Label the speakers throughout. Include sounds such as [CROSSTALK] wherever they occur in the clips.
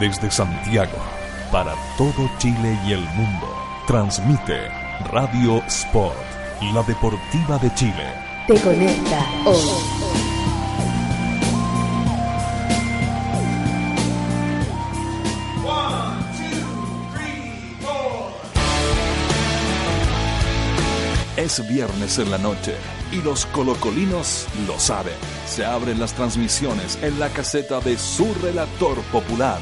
Speaker 1: desde Santiago, para todo Chile y el mundo, transmite Radio Sport, la deportiva de Chile.
Speaker 2: Te conecta hoy.
Speaker 1: Es viernes en la noche y los colocolinos lo saben. Se abren las transmisiones en la caseta de su relator popular.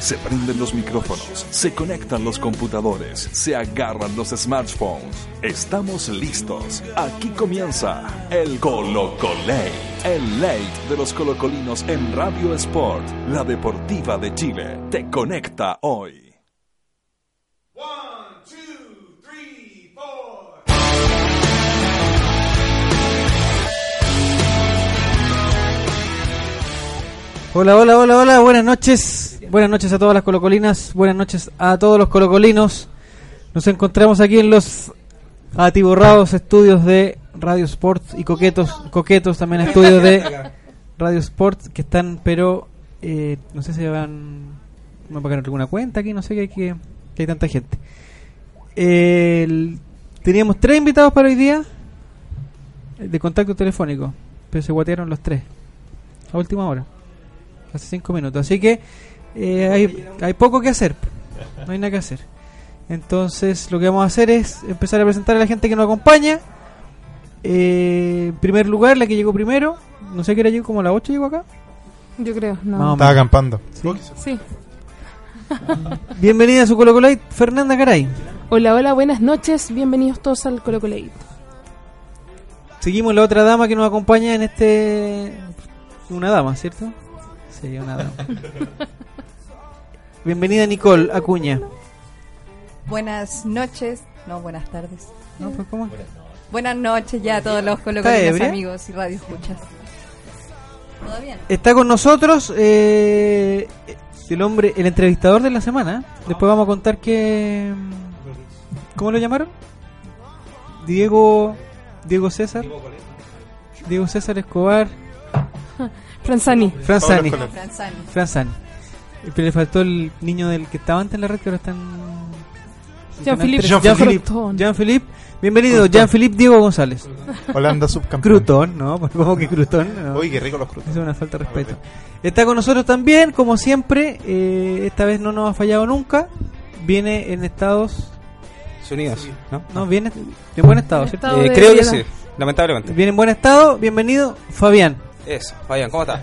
Speaker 1: Se prenden los micrófonos, se conectan los computadores, se agarran los smartphones. Estamos listos. Aquí comienza el Colocolay, el late de los colocolinos en Radio Sport, la deportiva de Chile. Te conecta hoy.
Speaker 3: Hola, hola, hola, hola, buenas noches. Buenas noches a todas las colocolinas, buenas noches a todos los colocolinos. Nos encontramos aquí en los atiborrados estudios de Radio Sports y coquetos, coquetos también estudios de Radio Sports que están, pero eh, no sé si van a pagar alguna cuenta aquí, no sé que hay, que, que hay tanta gente. El- teníamos tres invitados para hoy día eh, de contacto telefónico, pero se guatearon los tres a última hora hace cinco minutos. Así que eh, hay, hay poco que hacer. No hay nada que hacer. Entonces lo que vamos a hacer es empezar a presentar a la gente que nos acompaña. Eh, en primer lugar, la que llegó primero. No sé qué era yo, como a las 8 llegó acá.
Speaker 4: Yo creo, no.
Speaker 3: Más o
Speaker 5: Estaba acampando.
Speaker 4: Sí.
Speaker 3: menos. Bienvenida a su Colo Colate, Fernanda Caray.
Speaker 4: Hola, hola, buenas noches. Bienvenidos todos al Colo Colo Aid.
Speaker 3: Seguimos la otra dama que nos acompaña en este... Una dama, ¿cierto? Sí, una dama. Bienvenida Nicole Acuña.
Speaker 6: Buenas noches, no, buenas tardes.
Speaker 3: ¿No? Pues, ¿cómo?
Speaker 6: Buenas noches ya a todos los
Speaker 3: ¿Está
Speaker 6: colocadores
Speaker 3: ebria?
Speaker 6: amigos y radio escuchas. ¿Todo bien?
Speaker 3: Está con nosotros eh, el hombre, el entrevistador de la semana. Después vamos a contar que ¿cómo lo llamaron? Diego Diego César. Diego César Escobar,
Speaker 4: [LAUGHS] Franzani.
Speaker 3: Franzani,
Speaker 5: Pablo
Speaker 6: Franzani.
Speaker 3: Franzani. Eh, Pero le faltó el niño del que estaba antes en la red que ahora está en
Speaker 4: Jean-Philippe.
Speaker 3: Jean-Philippe.
Speaker 4: Crotón.
Speaker 3: Jean-Philippe. Bienvenido, Jean-Philippe Diego González.
Speaker 5: Holanda subcampeón.
Speaker 3: Crutón, ¿no? [LAUGHS] Pues, ¿Cómo que Crutón? No.
Speaker 5: Uy, qué rico los crutos.
Speaker 3: Es una falta de respeto. Está con nosotros también, como siempre. eh, esta vez no nos ha fallado nunca. Viene en estados.
Speaker 7: Unidos, ¿no?
Speaker 3: No, viene en buen estado,
Speaker 4: En
Speaker 3: ¿cierto?
Speaker 4: estado
Speaker 7: Eh,
Speaker 4: de
Speaker 7: creo que
Speaker 4: ebriedad.
Speaker 7: sí, lamentablemente.
Speaker 3: Viene en buen estado. Bienvenido, Fabián.
Speaker 7: Eso, Fabián, ¿cómo estás?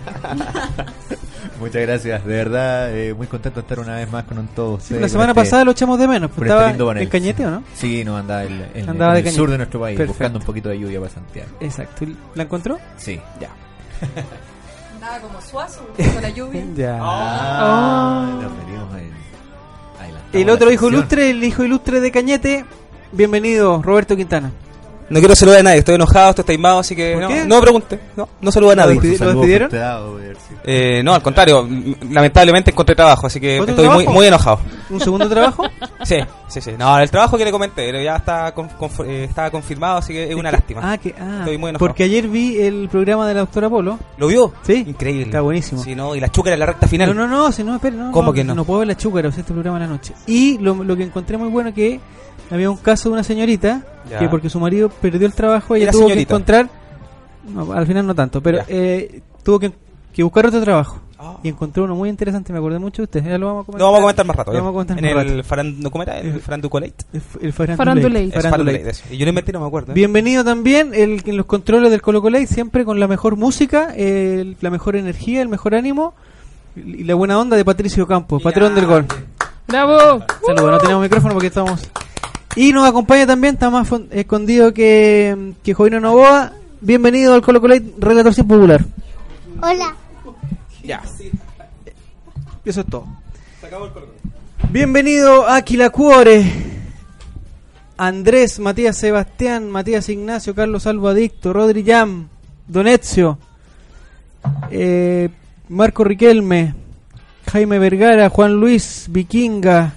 Speaker 8: [LAUGHS] Muchas gracias, de verdad, eh, muy contento de estar una vez más con todos ustedes.
Speaker 3: la
Speaker 8: con
Speaker 3: semana
Speaker 8: este-
Speaker 3: pasada lo echamos de menos.
Speaker 8: con
Speaker 3: Pues
Speaker 8: este
Speaker 3: estaba
Speaker 8: lindo panel.
Speaker 3: en Cañete, ¿o no?
Speaker 8: Sí, no, andaba en, en-
Speaker 3: Andaba de
Speaker 8: en el
Speaker 3: cañete.
Speaker 8: sur de nuestro país,
Speaker 3: Perfecto.
Speaker 8: buscando un poquito de lluvia para Santiago.
Speaker 3: Exacto. ¿y ¿La encontró?
Speaker 8: Sí. [LAUGHS]
Speaker 3: Ya.
Speaker 6: Nada como [LAUGHS] suazo con la lluvia.
Speaker 3: Ya.
Speaker 8: Ah, nos metimos en- adelantamos
Speaker 3: El
Speaker 8: la
Speaker 3: otro hijo
Speaker 8: sección.
Speaker 3: ilustre, el hijo ilustre de Cañete. Bienvenido, Roberto Quintana.
Speaker 7: No quiero saludar a nadie, estoy enojado, estoy taimado, así que
Speaker 3: ¿Por
Speaker 7: no,
Speaker 3: qué?
Speaker 7: no me pregunte. No, no saludo a
Speaker 8: Por
Speaker 7: nadie.
Speaker 8: su
Speaker 3: ¿Lo
Speaker 8: saludo
Speaker 3: despidieron?
Speaker 8: frustrado, voy a ver si-
Speaker 7: Eh, no, al contrario, m- lamentablemente encontré trabajo, así que
Speaker 3: ¿Otro
Speaker 7: estoy muy,
Speaker 3: trabajo?
Speaker 7: muy enojado.
Speaker 3: ¿Un segundo trabajo?
Speaker 7: [LAUGHS] Sí, sí, sí. No, el trabajo que le comenté pero ya está, con- con- eh, está confirmado, así que es una lástima.
Speaker 3: Ah, que, ah,
Speaker 7: Estoy muy enojado.
Speaker 3: porque ayer vi el programa de la doctora Polo.
Speaker 7: ¿Lo vio?
Speaker 3: Sí.
Speaker 7: Increíble.
Speaker 3: Está buenísimo.
Speaker 7: Sí, no, y la chúcara en la recta final.
Speaker 3: No, no, no, si no, espere, no.
Speaker 7: ¿Cómo que no?
Speaker 3: No puedo ver la chúcara, o sea, este programa en la noche. Y lo, lo que encontré muy bueno que había un caso de una señorita
Speaker 7: Ya.
Speaker 3: que porque su marido perdió el trabajo, ella
Speaker 7: Era
Speaker 3: tuvo que
Speaker 7: señorita.
Speaker 3: encontrar, no, al final no tanto, pero
Speaker 7: Ya.
Speaker 3: eh, tuvo que, que buscar otro trabajo.
Speaker 7: Ah.
Speaker 3: Y encontró uno muy interesante, me acordé mucho de usted. Ya lo vamos a comentar.
Speaker 7: Lo vamos a comentar más rato.
Speaker 3: Lo
Speaker 7: ya.
Speaker 3: vamos a comentar
Speaker 7: en
Speaker 3: más
Speaker 7: el
Speaker 3: rato.
Speaker 7: Faran, ¿Cómo era? El Faranducolate.
Speaker 3: El, f- el farandulate.
Speaker 4: Farandulate.
Speaker 7: Es
Speaker 3: Farandulate.
Speaker 7: Farandulate, eso. Y yo lo inventé, no me acuerdo. ¿eh?
Speaker 3: Bienvenido también el, en los controles del Colo Colo siempre con la mejor música, el- la mejor energía, el mejor ánimo y la buena onda de Patricio Campos, patrón del gol.
Speaker 4: ¡Bravo!
Speaker 3: Saludos, no tenemos micrófono porque estamos. Y nos acompaña también, está más fon- escondido que, que Jovino Novoa. Bienvenido al Colo Colo Relator Sin Popular.
Speaker 9: Hola,
Speaker 7: Ya.
Speaker 3: Eso es todo. Bienvenido a Quilacuore. Andrés, Matías Sebastián, Matías Ignacio, Carlos Salvadicto, Rodri Jam, Donezio, eh, Marco Riquelme, Jaime Vergara, Juan Luis, Vikinga,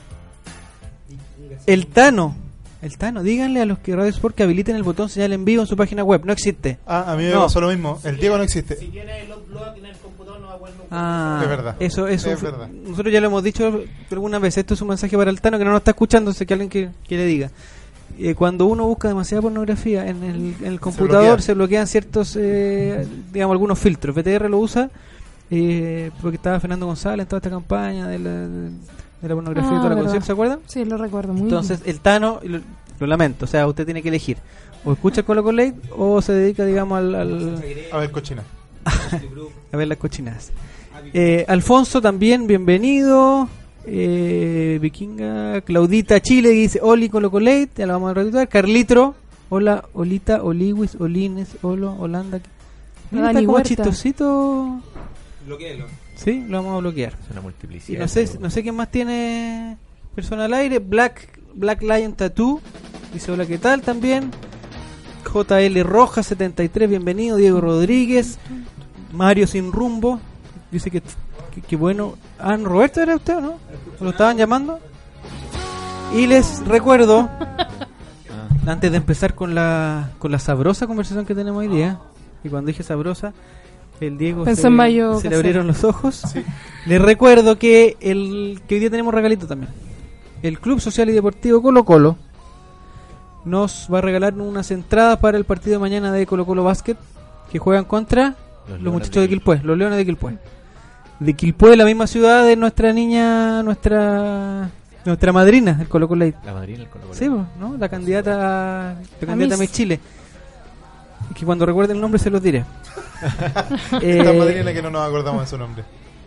Speaker 3: El Tano. El Tano, díganle a los que Radio Sport que habiliten el botón señal en vivo en su página web. No existe.
Speaker 5: Ah, a mí me
Speaker 3: No.
Speaker 5: pasó lo mismo. El Diego no existe.
Speaker 3: Ah,
Speaker 5: Es verdad.
Speaker 3: Eso, eso.
Speaker 5: Es verdad.
Speaker 3: Nosotros ya lo hemos dicho algunas veces. Esto es un mensaje para el Tano que no nos está escuchando, sé que alguien que, que le diga. Eh, cuando uno busca demasiada pornografía en el, en el computador,
Speaker 5: bloquea.
Speaker 3: se, bloquean ciertos, eh, digamos, algunos filtros. BTR lo usa eh, porque estaba Fernando González en toda esta campaña de la, de la pornografía
Speaker 4: Ah,
Speaker 3: y toda
Speaker 4: verdad.
Speaker 3: la
Speaker 4: Mm.
Speaker 3: conocieron, ¿se acuerdan?
Speaker 4: Sí, lo recuerdo muy
Speaker 3: Entonces, el Tano, lo, lo lamento, o sea, usted tiene que elegir. O escucha Colo Colate o se dedica, digamos, al- al,
Speaker 5: A ver, cochina.
Speaker 3: a ver las cochinadas. Eh, Alfonso también, bienvenido. Eh, Vikinga, Claudita Chile que dice Oli Colo Colate, ya la vamos a retuitear. Carlitro, hola Olita, Oliwis, Olines, Olo, Holanda. Mira,
Speaker 4: Dani
Speaker 3: está como
Speaker 4: Huerta.
Speaker 3: chistosito.
Speaker 7: Bloquéelo.
Speaker 3: Sí, lo vamos a bloquear.
Speaker 8: Es una multiplicidad.
Speaker 3: Y no sé,
Speaker 8: seguro.
Speaker 3: no sé quién más tiene persona al aire. Black, Black Lion Tattoo dice hola, ¿qué tal? También. JL Roja 73, bienvenido. Diego Rodríguez. Mario Sin Rumbo dice que, que, que bueno. Ah, ¿no, Roberto era usted, o ¿no? ¿O ¿Lo estaban llamando? Y les recuerdo,
Speaker 8: Ah.
Speaker 3: antes de empezar con la, con la sabrosa conversación que tenemos hoy día, y cuando dije sabrosa, el Diego
Speaker 4: Pensó
Speaker 3: se,
Speaker 4: en mayo
Speaker 3: se le
Speaker 4: casero.
Speaker 3: abrieron los ojos. Les recuerdo que, el, que hoy día tenemos regalito también. El Club Social y Deportivo Colo Colo nos va a regalar unas entradas para el partido de mañana de Colo Colo Basket que juegan contra los,
Speaker 8: Leones
Speaker 3: muchachos de
Speaker 8: de
Speaker 3: Quilpué, los Leones de Quilpué. De Quilpué, la misma ciudad de nuestra niña, nuestra nuestra madrina, el Colo Colo
Speaker 8: La madrina del Colo
Speaker 3: Sí, po, ¿no? La candidata, la candidata a
Speaker 4: Miss.
Speaker 3: Miss Chile. Que cuando recuerde el nombre se los [LAUGHS] diré. Eh,
Speaker 5: Esta madrina es la que no nos acordamos de su nombre.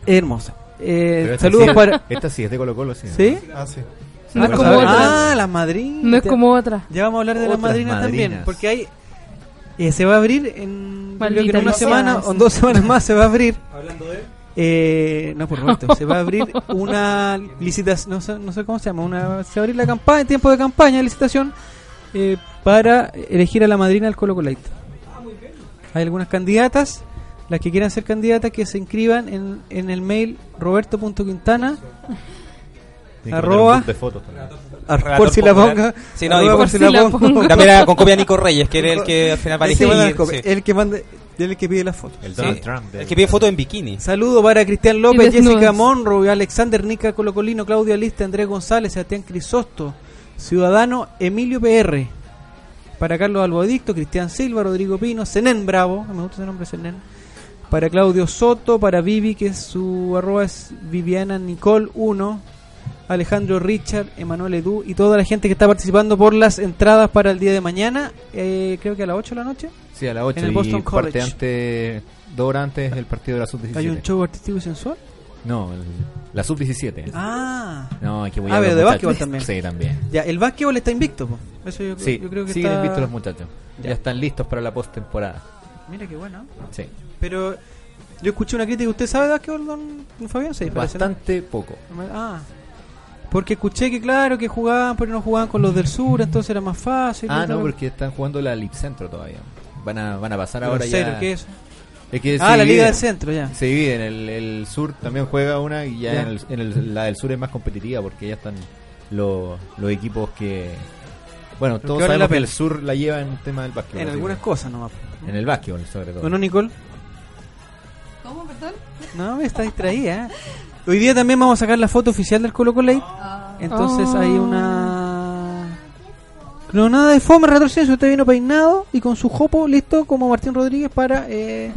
Speaker 3: hermosa. Eh,
Speaker 8: Pero esta
Speaker 3: saludos
Speaker 8: sí es-
Speaker 3: para...
Speaker 8: Esta sí es de Colo Colo, sí.
Speaker 3: ¿Sí?
Speaker 5: Ah, sí.
Speaker 4: No
Speaker 3: Ah,
Speaker 4: es
Speaker 8: Bueno,
Speaker 4: como
Speaker 8: sabe-
Speaker 4: otra.
Speaker 3: las madrinas.
Speaker 4: No es como otra.
Speaker 3: Ya vamos a hablar de las
Speaker 8: Otras
Speaker 3: madrinas también,
Speaker 8: madrinas.
Speaker 3: porque hay eh, se va a abrir en, creo que en
Speaker 4: Maldita
Speaker 3: una
Speaker 4: sea.
Speaker 3: semana o en dos semanas más se va a abrir. Eh, no por Roberto, se va a abrir una licitación, no sé, no sé cómo se llama, una, se va a abrir la campaña, en tiempo de campaña, de licitación eh, para elegir a la madrina del Colo Colate. Hay algunas candidatas, las que quieran ser candidatas que se inscriban en, en el mail roberto.quintana
Speaker 8: Tiene que meter un
Speaker 3: Arroba.
Speaker 8: book de fotos también.
Speaker 7: Relator
Speaker 3: por si la
Speaker 7: popular.
Speaker 3: ponga,
Speaker 7: Sí, no,
Speaker 3: arroba
Speaker 7: y
Speaker 3: por si la pongo. [LAUGHS]
Speaker 7: Y también era con copia a Nico Reyes, que era el que al final va a
Speaker 3: Ese
Speaker 7: elegir.
Speaker 3: bueno, el,
Speaker 7: sí.
Speaker 3: el que manda, el que pide la foto.
Speaker 8: El
Speaker 7: Sí.
Speaker 8: Donald Trump. de-
Speaker 7: El que pide fotos en bikini.
Speaker 3: Saludo para Cristian
Speaker 4: Y
Speaker 3: López,
Speaker 4: desnudos.
Speaker 3: Jessica Monroe, Alexander Nica Colocolino, Claudia Lista, Andrés González, Sebastián Crisosto, Ciudadano Emilio PR, para Carlos Albodicto, Cristian Silva, Rodrigo Pino, Zenén Bravo, me gusta ese nombre Zenén, para Claudio Soto, para Vivi, que su arroba es Viviana Nicole 1, Alejandro Richard, Emanuel Edu y toda la gente que está participando por las entradas para el día de mañana, eh, creo que a las 8 de la noche.
Speaker 8: [LAUGHS] Sí, a las 8
Speaker 3: En el
Speaker 8: y
Speaker 3: Boston
Speaker 8: parte
Speaker 3: College.
Speaker 8: antes, dos horas antes del partido de la
Speaker 3: Hay un
Speaker 8: sub-17.
Speaker 3: show artístico y sensual.
Speaker 8: No, el- la sub-17.
Speaker 3: Ah,
Speaker 8: No, hay que voy
Speaker 3: Ah,
Speaker 8: a
Speaker 3: pero
Speaker 8: los muchachos.
Speaker 3: de básquetbol también.
Speaker 8: Sí, también.
Speaker 3: Ya, el básquetbol está invicto, po. Eso yo,
Speaker 8: Sí,
Speaker 3: yo creo que
Speaker 8: siguen
Speaker 3: está...
Speaker 8: invictos los muchachos. Ya.
Speaker 3: Ya.
Speaker 8: están listos para la postemporada.
Speaker 3: Mira qué bueno.
Speaker 8: Sí.
Speaker 3: Pero yo escuché una crítica. ¿Usted sabe de básquetbol, don, don Fabián? Sí, parece, ¿no?
Speaker 8: Bastante poco.
Speaker 3: Ah. Porque escuché que, claro, que jugaban, pero no jugaban con los del sur, entonces era más fácil.
Speaker 8: Ah,
Speaker 3: y todo
Speaker 8: no,
Speaker 3: lo-
Speaker 8: porque están jugando la Lip Centro todavía. Van a, van a pasar
Speaker 3: lo
Speaker 8: ahora
Speaker 3: cero
Speaker 8: ya.
Speaker 3: que es.
Speaker 8: Es que
Speaker 3: Ah,
Speaker 8: se
Speaker 3: la Liga
Speaker 8: dividen.
Speaker 3: del Centro, ya.
Speaker 8: Se dividen. El, el sur también juega una y ya,
Speaker 3: Ya.
Speaker 8: En el, en el- la del sur es más competitiva porque ya están los, los equipos que. Bueno,
Speaker 3: que
Speaker 8: todos
Speaker 3: valen la
Speaker 8: sabemos que
Speaker 3: pena.
Speaker 8: el sur la lleva en el tema del básquetbol.
Speaker 3: En
Speaker 8: así
Speaker 3: algunas
Speaker 8: que-
Speaker 3: cosas nomás. po.
Speaker 8: En el básquetbol, sobre todo.
Speaker 3: ¿No, no, Nicole?
Speaker 6: ¿Cómo, perdón?
Speaker 3: No, me está distraída. ¿eh? Hoy día también vamos a sacar la foto oficial del Colo Colo
Speaker 6: Ah,
Speaker 3: Entonces
Speaker 4: Oh.
Speaker 3: hay una. No, nada de fome, retroceso. Usted vino peinado y con su jopo listo como Martín Rodríguez para, eh,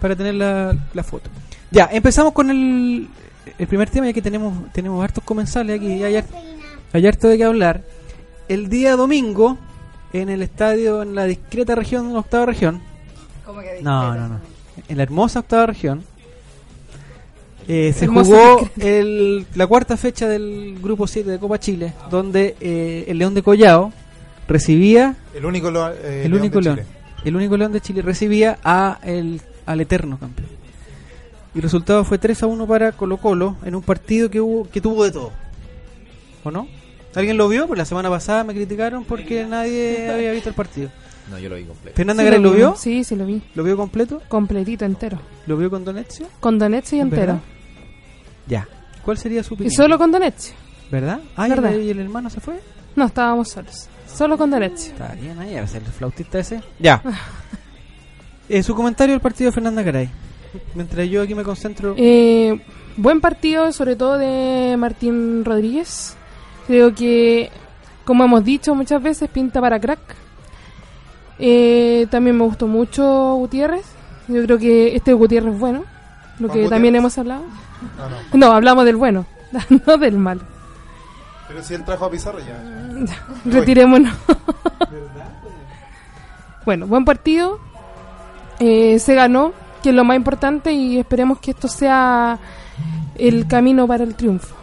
Speaker 3: para tener la, la foto. Ya, empezamos con el, el primer tema, ya que tenemos, tenemos hartos comensales aquí. Hay, har- hay harto de qué hablar. El día domingo, en el estadio, en la discreta región, octava región,
Speaker 6: ¿cómo que
Speaker 3: no,
Speaker 6: discreto?
Speaker 3: no, no. En la hermosa octava región eh, se
Speaker 4: Hermosa
Speaker 3: jugó el- la cuarta fecha del grupo 7 de Copa Chile, donde eh, el León de Collao recibía
Speaker 5: El único, lo- eh,
Speaker 3: el
Speaker 5: león
Speaker 3: único
Speaker 5: de
Speaker 3: León,
Speaker 5: Chile.
Speaker 3: el único León de Chile recibía a el, al eterno campeón. Y el resultado fue 3 a 1 para Colo Colo en un partido que hubo que tuvo de todo. ¿O no? ¿Alguien lo vio? Pues la semana pasada me criticaron porque nadie había visto el partido.
Speaker 8: No, yo lo vi completo.
Speaker 3: ¿Fernanda
Speaker 4: Sí,
Speaker 3: Garay lo
Speaker 4: vi.
Speaker 3: vio?
Speaker 4: Sí, sí, lo vi.
Speaker 3: ¿Lo vio completo?
Speaker 4: Completito, entero.
Speaker 3: ¿Lo vio con Donetio?
Speaker 4: Con Donetsk y entero.
Speaker 3: ¿Verdad? Ya. ¿Cuál sería
Speaker 4: Y
Speaker 3: su opinión?
Speaker 4: solo con Donetsk.
Speaker 3: ¿Verdad? Ah, ¿y
Speaker 4: ¿Verdad?
Speaker 3: el- ¿y el hermano se fue?
Speaker 4: No, estábamos solos. Solo con Donetsk.
Speaker 3: Está bien ahí, a ver, el flautista ese. Ya. Eh, su comentario del partido de Fernanda Garay. Mientras yo aquí me concentro.
Speaker 4: Eh, buen partido, sobre todo de Martín Rodríguez. Creo que, como hemos dicho muchas veces, pinta para crack. Eh, también me gustó mucho Gutiérrez. Yo creo que este Gutiérrez es bueno, lo
Speaker 5: Juan
Speaker 4: que también
Speaker 5: Gutiérrez.
Speaker 4: hemos hablado.
Speaker 5: No, no.
Speaker 4: No, hablamos del bueno, [LAUGHS] no del malo.
Speaker 5: Pero si él trajo a Pizarro
Speaker 3: [LAUGHS]
Speaker 5: ya.
Speaker 4: Retirémonos. [LAUGHS] bueno, buen partido. Eh, se ganó, que es lo más importante, y esperemos que esto sea el camino para el triunfo.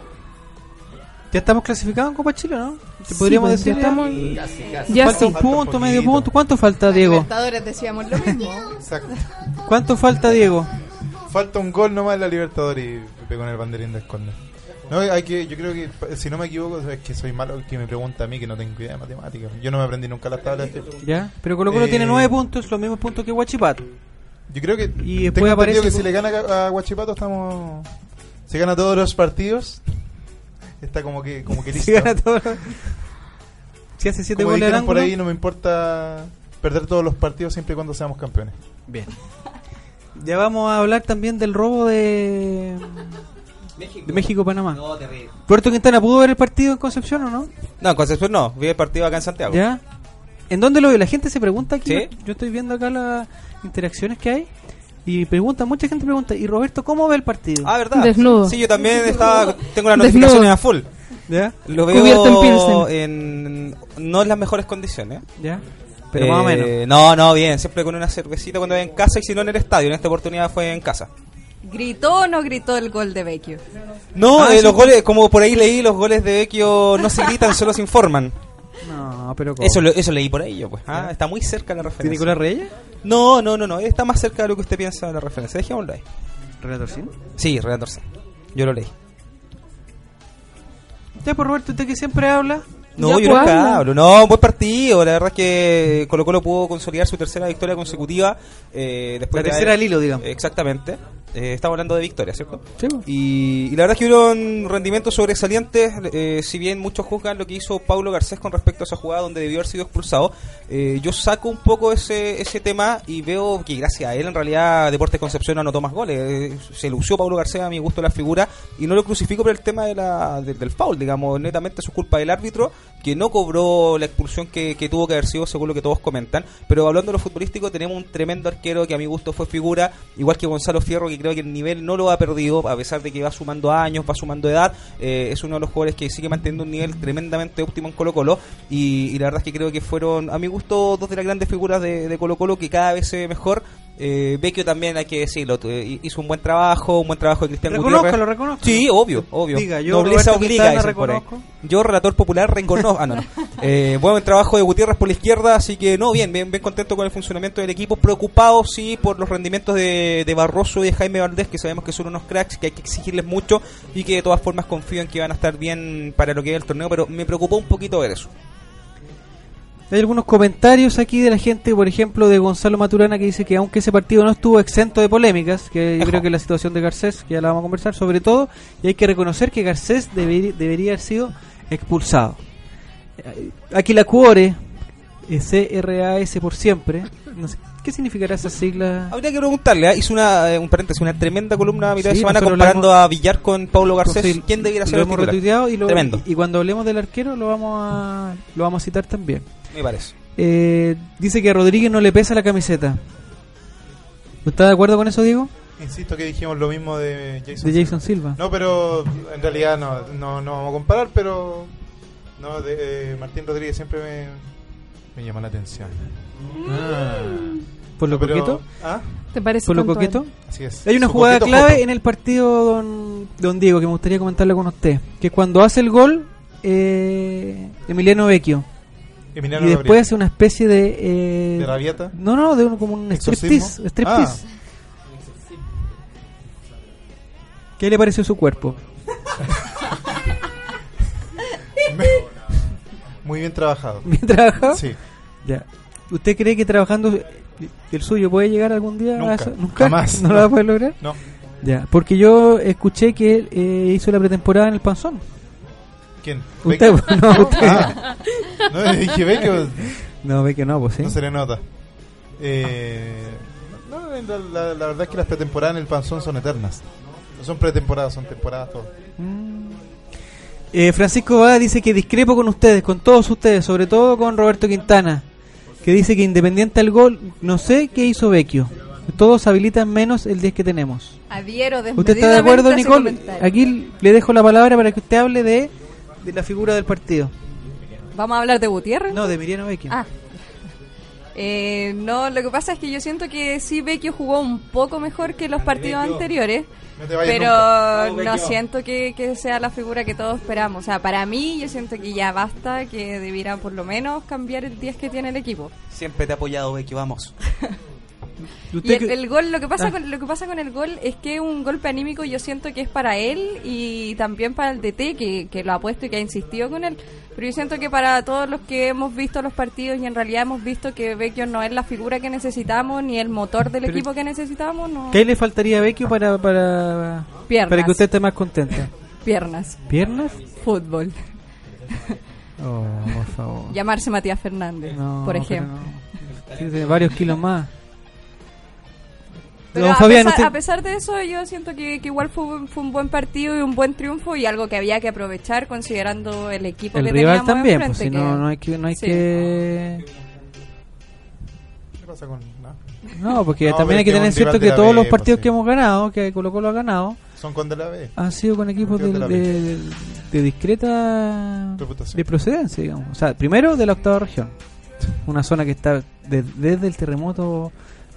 Speaker 3: Ya estamos clasificados en Copa Chile, ¿no? ¿Te podríamos
Speaker 4: pues, ya
Speaker 3: decir. ya?
Speaker 4: estamos-
Speaker 3: Ya
Speaker 4: ya
Speaker 3: falta
Speaker 4: sí.
Speaker 3: un punto,
Speaker 5: Falta
Speaker 3: medio
Speaker 5: poquito.
Speaker 3: punto. ¿Cuánto falta, Diego?
Speaker 6: Libertadores decíamos lo mismo.
Speaker 5: Exacto.
Speaker 3: ¿Cuánto falta, Diego?
Speaker 5: Falta un gol nomás en la Libertadores y Pepe con el banderín del córner. No, hay que, yo creo que, pa- si no me equivoco, es que soy malo el que me pregunta a mí que no tengo idea de matemáticas. Yo no me aprendí nunca las tablas. Yo
Speaker 3: ¿Ya? Pero Colo Colo
Speaker 5: Eh,
Speaker 3: tiene nueve puntos, los mismos puntos que Huachipato.
Speaker 5: creo que
Speaker 3: Y después
Speaker 5: tengo
Speaker 3: aparece
Speaker 5: entendido que
Speaker 3: con-
Speaker 5: si le gana a a Guachipato estamos... Se gana todos los partidos. Está como que, como que listo.
Speaker 3: [LAUGHS] Si gana todos los- Si hace siete
Speaker 5: como
Speaker 3: goles al
Speaker 5: dijeron por
Speaker 3: ángulo.
Speaker 5: ahí, no me importa perder todos los partidos siempre y cuando seamos campeones.
Speaker 3: Bien. Ya vamos a hablar también del robo de,
Speaker 7: México.
Speaker 3: de México-Panamá.
Speaker 7: No, terrible.
Speaker 3: Puerto Quintana, ¿pudo ver el partido en Concepción o no?
Speaker 7: No, en Concepción no. Vi el partido acá en Santiago.
Speaker 3: ¿Ya? ¿En dónde lo vio? La gente se pregunta aquí.
Speaker 7: Sí.
Speaker 3: Yo estoy viendo acá las interacciones que hay. Y pregunta, mucha gente pregunta, ¿y Roberto cómo ve el partido?
Speaker 7: Ah, ¿verdad?
Speaker 4: Desnudo.
Speaker 7: Sí, yo también estaba, tengo las
Speaker 4: Desnudo.
Speaker 7: notificaciones a full.
Speaker 3: ¿Ya?
Speaker 7: Lo
Speaker 4: Cubierto en
Speaker 7: veo en, no en las mejores condiciones.
Speaker 3: ¿Ya? Pero más o
Speaker 7: Eh,
Speaker 3: menos.
Speaker 7: No, no, bien. Siempre con una cervecita cuando en casa y si no en el estadio. En esta oportunidad fue en casa.
Speaker 6: ¿Gritó o no gritó el gol de Vecchio?
Speaker 7: No,
Speaker 3: Ah,
Speaker 7: eh, los goles, como por ahí leí, los goles de Vecchio no se gritan, solo se informan.
Speaker 3: No, pero ¿cómo?
Speaker 7: Eso, lo- eso leí por ahí yo, pues. Ah, está muy cerca la
Speaker 3: ¿De
Speaker 7: referencia.
Speaker 3: Nicolás Reyes?
Speaker 7: No, no, no, no. Está más cerca de lo que usted piensa de la referencia. Dejémoslo ahí.
Speaker 3: ¿Relatorcín?
Speaker 7: Sí, Renato Orsán. Yo lo leí.
Speaker 3: Usted, por Roberto, usted que siempre habla.
Speaker 7: No,
Speaker 4: Ya,
Speaker 7: yo
Speaker 4: pues,
Speaker 7: nunca
Speaker 4: habla.
Speaker 7: hablo. No, buen partido. La verdad es que Colo Colo pudo consolidar su tercera victoria consecutiva. eh, después
Speaker 3: La
Speaker 7: de
Speaker 3: tercera
Speaker 7: haber-
Speaker 3: al hilo, digamos.
Speaker 7: Exactamente. Eh, estamos hablando de victoria, ¿cierto?
Speaker 3: Sí, pues. po.
Speaker 7: Y, y la verdad es que hubieron rendimientos sobresalientes, eh, si bien muchos juzgan lo que hizo Paulo Garcés con respecto a esa jugada donde debió haber sido expulsado, eh, yo saco un poco ese, ese tema y veo que gracias a él en realidad Deportes Concepción anotó más goles, Eh, se lució Paulo Garcés a mi gusto la figura y no lo crucifico por el tema de la, de- del foul, digamos, netamente su culpa del árbitro que no cobró la expulsión que, que tuvo que haber sido según lo que todos comentan, pero hablando de lo futbolístico tenemos un tremendo arquero que a mi gusto fue figura, igual que Gonzalo Fierro que creo que el nivel no lo ha perdido a pesar de que va sumando años, va sumando edad, eh, es uno de los jugadores que sigue manteniendo un nivel tremendamente óptimo en Colo Colo y, y la verdad es que creo que fueron a mi gusto dos de las grandes figuras de, de Colo Colo que cada vez se ve mejor. Eh, Vecchio también hay que decirlo, tu- eh, hizo un buen trabajo, un buen trabajo de Cristian Gutiérrez.
Speaker 3: Reconózcalo, reconozco.
Speaker 7: Sí, obvio, obvio.
Speaker 3: Diga, yo,
Speaker 7: Nobleza
Speaker 3: Roberto
Speaker 7: obliga,
Speaker 3: Quintana,
Speaker 7: dicen por ahí.
Speaker 3: reconozco.
Speaker 7: Yo, relator popular, reconozco. Ah, no,
Speaker 3: [LAUGHS]
Speaker 7: no. Eh, buen trabajo de Gutiérrez por la izquierda, así que no, bien, bien, bien contento con el funcionamiento del equipo. Preocupado, sí, por los rendimientos de, de Barroso y de Jaime Valdés, que sabemos que son unos cracks, que hay que exigirles mucho y que de todas formas confío en que van a estar bien para lo que es el torneo, pero me preocupó un poquito ver eso.
Speaker 3: Hay algunos comentarios aquí de la gente, por ejemplo, de Gonzalo Maturana que dice que aunque ese partido no estuvo exento de polémicas, que yo
Speaker 7: Ajá.
Speaker 3: creo que la situación de Garcés, que ya la vamos a conversar, sobre todo, y hay que reconocer que Garcés debería, debería haber sido expulsado. Eh, Aquí la Cuore, eh, CRAS por siempre, no sé, ¿qué significará esa sigla?
Speaker 7: Habría que preguntarle, ¿eh? hice una, eh, un paréntesis, una tremenda columna a mitad
Speaker 3: Sí,
Speaker 7: de semana
Speaker 3: nosotros la
Speaker 7: comparando a Villar con Pablo Garcés.
Speaker 3: Sí,
Speaker 7: ¿Quién debiera ser el
Speaker 3: lo hemos
Speaker 7: titular?
Speaker 3: retuiteado y, lo-
Speaker 7: Tremendo.
Speaker 3: y cuando hablemos del arquero lo vamos a, lo vamos a citar también.
Speaker 7: Me parece.
Speaker 3: Eh, dice que a Rodríguez no le pesa la camiseta. ¿Está de acuerdo con eso, Diego?
Speaker 5: Insisto que dijimos lo mismo de Jason.
Speaker 3: De Jason Silva.
Speaker 5: No, pero en realidad no, no, no vamos a comparar, pero no, de, eh, Martín Rodríguez siempre me, me llama la atención.
Speaker 3: por lo
Speaker 5: Pero-
Speaker 3: coqueto.
Speaker 5: ¿Ah?
Speaker 4: ¿Te parece?
Speaker 3: Por lo
Speaker 4: tanto a él?
Speaker 3: coqueto.
Speaker 5: Así es.
Speaker 3: Hay una
Speaker 5: Su
Speaker 3: jugada
Speaker 5: coqueto
Speaker 3: clave
Speaker 5: Joto.
Speaker 3: en el partido, don, don Diego, que me gustaría comentarle con usted. Que cuando hace el gol, eh, Emiliano Vecchio.
Speaker 5: Emiliano
Speaker 3: y
Speaker 5: Gabriel.
Speaker 3: después hace una especie de. eh,
Speaker 5: de Rabiata.
Speaker 3: no, no, de un, como un
Speaker 5: ¿Exorcismo? Ah.
Speaker 3: striptease. striptease. ¿Qué le pareció su cuerpo?
Speaker 5: Muy bien trabajado.
Speaker 3: [LAUGHS] ¿Bien trabajado?
Speaker 5: Sí.
Speaker 3: Ya. ¿Usted cree que trabajando eh, el suyo puede llegar algún día a
Speaker 5: Nunca,
Speaker 3: eso?
Speaker 5: jamás.
Speaker 3: [LAUGHS] ¿No lo va a poder lograr?
Speaker 5: No.
Speaker 3: Ya, porque yo escuché que él eh, hizo la pretemporada en el Panzón.
Speaker 5: ¿Quién?
Speaker 3: Usted,
Speaker 5: Beck-
Speaker 3: [LAUGHS] no, usted.
Speaker 5: Ah. No, dije Beck,
Speaker 3: pues, No, ve que no, pues sí.
Speaker 5: no se le nota. Eh, no, No, en la, la- la verdad es que las pretemporadas en el Panzón son eternas. No son pretemporadas, son temporadas todas.
Speaker 3: Eh, Francisco Bada dice que discrepo con ustedes, con todos ustedes, sobre todo con Roberto Quintana, que dice que independiente al gol, no sé qué hizo Vecchio. Todos habilitan menos el 10 que tenemos.
Speaker 6: Adhiero
Speaker 3: [LAUGHS] ¿Usted
Speaker 6: desmedidamente
Speaker 3: está de acuerdo,
Speaker 6: a ese
Speaker 3: Nicole?
Speaker 6: comentario.
Speaker 3: Aquí le dejo la palabra para que usted hable de, de la figura del partido.
Speaker 6: ¿Vamos a hablar de Gutiérrez?
Speaker 3: No, de Miriano Vecchio.
Speaker 6: Ah. [LAUGHS] Eh, no, lo que pasa es que yo siento que sí Vecchio jugó un poco mejor que los partidos anteriores,
Speaker 5: No te vayas
Speaker 6: pero
Speaker 5: nunca. Vamos,
Speaker 6: no
Speaker 5: Vecchio.
Speaker 6: siento que, que sea la figura que todos esperamos. O sea, para mí yo siento que ya basta, que debiera por lo menos cambiar el 10 que tiene el equipo.
Speaker 7: Siempre te ha apoyado, Becky, vamos.
Speaker 3: [LAUGHS]
Speaker 6: Y
Speaker 3: ¿Y usted
Speaker 6: el,
Speaker 3: qué-
Speaker 6: el gol, lo que pasa
Speaker 3: Ah.
Speaker 6: con lo que pasa con el gol es que un golpe anímico yo siento que es para él y también para el DT que, que lo ha puesto y que ha insistido con él. Pero yo siento que para todos los que hemos visto los partidos y en realidad hemos visto que Vecchio no es la figura que necesitamos ni el motor del
Speaker 3: Pero-
Speaker 6: equipo que necesitamos, no
Speaker 3: ¿Qué le faltaría a Vecchio para, para,
Speaker 6: Piernas.
Speaker 3: para que usted esté más contenta?
Speaker 6: [LAUGHS] piernas,
Speaker 3: ¿Piernas?
Speaker 6: fútbol.
Speaker 3: Oh, por favor.
Speaker 6: Llamarse Matías Fernández,
Speaker 3: No,
Speaker 6: por
Speaker 3: pero
Speaker 6: ejemplo.
Speaker 3: no. Tiene varios kilos más.
Speaker 6: Pero
Speaker 3: Don
Speaker 6: a,
Speaker 3: Fabián,
Speaker 6: pesar,
Speaker 3: usted-
Speaker 6: a pesar de eso, yo siento que, que igual fue, un- fue un buen partido y un buen triunfo y algo que había que aprovechar considerando el equipo
Speaker 3: el
Speaker 6: que
Speaker 3: rival
Speaker 6: teníamos
Speaker 3: también,
Speaker 6: enfrente,
Speaker 3: pues si
Speaker 6: que-
Speaker 3: no, no hay que... No, hay
Speaker 6: sí.
Speaker 3: que...
Speaker 5: ¿Qué pasa con.? no?
Speaker 3: no porque
Speaker 5: No,
Speaker 3: también hay que
Speaker 5: pero
Speaker 3: tener
Speaker 5: es que un rival
Speaker 3: cierto
Speaker 5: de
Speaker 3: que
Speaker 5: la
Speaker 3: todos
Speaker 5: B,
Speaker 3: los
Speaker 5: pues,
Speaker 3: partidos
Speaker 5: sí.
Speaker 3: que hemos ganado, que Colo Colo ha ganado,
Speaker 5: Son cuando la ve.
Speaker 3: han sido con equipos de,
Speaker 5: Partidos de la
Speaker 3: de- de discreta
Speaker 5: Reputación.
Speaker 3: de procedencia, digamos. O sea, primero de la octava región, una zona que está de- desde el terremoto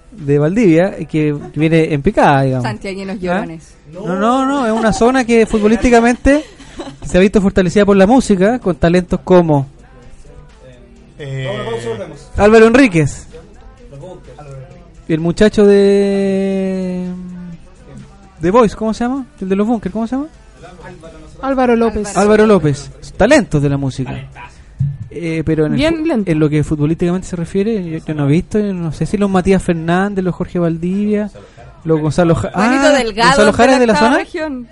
Speaker 3: de Valdivia, eh, que viene en picada, digamos. ¿Ah?
Speaker 6: Santiaguinos llorones.
Speaker 3: No, no, no, es una zona que futbolísticamente se ha visto fortalecida por la música, con talentos como
Speaker 5: Eh,
Speaker 3: Álvaro Enríquez, el muchacho de. de Voice, ¿cómo se llama? El de los Bunkers, ¿cómo se llama?
Speaker 4: Álvaro López.
Speaker 3: Álvaro López, talentos de la música. Eh, pero en, el
Speaker 4: Bien
Speaker 3: fu-
Speaker 4: lento.
Speaker 3: en lo que futbolísticamente se refiere, yo, yo no he visto, yo no sé si los Matías Fernández, los Jorge Valdivia, los Gonzalo Jara.
Speaker 6: Juanito Delgado.
Speaker 3: ¿Gonzalo Ah, Jara es de la
Speaker 6: octava
Speaker 3: zona?
Speaker 6: región.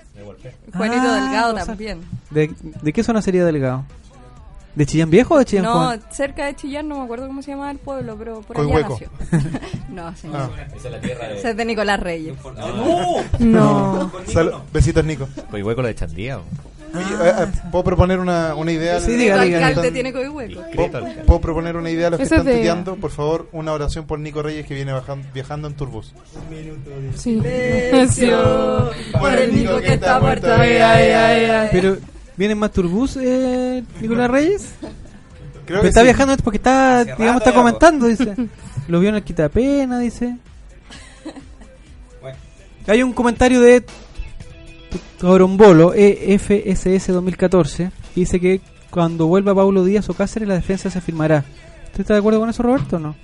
Speaker 6: Juanito
Speaker 3: Ah,
Speaker 6: Delgado
Speaker 3: Gonzalo.
Speaker 6: también.
Speaker 3: ¿De, de qué zona sería Delgado? ¿De Chillán Viejo o de Chillán
Speaker 6: No,
Speaker 3: Juan?
Speaker 6: cerca de Chillán, no me acuerdo cómo se llamaba el pueblo, pero por allá
Speaker 5: Coihueco.
Speaker 3: [LAUGHS]
Speaker 6: nació. no, señor.
Speaker 5: ah,
Speaker 6: Ese es de Nicolás Reyes.
Speaker 4: No.
Speaker 5: sal- besitos, Nico.
Speaker 8: Coihueco Pues lo de Chandía. bo.
Speaker 5: Oye, eh, eh, ¿Puedo proponer una, una idea?
Speaker 3: Sí,
Speaker 5: al-
Speaker 3: diga,
Speaker 6: El
Speaker 3: diga.
Speaker 6: alcalde
Speaker 5: Están-
Speaker 6: tiene Coihueco.
Speaker 8: Discreto,
Speaker 5: ¿Puedo,
Speaker 8: alcalde.
Speaker 5: puedo proponer una idea a los que
Speaker 4: Eso
Speaker 5: están
Speaker 4: es de-
Speaker 5: tuteando? Por favor, una oración por Nico Reyes que viene bajan- viajando en turbus.
Speaker 4: Sí. Necio.
Speaker 5: Por el Nico que está muerto,
Speaker 4: ay, ay, ay, ay.
Speaker 3: Pero, ¿vienen más turbús, eh, Nicolás Reyes?
Speaker 5: Creo
Speaker 3: Pero está
Speaker 5: sí.
Speaker 3: viajando porque está,
Speaker 7: Hace
Speaker 3: digamos,
Speaker 7: rato
Speaker 3: está
Speaker 7: ya, po.
Speaker 3: comentando, dice. Lo vio en el Quitapena, dice.
Speaker 7: Bueno.
Speaker 3: Hay un comentario de Torombolo, E EFSS 2014, que dice que cuando vuelva Pablo Díaz o Cáceres, la defensa se afirmará. ¿Usted está de acuerdo con eso, Roberto, o no?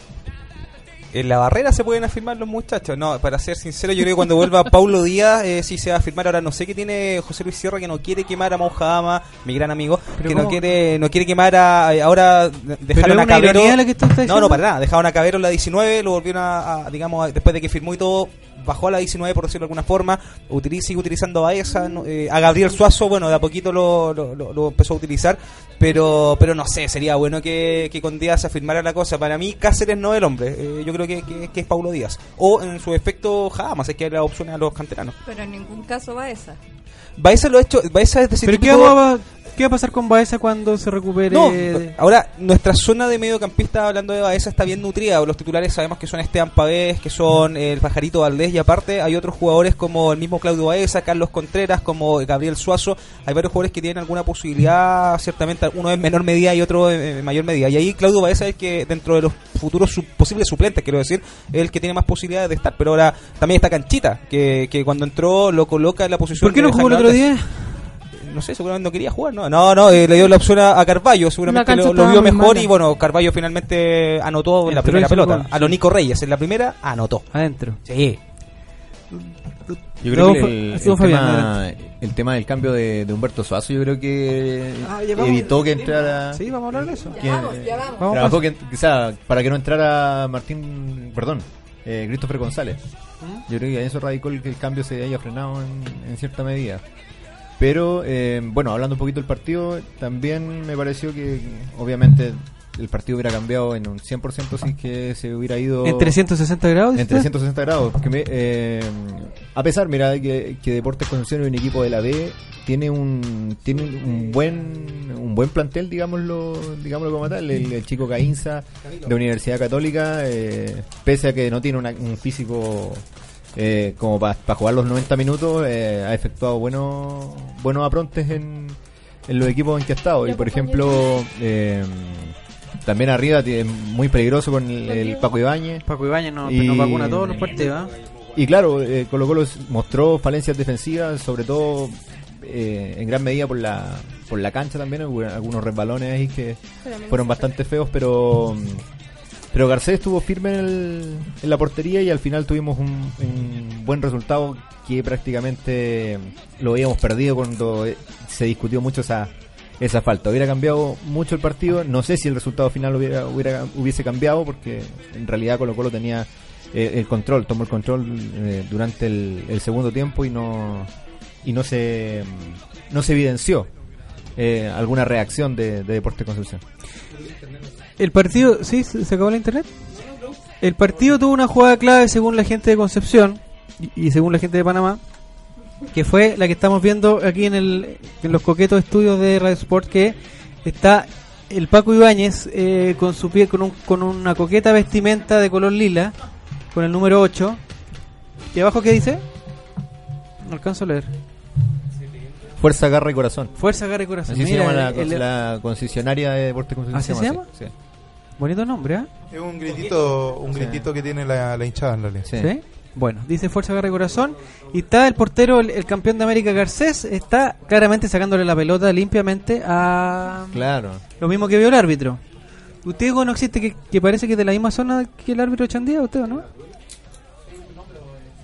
Speaker 7: En la barrera se pueden afirmar los muchachos. No, para ser sincero, yo creo que cuando vuelva [LAUGHS] Paulo Díaz, eh, sí se va a afirmar. Ahora no sé qué tiene José Luis Sierra que no quiere quemar a Maujama, mi gran amigo,
Speaker 3: Pero
Speaker 7: que
Speaker 3: ¿cómo?
Speaker 7: no quiere no quiere quemar a. eh, Ahora dejaron
Speaker 3: es
Speaker 7: a
Speaker 3: una
Speaker 7: Cabero.
Speaker 3: ironía la que tú estás
Speaker 7: no,
Speaker 3: diciendo.
Speaker 7: no, para nada. Dejaron a Cabero en la 19, lo volvieron a, a, digamos, a- después de que firmó y todo, bajó a la 19, por decirlo de alguna forma. Utiliza, sigue utilizando a esa. no, eh, a Gabriel Suazo, bueno, de a poquito lo, lo- lo- lo empezó a utilizar. Pero pero no sé, sería bueno que, que con Díaz se afirmara la cosa. Para mí, Cáceres no es el hombre. Eh, yo creo que, que- que es Paulo Díaz. O en su efecto, jamás. Es que hay las opciones a los canteranos.
Speaker 6: Pero en ningún caso va esa.
Speaker 7: Baeza lo ha hecho. Baeza es decir,
Speaker 3: ¿Pero qué,
Speaker 7: típico-
Speaker 3: va, qué va a pasar con Baeza cuando se recupere?
Speaker 7: No,
Speaker 3: de-
Speaker 7: ahora nuestra zona de mediocampista, hablando de Baeza, está bien nutrida. Los titulares sabemos que son Esteban Pavés, que son eh, el Pajarito Valdés, y aparte hay otros jugadores como el mismo Claudio Baeza, Carlos Contreras, como Gabriel Suazo. Hay varios jugadores que tienen alguna posibilidad, ciertamente, uno en menor medida y otro en en mayor medida. Y ahí Claudio Baeza es el que, dentro de los futuros su- posibles suplentes, quiero decir, es el que tiene más posibilidades de estar. Pero ahora también está Canchita, que, que cuando entró lo coloca en la posición.
Speaker 3: ¿Por qué
Speaker 7: de
Speaker 3: no jugó el
Speaker 7: Jaime
Speaker 3: otro
Speaker 7: Valdés.
Speaker 3: día?
Speaker 7: No sé, seguramente no quería jugar, ¿no? No, no, eh, le dio la opción a, a Carballo,
Speaker 4: La
Speaker 7: seguramente
Speaker 4: cancha
Speaker 7: lo, lo
Speaker 4: estaba
Speaker 7: vio
Speaker 4: muy
Speaker 7: mejor
Speaker 4: mala.
Speaker 7: y bueno, Carballo finalmente anotó en la
Speaker 3: Entró y
Speaker 7: primera
Speaker 3: hizo el
Speaker 7: pelota.
Speaker 3: gol.
Speaker 7: A lo Nico Reyes, en la primera ah, anotó.
Speaker 3: Adentro.
Speaker 7: Sí.
Speaker 8: Yo creo
Speaker 3: Don
Speaker 8: que
Speaker 3: Fa-
Speaker 8: el, el
Speaker 3: don Fabián,
Speaker 8: tema, el tema del cambio de, de Humberto Suazo, yo creo que
Speaker 3: Ah, ya vamos.
Speaker 8: evitó que entrara.
Speaker 3: Sí, vamos a hablar de eso.
Speaker 8: que-
Speaker 3: Vamos a
Speaker 8: Trabajó que, o sea, para que no entrara Martín, perdón, eh, Christopher González.
Speaker 3: ¿Mm?
Speaker 8: Yo creo que en eso radicó el que el cambio se haya frenado en, en cierta medida. Pero, eh, bueno, hablando un poquito del partido, también me pareció que, obviamente, el partido hubiera cambiado en un 100% si es que se hubiera ido
Speaker 3: ¿En 360 grados?
Speaker 8: en
Speaker 3: dijiste?
Speaker 8: 360 grados. porque me- eh, a pesar, mira, que, que Deportes Concepción es un equipo de la B, tiene un tiene un buen un buen plantel, digámoslo, digámoslo como tal. El, el chico Caínza de Universidad Católica, eh, pese a que no tiene una- un físico eh, como para jugar los 90 minutos, eh, ha efectuado buenos buenos aprontes en, en los equipos en que ha estado. Y por ejemplo, eh, también arriba tiene- muy peligroso con el, el Paco Ibáñez.
Speaker 3: Paco Ibañez no,
Speaker 8: Y-
Speaker 3: nos vacuna todos los partidos. ¿ah?
Speaker 8: Y claro, eh, Colo Colo s- mostró falencias defensivas, sobre todo eh, en gran medida por la por la cancha también, hubo algunos resbalones ahí que fueron bastante feos, pero pero Garcés estuvo firme en, el- en la portería y al final tuvimos un, un buen resultado que prácticamente lo habíamos perdido cuando eh, se discutió mucho esa esa falta. Hubiera cambiado mucho el partido, no sé si el resultado final hubiera, hubiera hubiese cambiado porque en realidad Colo Colo tenía eh, el control, tomó el control eh, durante el, el segundo tiempo y no y no se mm, no se evidenció eh, alguna reacción de, de Deportes Concepción.
Speaker 3: El partido, ¿sí? ¿Se se acabó el internet? El partido tuvo una jugada clave según la gente de Concepción y- y según la gente de Panamá, que fue la que estamos viendo aquí en, el, en los coquetos estudios de Radio Sport, que está el Paco Ibáñez eh, con su pie, con, un- con una coqueta vestimenta de color lila, con el número 8. ¿Y abajo qué dice? No alcanzo a leer.
Speaker 8: Fuerza, garra y corazón.
Speaker 3: Fuerza, agarre corazón.
Speaker 8: Así se
Speaker 3: Mira,
Speaker 8: llama la,
Speaker 3: el- el-
Speaker 8: la concesionaria de Deportes Concepción.
Speaker 3: ¿Así se llama?
Speaker 8: Sí.
Speaker 3: Bonito nombre, ¿ah?
Speaker 5: Es un gritito, un
Speaker 8: Sí.
Speaker 5: gritito que tiene la, la hinchada en realidad.
Speaker 8: sí.
Speaker 3: ¿Sí? Bueno, dice Fuerza Garra y Corazón. Y está el portero, el, el campeón de América Garcés, está claramente sacándole la pelota limpiamente a.
Speaker 8: Claro.
Speaker 3: Lo mismo que vio el árbitro. Usted, Hugo, no existe que, que parece que es de la misma zona que el árbitro Chandía, ¿usted o no?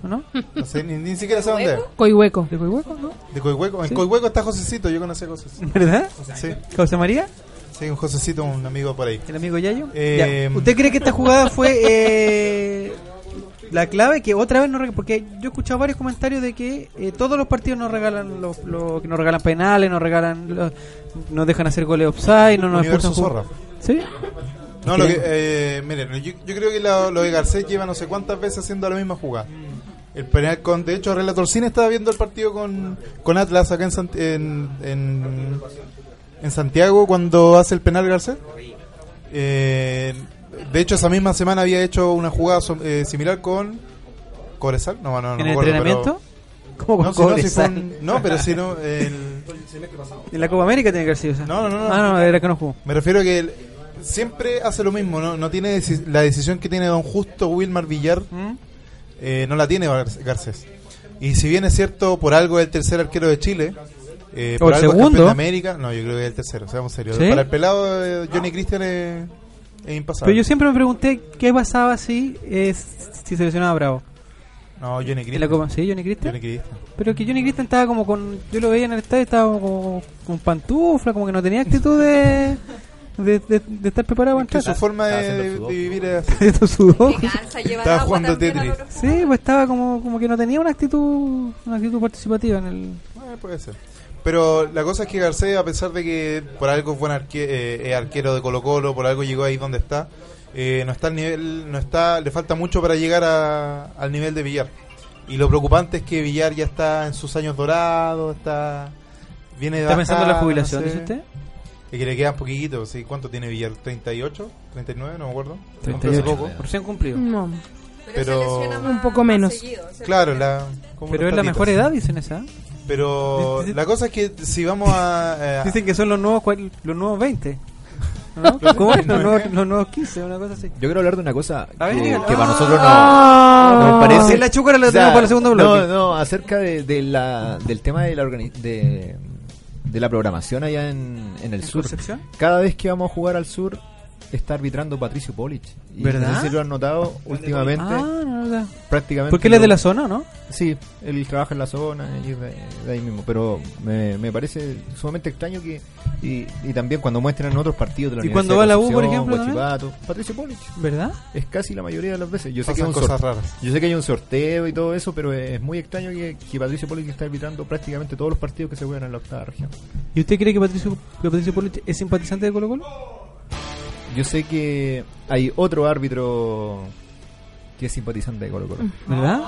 Speaker 3: ¿O no?
Speaker 5: No sé, ni, ni siquiera sé dónde. es.
Speaker 4: Coihueco.
Speaker 3: ¿De Coihueco, no?
Speaker 5: De Coihueco. En Coihueco está Josecito, yo conocí a Josecito.
Speaker 3: ¿Verdad?
Speaker 5: Sí,
Speaker 3: ¿José María?
Speaker 5: sí, un Josecito, un amigo por ahí.
Speaker 3: ¿El amigo Yayo?
Speaker 5: Eh,
Speaker 3: Ya. ¿Usted cree que esta jugada fue eh, la clave? Que otra vez no reg- Porque yo he escuchado varios comentarios de que eh, todos los partidos nos regalan los, los- que nos regalan penales, nos regalan los- nos dejan hacer goles offside, no nos
Speaker 5: Universo
Speaker 3: expulsan jug-
Speaker 5: Zorra.
Speaker 3: ¿Sí?
Speaker 5: No, lo que, eh, miren, yo, yo creo que lo, lo de Garcés lleva no sé cuántas veces haciendo la misma jugada. El penal con, de hecho, Relator Cine estaba viendo el partido con, con Atlas acá en, Sant- en, en, en Santiago cuando hace el penal Garcés. Eh, de hecho, esa misma semana había hecho una jugada som- eh, similar con Cobresal. No, no, no.
Speaker 3: ¿En
Speaker 5: me
Speaker 3: el
Speaker 5: acuerdo,
Speaker 3: entrenamiento? ¿Cómo
Speaker 5: pero-
Speaker 3: con
Speaker 5: No, si no, si fue
Speaker 3: Cobresal?
Speaker 5: un- no, pero si
Speaker 7: [LAUGHS]
Speaker 5: no. eh, el-
Speaker 3: En la Copa América tiene que haber sido esa.
Speaker 5: No, no, no, no.
Speaker 3: Ah, no, era que no jugó.
Speaker 5: Me refiero a que él siempre hace lo mismo, no, no tiene deci- la decisión que tiene don Justo Wilmar Villar,
Speaker 3: ¿Mm?
Speaker 5: eh, no la tiene Gar- Garcés. Y si bien es cierto, por algo es el tercer arquero de Chile, eh,
Speaker 3: ¿O
Speaker 5: por
Speaker 3: el
Speaker 5: algo es
Speaker 3: segundo?
Speaker 5: campeón de América, no, yo creo que es el tercero, seamos serios.
Speaker 3: ¿Sí?
Speaker 5: Para el pelado, eh, Johnny Christian es, es impasable.
Speaker 3: Pero yo siempre me pregunté qué pasaba si, eh, si seleccionaba Bravo.
Speaker 5: No, Johnny
Speaker 3: ¿En
Speaker 5: Christian.
Speaker 3: la Copa? ¿Sí, Johnny Cristian?
Speaker 5: Johnny Christian.
Speaker 3: Pero que Johnny Cristian estaba como con. Yo lo veía en el estadio, estaba como con pantufla, como que no tenía actitud de. de, de- de estar preparado para
Speaker 5: Es que
Speaker 3: entrar.
Speaker 5: su forma
Speaker 8: Estaba
Speaker 5: de,
Speaker 8: haciendo el
Speaker 5: de
Speaker 8: sudoku.
Speaker 5: vivir
Speaker 3: [LAUGHS]
Speaker 5: es así.
Speaker 3: Esto sudó.
Speaker 5: Estaba jugando Tetris.
Speaker 3: Sí, pues estaba como, como que no tenía una actitud una actitud participativa en el.
Speaker 5: Eh, puede ser. Pero la cosa es que Garcés, a pesar de que por algo es buen arque- eh, es arquero de Colo Colo, por algo llegó ahí donde está, eh, no está al nivel, no está, le falta mucho para llegar a- al nivel de Villar. Y lo preocupante es que Villar ya está en sus años dorados, está viene de
Speaker 3: ¿Está pensando en la
Speaker 5: bajada,
Speaker 3: jubilación,
Speaker 5: no sé.
Speaker 3: dice usted?
Speaker 5: Y que le quedan poquititos, ¿sí? ¿cuánto tiene Villar? ¿38? ¿39? No me acuerdo. Se compró hace
Speaker 3: 38.
Speaker 5: poco.
Speaker 3: Recién cumplido.
Speaker 4: No.
Speaker 5: Pero-
Speaker 4: Un poco menos.
Speaker 5: Claro, la, como
Speaker 3: Pero
Speaker 5: los
Speaker 3: es la
Speaker 5: patitos.
Speaker 3: mejor edad, dicen esa.
Speaker 5: Pero la cosa es que si vamos a... eh,
Speaker 3: Dicen que son los nuevos cual- los nuevos 20.
Speaker 5: [LAUGHS]
Speaker 3: ¿No? ¿Cómo es? Los nuevos, los nuevos 15, una cosa así.
Speaker 8: Yo quiero hablar de una cosa
Speaker 3: A ver,
Speaker 8: que,
Speaker 3: dígalo.
Speaker 8: que para nosotros no,
Speaker 4: Ah.
Speaker 8: no parece.
Speaker 3: Sí, la chúcara la tenemos para el segundo bloque.
Speaker 8: No, no, acerca de, de la, del tema de la, organi- de, de la programación allá en, en el
Speaker 3: ¿En
Speaker 8: sur.
Speaker 3: Concepción?
Speaker 8: Cada vez que vamos a jugar al sur está arbitrando Patricio Polich. Y
Speaker 3: ¿Verdad?
Speaker 8: No sé si lo han notado últimamente.
Speaker 3: Ah, no, no, no.
Speaker 8: prácticamente.
Speaker 3: Porque él es de
Speaker 8: lo-
Speaker 3: la zona, ¿no?
Speaker 8: Sí, él trabaja en la zona, y es de, de ahí mismo. Pero me, me parece sumamente extraño que. Y, y también cuando muestran otros partidos de la
Speaker 3: ¿Y cuando
Speaker 8: Universidad
Speaker 3: va la U, por
Speaker 8: de Concepción,
Speaker 3: ejemplo, también?
Speaker 8: Huachipato, Patricio Polich.
Speaker 3: ¿Verdad?
Speaker 8: Es casi la mayoría de las veces. Yo sé, que es
Speaker 5: pasan
Speaker 8: un
Speaker 5: cosas
Speaker 8: sorteo,
Speaker 5: raras.
Speaker 8: yo sé que hay un sorteo y todo eso, pero es muy extraño que, que Patricio Polich está arbitrando prácticamente todos los partidos que se juegan en la octava región.
Speaker 3: ¿Y usted cree que Patricio, que Patricio Polich es simpatizante de Colo Colo?
Speaker 8: Yo Yo sé que hay otro árbitro que es simpatizante de Colo Colo.
Speaker 3: Mm. ¿Verdad?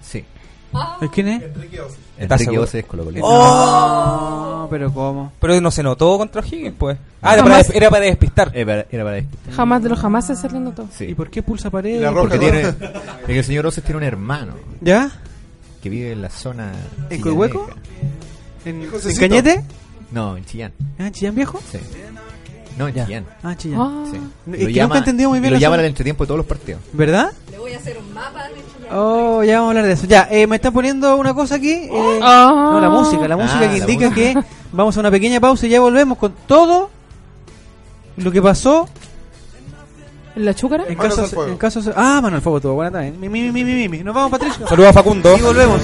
Speaker 8: Sí.
Speaker 6: Ah.
Speaker 3: ¿El ¿Quién es?
Speaker 7: ¿Estás
Speaker 8: Enrique
Speaker 7: seguro? ¡Oh!
Speaker 8: Ose es Colo Colo.
Speaker 3: No, pero ¿cómo?
Speaker 7: Pero no se notó contra Higgins, pues. Ah, era para,
Speaker 4: Jamás.
Speaker 7: des- era para despistar.
Speaker 8: Era Eh, para- era para esto.
Speaker 4: Jamás de los jamás se saliendo todo.
Speaker 8: Sí.
Speaker 3: ¿Y por qué pulsa
Speaker 5: Y la
Speaker 3: pared?
Speaker 5: roja.
Speaker 8: Porque tiene, es
Speaker 3: [LAUGHS]
Speaker 8: que el señor Oses tiene un hermano
Speaker 3: ¿Ya?
Speaker 8: que vive en la zona.
Speaker 3: ¿En
Speaker 8: chillaneja.
Speaker 3: Coihueco? ¿En, ¿en
Speaker 5: Josecito.
Speaker 3: Cañete?
Speaker 8: No, en Chillán.
Speaker 3: ¿Ah, en Chillán Viejo?
Speaker 8: Sí. No, en Chillán.
Speaker 3: Ah, en Chillán.
Speaker 4: Ah.
Speaker 8: Sí.
Speaker 3: Es que nunca he entendido muy bien
Speaker 8: Lo
Speaker 3: la
Speaker 8: llaman
Speaker 3: zona.
Speaker 8: al entretiempo de todos los partidos.
Speaker 3: ¿Verdad?
Speaker 6: Le voy a hacer un mapa de Chile.
Speaker 3: Oh, ya vamos a hablar de eso. Ya, eh, me están poniendo una cosa aquí. eh,
Speaker 4: Ah.
Speaker 3: No, la música, la música
Speaker 8: Ah,
Speaker 3: que
Speaker 8: la
Speaker 3: indica
Speaker 8: música.
Speaker 3: que vamos a una pequeña pausa y ya volvemos con todo lo que pasó
Speaker 4: ¿En la chúcara?
Speaker 3: en
Speaker 5: Manos
Speaker 3: casos.
Speaker 5: al fuego.
Speaker 3: En casos ah, mano al fuego todo, buena tarde. Mi, mi, mi, mi, mi, mi. Nos vamos, Patricio.
Speaker 7: Saludos a Facundo.
Speaker 3: Y volvemos.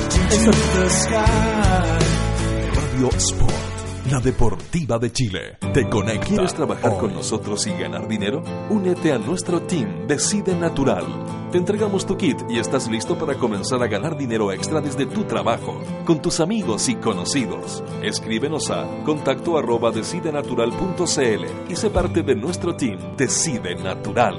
Speaker 1: Radio Sport, la deportiva de Chile. Te conecta. ¿Quieres trabajar con nosotros y ganar dinero? Únete a nuestro team Decide Natural. Te entregamos tu kit y estás listo para comenzar a ganar dinero extra desde tu trabajo, con tus amigos y conocidos. Escríbenos a contacto arroba decidenatural.cl y sé parte de nuestro team Decide Natural.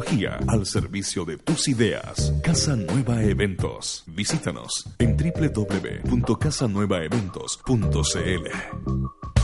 Speaker 1: al servicio de tus ideas. Casa Nueva Eventos. Visítanos en www.casanuevaeventos.cl.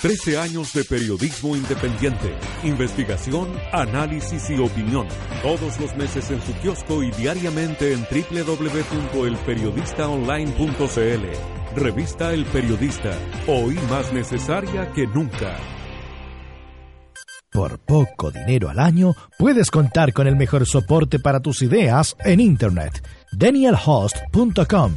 Speaker 9: Trece años de periodismo independiente, investigación, análisis y opinión. Todos los meses en su kiosco y diariamente en www.elperiodistaonline.cl. Revista El Periodista, hoy más necesaria que nunca.
Speaker 10: Por poco dinero al año, puedes contar con el mejor soporte para tus ideas en Internet. DanielHost.com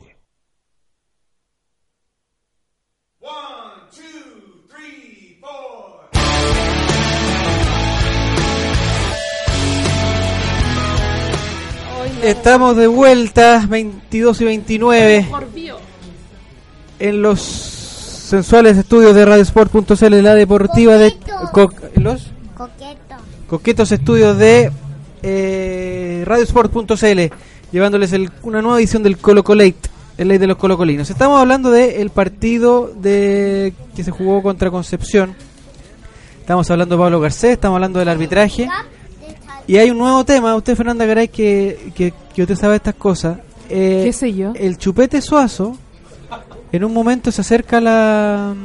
Speaker 3: Estamos de vuelta, 22 y 29, en los sensuales estudios de Radiosport.cl, la deportiva de. Co- ¿Los?
Speaker 11: Coqueto.
Speaker 3: coquetos estudios de eh, radiosport.cl, llevándoles el- una nueva edición del Colo Colate, el ley de los colocolinos. Estamos hablando del partido de que se jugó contra Concepción. Estamos hablando de Pablo Garcés, estamos hablando del arbitraje. Y hay un nuevo tema, usted Fernanda Garay, que, que, que usted sabe estas cosas. Eh,
Speaker 4: ¿Qué sé yo?
Speaker 3: El chupete suazo, en un momento se acerca a la,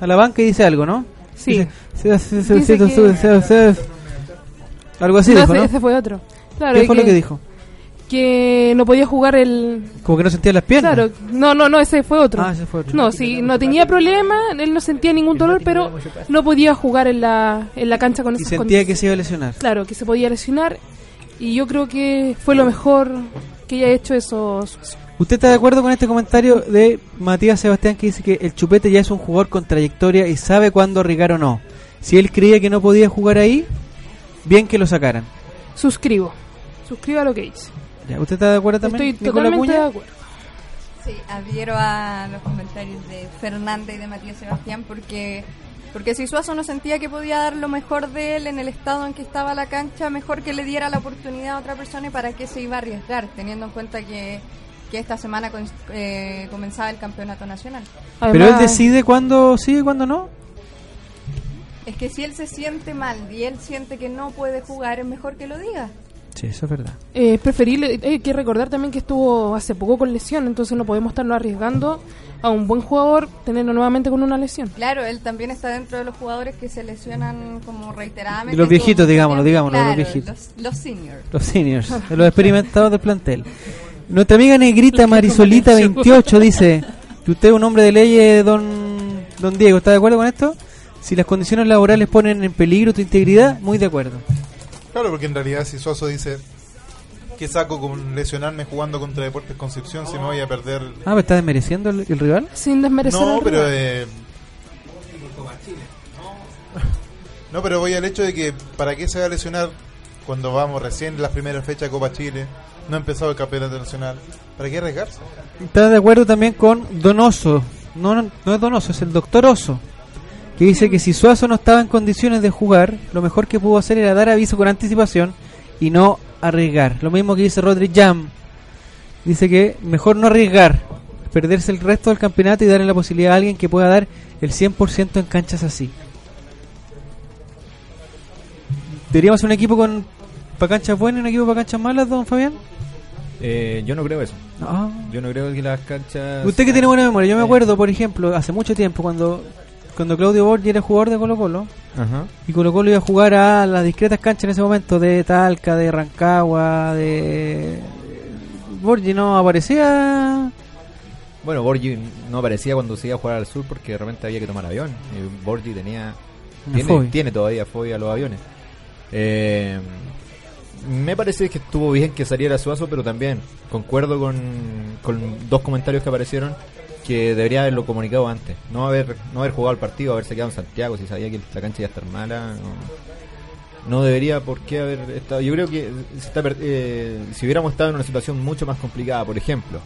Speaker 3: a la banca y dice algo, ¿no?
Speaker 4: Sí.
Speaker 3: Dice, "Se- se-
Speaker 4: Dice
Speaker 3: se- se-
Speaker 4: que-
Speaker 3: se- se- se-". Algo así
Speaker 4: No,
Speaker 3: dijo,
Speaker 4: ese,
Speaker 3: ¿no?
Speaker 4: ese fue otro. Claro,
Speaker 3: ¿Qué fue lo que dijo?
Speaker 4: que no podía jugar el...
Speaker 3: Como que no sentía las piernas.
Speaker 4: Claro, no, no, no, ese fue otro.
Speaker 3: Ah, ese fue otro.
Speaker 4: No, sí, no tenía problema, él no sentía ningún dolor, pero no podía jugar en la, en la cancha con
Speaker 3: Y
Speaker 4: esas
Speaker 3: sentía
Speaker 4: condiciones.
Speaker 3: que se iba a lesionar.
Speaker 4: Claro, que se podía lesionar y yo creo que fue lo mejor que haya hecho eso. Suazo.
Speaker 3: ¿Usted está de acuerdo con este comentario de Matías Sebastián que dice que el chupete ya es un jugador con trayectoria y sabe cuándo arriesgar o no? Si él creía que no podía jugar ahí, bien que lo sacaran.
Speaker 4: Suscribo, suscribo a lo que dice.
Speaker 3: Ya, ¿Usted está de acuerdo también?
Speaker 4: Estoy
Speaker 3: Nicolás
Speaker 4: totalmente de
Speaker 3: Acuña?
Speaker 4: acuerdo.
Speaker 6: Sí, adhiero a los comentarios de Fernanda y de Matías Sebastián porque porque si Suazo no sentía que podía dar lo mejor de él en el estado en que estaba la cancha, mejor que le diera la oportunidad a otra persona y para qué se iba a arriesgar, teniendo en cuenta que, que esta semana con- eh, comenzaba el campeonato nacional.
Speaker 3: Pero él
Speaker 4: Además-
Speaker 3: decide cuándo sí y cuándo no.
Speaker 6: Es que si él se siente mal y él siente que no puede jugar, es mejor que lo diga.
Speaker 3: Sí, eso es verdad.
Speaker 4: Eh, es preferible, hay que recordar también que estuvo hace poco con lesión, entonces no podemos estarnos arriesgando a un buen jugador tenerlo nuevamente con una lesión.
Speaker 6: Claro, él también está dentro de los jugadores que se lesionan como reiteradamente.
Speaker 3: Y los viejitos,
Speaker 6: todo el
Speaker 3: digámoslo,
Speaker 6: tiempo.
Speaker 3: digámoslo, los
Speaker 6: Claro,
Speaker 3: viejitos.
Speaker 6: Los, los seniors.
Speaker 3: Los seniors, de los experimentados del plantel. Nuestra amiga negrita Marisolita28 dice que usted es un hombre de leyes, don, don Diego. ¿Está de acuerdo con esto? Si las condiciones laborales ponen en peligro tu integridad, muy de acuerdo.
Speaker 5: Claro, porque en realidad si Suazo dice que saco con lesionarme jugando contra Deportes Concepción si me voy a perder...
Speaker 3: Ah, ¿me está desmereciendo el, el rival?
Speaker 4: Sin desmerecer
Speaker 5: No,
Speaker 4: al
Speaker 5: pero...
Speaker 4: rival.
Speaker 5: eh, [LAUGHS] No, pero voy al hecho de que ¿para qué se va a lesionar cuando vamos recién en las primeras fechas de Copa Chile? No ha empezado el campeonato nacional. ¿Para qué arriesgarse?
Speaker 3: Está de acuerdo también con Donoso. No, no, no es Donoso, es el doctor Oso. Que dice que si Suazo no estaba en condiciones de jugar, lo mejor que pudo hacer era dar aviso con anticipación y no arriesgar. Lo mismo que dice Rodri Jam. Dice que mejor no arriesgar, perderse el resto del campeonato y darle la posibilidad a alguien que pueda dar el 100% en canchas así. ¿Deberíamos hacer un equipo con para canchas buenas y un equipo para canchas malas, don Fabián?
Speaker 8: Eh, yo no creo eso.
Speaker 3: No.
Speaker 8: Yo no creo que las canchas.
Speaker 3: Ah. Usted que tiene buena memoria, yo me acuerdo, por ejemplo, hace mucho tiempo cuando cuando Claudio Borghi era jugador de Colo Colo
Speaker 8: Ajá.
Speaker 3: y Colo Colo iba a jugar a las discretas canchas en ese momento de Talca, de Rancagua, de Borghi no aparecía.
Speaker 8: Bueno, Borgi no aparecía cuando se iba a jugar al sur porque de repente había que tomar avión. Y Borgi tenía.
Speaker 3: Una
Speaker 8: Tiene,
Speaker 3: fobia.
Speaker 8: tiene todavía fobia a los aviones. Eh, me parece que estuvo bien que saliera Suazo, pero también concuerdo con, con dos comentarios que aparecieron que debería haberlo comunicado antes. No haber no haber jugado el partido, haberse quedado en Santiago si sabía que la cancha iba a estar mala. No, no debería por qué haber estado. Yo creo que se está per- eh, si hubiéramos estado en una situación mucho más complicada, por ejemplo,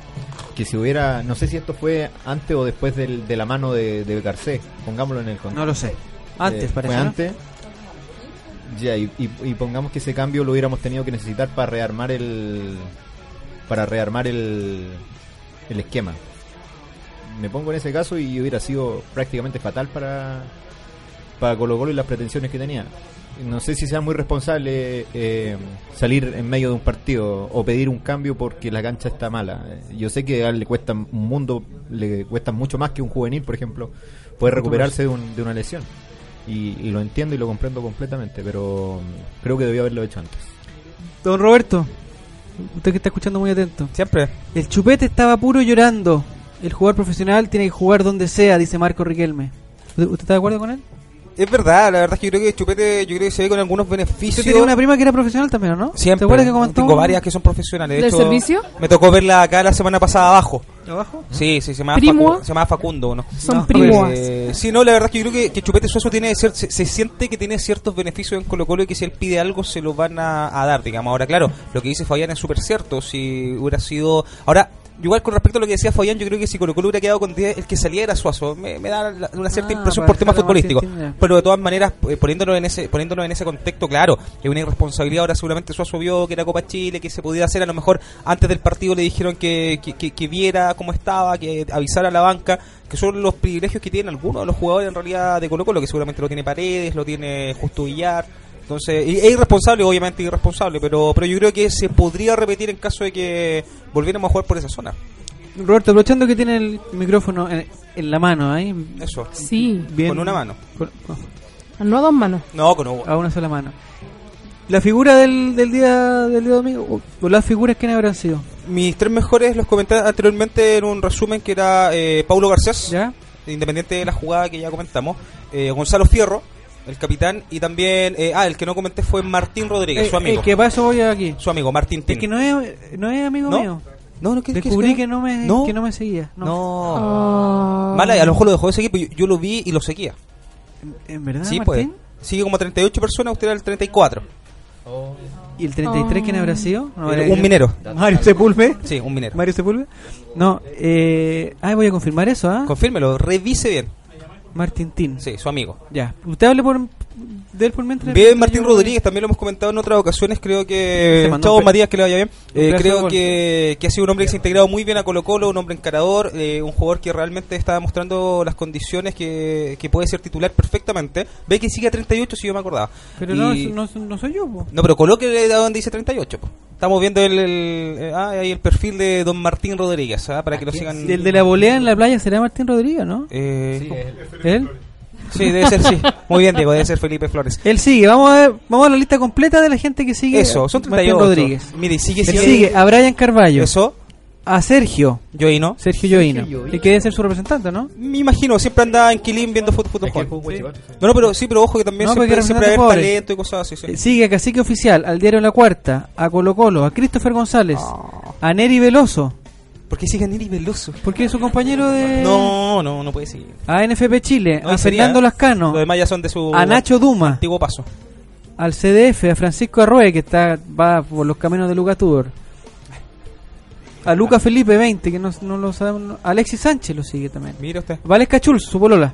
Speaker 8: que si hubiera. No sé si esto fue antes o después del- de la mano de, de Garcés, pongámoslo en el contexto.
Speaker 3: No lo sé.
Speaker 8: Eh,
Speaker 3: Antes parece.
Speaker 8: fue
Speaker 3: ¿no?
Speaker 8: antes. Ya, y, y- y pongamos que ese cambio lo hubiéramos tenido que necesitar para rearmar el. Para rearmar el. El esquema. Me pongo en ese caso y hubiera sido prácticamente fatal para. Para Colo Colo y las pretensiones que tenía. No sé si sea muy responsable eh, salir en medio de un partido o pedir un cambio porque la cancha está mala. Eh, Yo sé que a él le cuesta un mundo, le cuesta mucho más que un juvenil, por ejemplo, puede recuperarse de, un- de una lesión. Y, y lo entiendo y lo comprendo completamente, pero mm, creo que debió haberlo hecho antes.
Speaker 3: Don Roberto, usted que está escuchando muy atento.
Speaker 7: Siempre.
Speaker 3: El chupete estaba puro llorando. El jugador profesional tiene que jugar donde sea, dice Marco Riquelme. ¿Usted usted está de acuerdo con él?
Speaker 7: Es verdad, la verdad es que yo creo que Chupete yo creo que se ve con algunos beneficios.
Speaker 3: Usted tenía una prima que era profesional también, ¿o ¿no?
Speaker 7: Siempre.
Speaker 3: ¿Te acuerdas que comentó?
Speaker 7: Tengo varias que son profesionales. de
Speaker 4: ¿Del
Speaker 7: hecho,
Speaker 4: servicio?
Speaker 7: Me tocó verla acá la semana pasada abajo.
Speaker 3: ¿Abajo?
Speaker 7: Sí, sí, se llamaba,
Speaker 4: ¿Primo?
Speaker 7: Facu- se llamaba Facundo, ¿no?
Speaker 4: Son
Speaker 3: no,
Speaker 4: primos.
Speaker 7: Eh, sí, no, la verdad es que yo creo que, que Chupete Suazo tiene cier- se, se siente que tiene ciertos beneficios en Colo Colo y que si él pide algo se lo van a, a dar, digamos. Ahora, claro, lo que dice Fabián es súper cierto. Si hubiera sido... Ahora, igual con respecto a lo que decía Fabián, yo creo que si Colo Colo hubiera quedado con 10, el que salía era Suazo. Me, me da la- una cierta
Speaker 3: Ah,
Speaker 7: impresión
Speaker 3: para
Speaker 7: por temas
Speaker 3: dejarlo más
Speaker 7: futbolísticos.
Speaker 3: distinto, ya.
Speaker 7: Pero de todas maneras, eh, poniéndolo en ese poniéndolo en ese contexto, claro, es una irresponsabilidad. Ahora seguramente Suazo vio que era Copa Chile, que se podía hacer. A lo mejor antes del partido le dijeron que, que, que- que viera cómo estaba, que avisara a la banca, que son los privilegios que tienen algunos de los jugadores en realidad de Colo Colo, que seguramente lo tiene Paredes, lo tiene Justo Villar. Entonces, y- es irresponsable, obviamente irresponsable, pero, pero yo creo que se podría repetir en caso de que volviéramos a jugar por esa zona.
Speaker 3: Roberto, aprovechando que tiene el micrófono en, en la mano, ahí.
Speaker 7: Eso.
Speaker 4: Sí, Ah,
Speaker 3: Bien,
Speaker 7: Con una mano.
Speaker 3: con- con-
Speaker 4: no a dos manos.
Speaker 7: No, con un-
Speaker 3: a una sola mano. La figura del, Mm, del día del día domingo, o- o las figuras, ¿quiénes habrán sido?
Speaker 7: Mis tres mejores los comenté anteriormente en un resumen que era eh, Paulo Garcés,
Speaker 3: ¿Ya?
Speaker 7: independiente de la jugada que ya comentamos, eh, Gonzalo Fierro, el capitán, y también, eh, ah, el que no comenté fue Martín Rodríguez,
Speaker 3: Eh,
Speaker 7: su amigo.
Speaker 3: eh, que para eso voy aquí.
Speaker 7: Su amigo, Martín
Speaker 3: Es
Speaker 7: Tin.
Speaker 3: que no es, no es amigo
Speaker 7: ¿No?
Speaker 3: mío.
Speaker 7: No, no, ¿qué- qué-
Speaker 3: Descubrí
Speaker 7: qué-
Speaker 3: que no me,
Speaker 7: ¿No?
Speaker 3: que no me seguía. No.
Speaker 7: No.
Speaker 4: Ah.
Speaker 7: Mala, y a lo mejor lo dejó de seguir, pero yo, yo lo vi y lo seguía.
Speaker 3: ¿En verdad,
Speaker 7: sí,
Speaker 3: Martín?
Speaker 7: pues. Sigue como 38 personas, usted era el 34.
Speaker 3: ¿Y el 33 quién habrá sido? No,
Speaker 7: Eh,
Speaker 3: era- Ah,
Speaker 7: un minero.
Speaker 3: Mario Sepulve.
Speaker 7: Sí, un minero.
Speaker 3: Mario Sepulve. No, eh. Ah, voy a confirmar eso, ¿ah?
Speaker 7: Confírmelo, revise bien.
Speaker 3: Martín Tin.
Speaker 7: Sí, su amigo.
Speaker 3: Ya. Usted hable por, de él por mientras.
Speaker 7: Bien, Martín
Speaker 3: Yo-
Speaker 7: Rodríguez, también lo hemos comentado en otras ocasiones, creo
Speaker 3: Se
Speaker 7: que...
Speaker 3: mandó
Speaker 7: Chao,
Speaker 3: un pe-
Speaker 7: Matías, que le vaya bien. Eh,
Speaker 3: pedazo de
Speaker 7: creo
Speaker 3: gol.
Speaker 7: que, que ha sido un hombre que se ha integrado muy bien a Colo Colo, un hombre encarador, eh, un jugador que realmente está mostrando las condiciones que, que puede ser titular perfectamente. Ve que sigue a 38, si yo me acordaba.
Speaker 3: Pero no,
Speaker 7: Y-
Speaker 3: eso no, no soy yo, po.
Speaker 7: No, pero colóquele a donde dice 38. po. Estamos viendo el, el, eh, ah, ahí el perfil de don Martín Rodríguez, ah, para que lo sigan.
Speaker 3: El de la volea en la playa será Martín Rodríguez, ¿no?
Speaker 7: Eh,
Speaker 8: Sí,
Speaker 7: ¿cómo?
Speaker 8: es-
Speaker 3: Él.
Speaker 7: sí, debe ser,
Speaker 3: [LAUGHS]
Speaker 7: sí. Muy bien, Diego, debe ser Felipe Flores.
Speaker 3: Él sigue. Vamos a ver, vamos a la lista completa de la gente que sigue.
Speaker 7: Eso, son
Speaker 3: Martín
Speaker 7: 38.
Speaker 3: Rodríguez.
Speaker 7: Mire, y sigue
Speaker 3: Él
Speaker 7: siendo-
Speaker 3: sigue a Brian Carballo.
Speaker 7: Eso,
Speaker 3: A Sergio.
Speaker 7: yo y no.
Speaker 3: Sergio Yoino.
Speaker 8: Yoino.
Speaker 3: El que debe ser su representante, ¿no?
Speaker 7: Me imagino, siempre anda en Quilín viendo fut- fútbol.
Speaker 8: Es que
Speaker 7: joven.
Speaker 8: jugó Huachipato, sí.
Speaker 7: No, no, pero sí, pero ojo que también
Speaker 3: No,
Speaker 7: siempre,
Speaker 3: porque
Speaker 7: siempre
Speaker 3: Renato
Speaker 7: hay
Speaker 3: Pobres.
Speaker 7: talento y cosas así. sí.
Speaker 3: Eh, Sigue a Cacique Oficial, al diario La Cuarta, a Colo Colo, a Christopher González, a Neri Veloso,
Speaker 7: Ah. ¿Por qué sigue Neri Veloso?
Speaker 3: porque es su compañero de...
Speaker 7: No, no, no puede seguir.
Speaker 3: A NFP Chile,
Speaker 7: No,
Speaker 3: a
Speaker 7: y sería-
Speaker 3: Ah, Fernando Lascano,
Speaker 7: Los demás ya son de su
Speaker 3: a Nacho Duma,
Speaker 7: antiguo paso.
Speaker 3: al CDF, a Francisco Arroe, que está va por los caminos de Luca Tudor, a Luca Felipe 20, que no, no lo sabemos, no- Alexis Sánchez lo sigue también,
Speaker 7: Mira usted.
Speaker 3: Valesca Chul, su polola.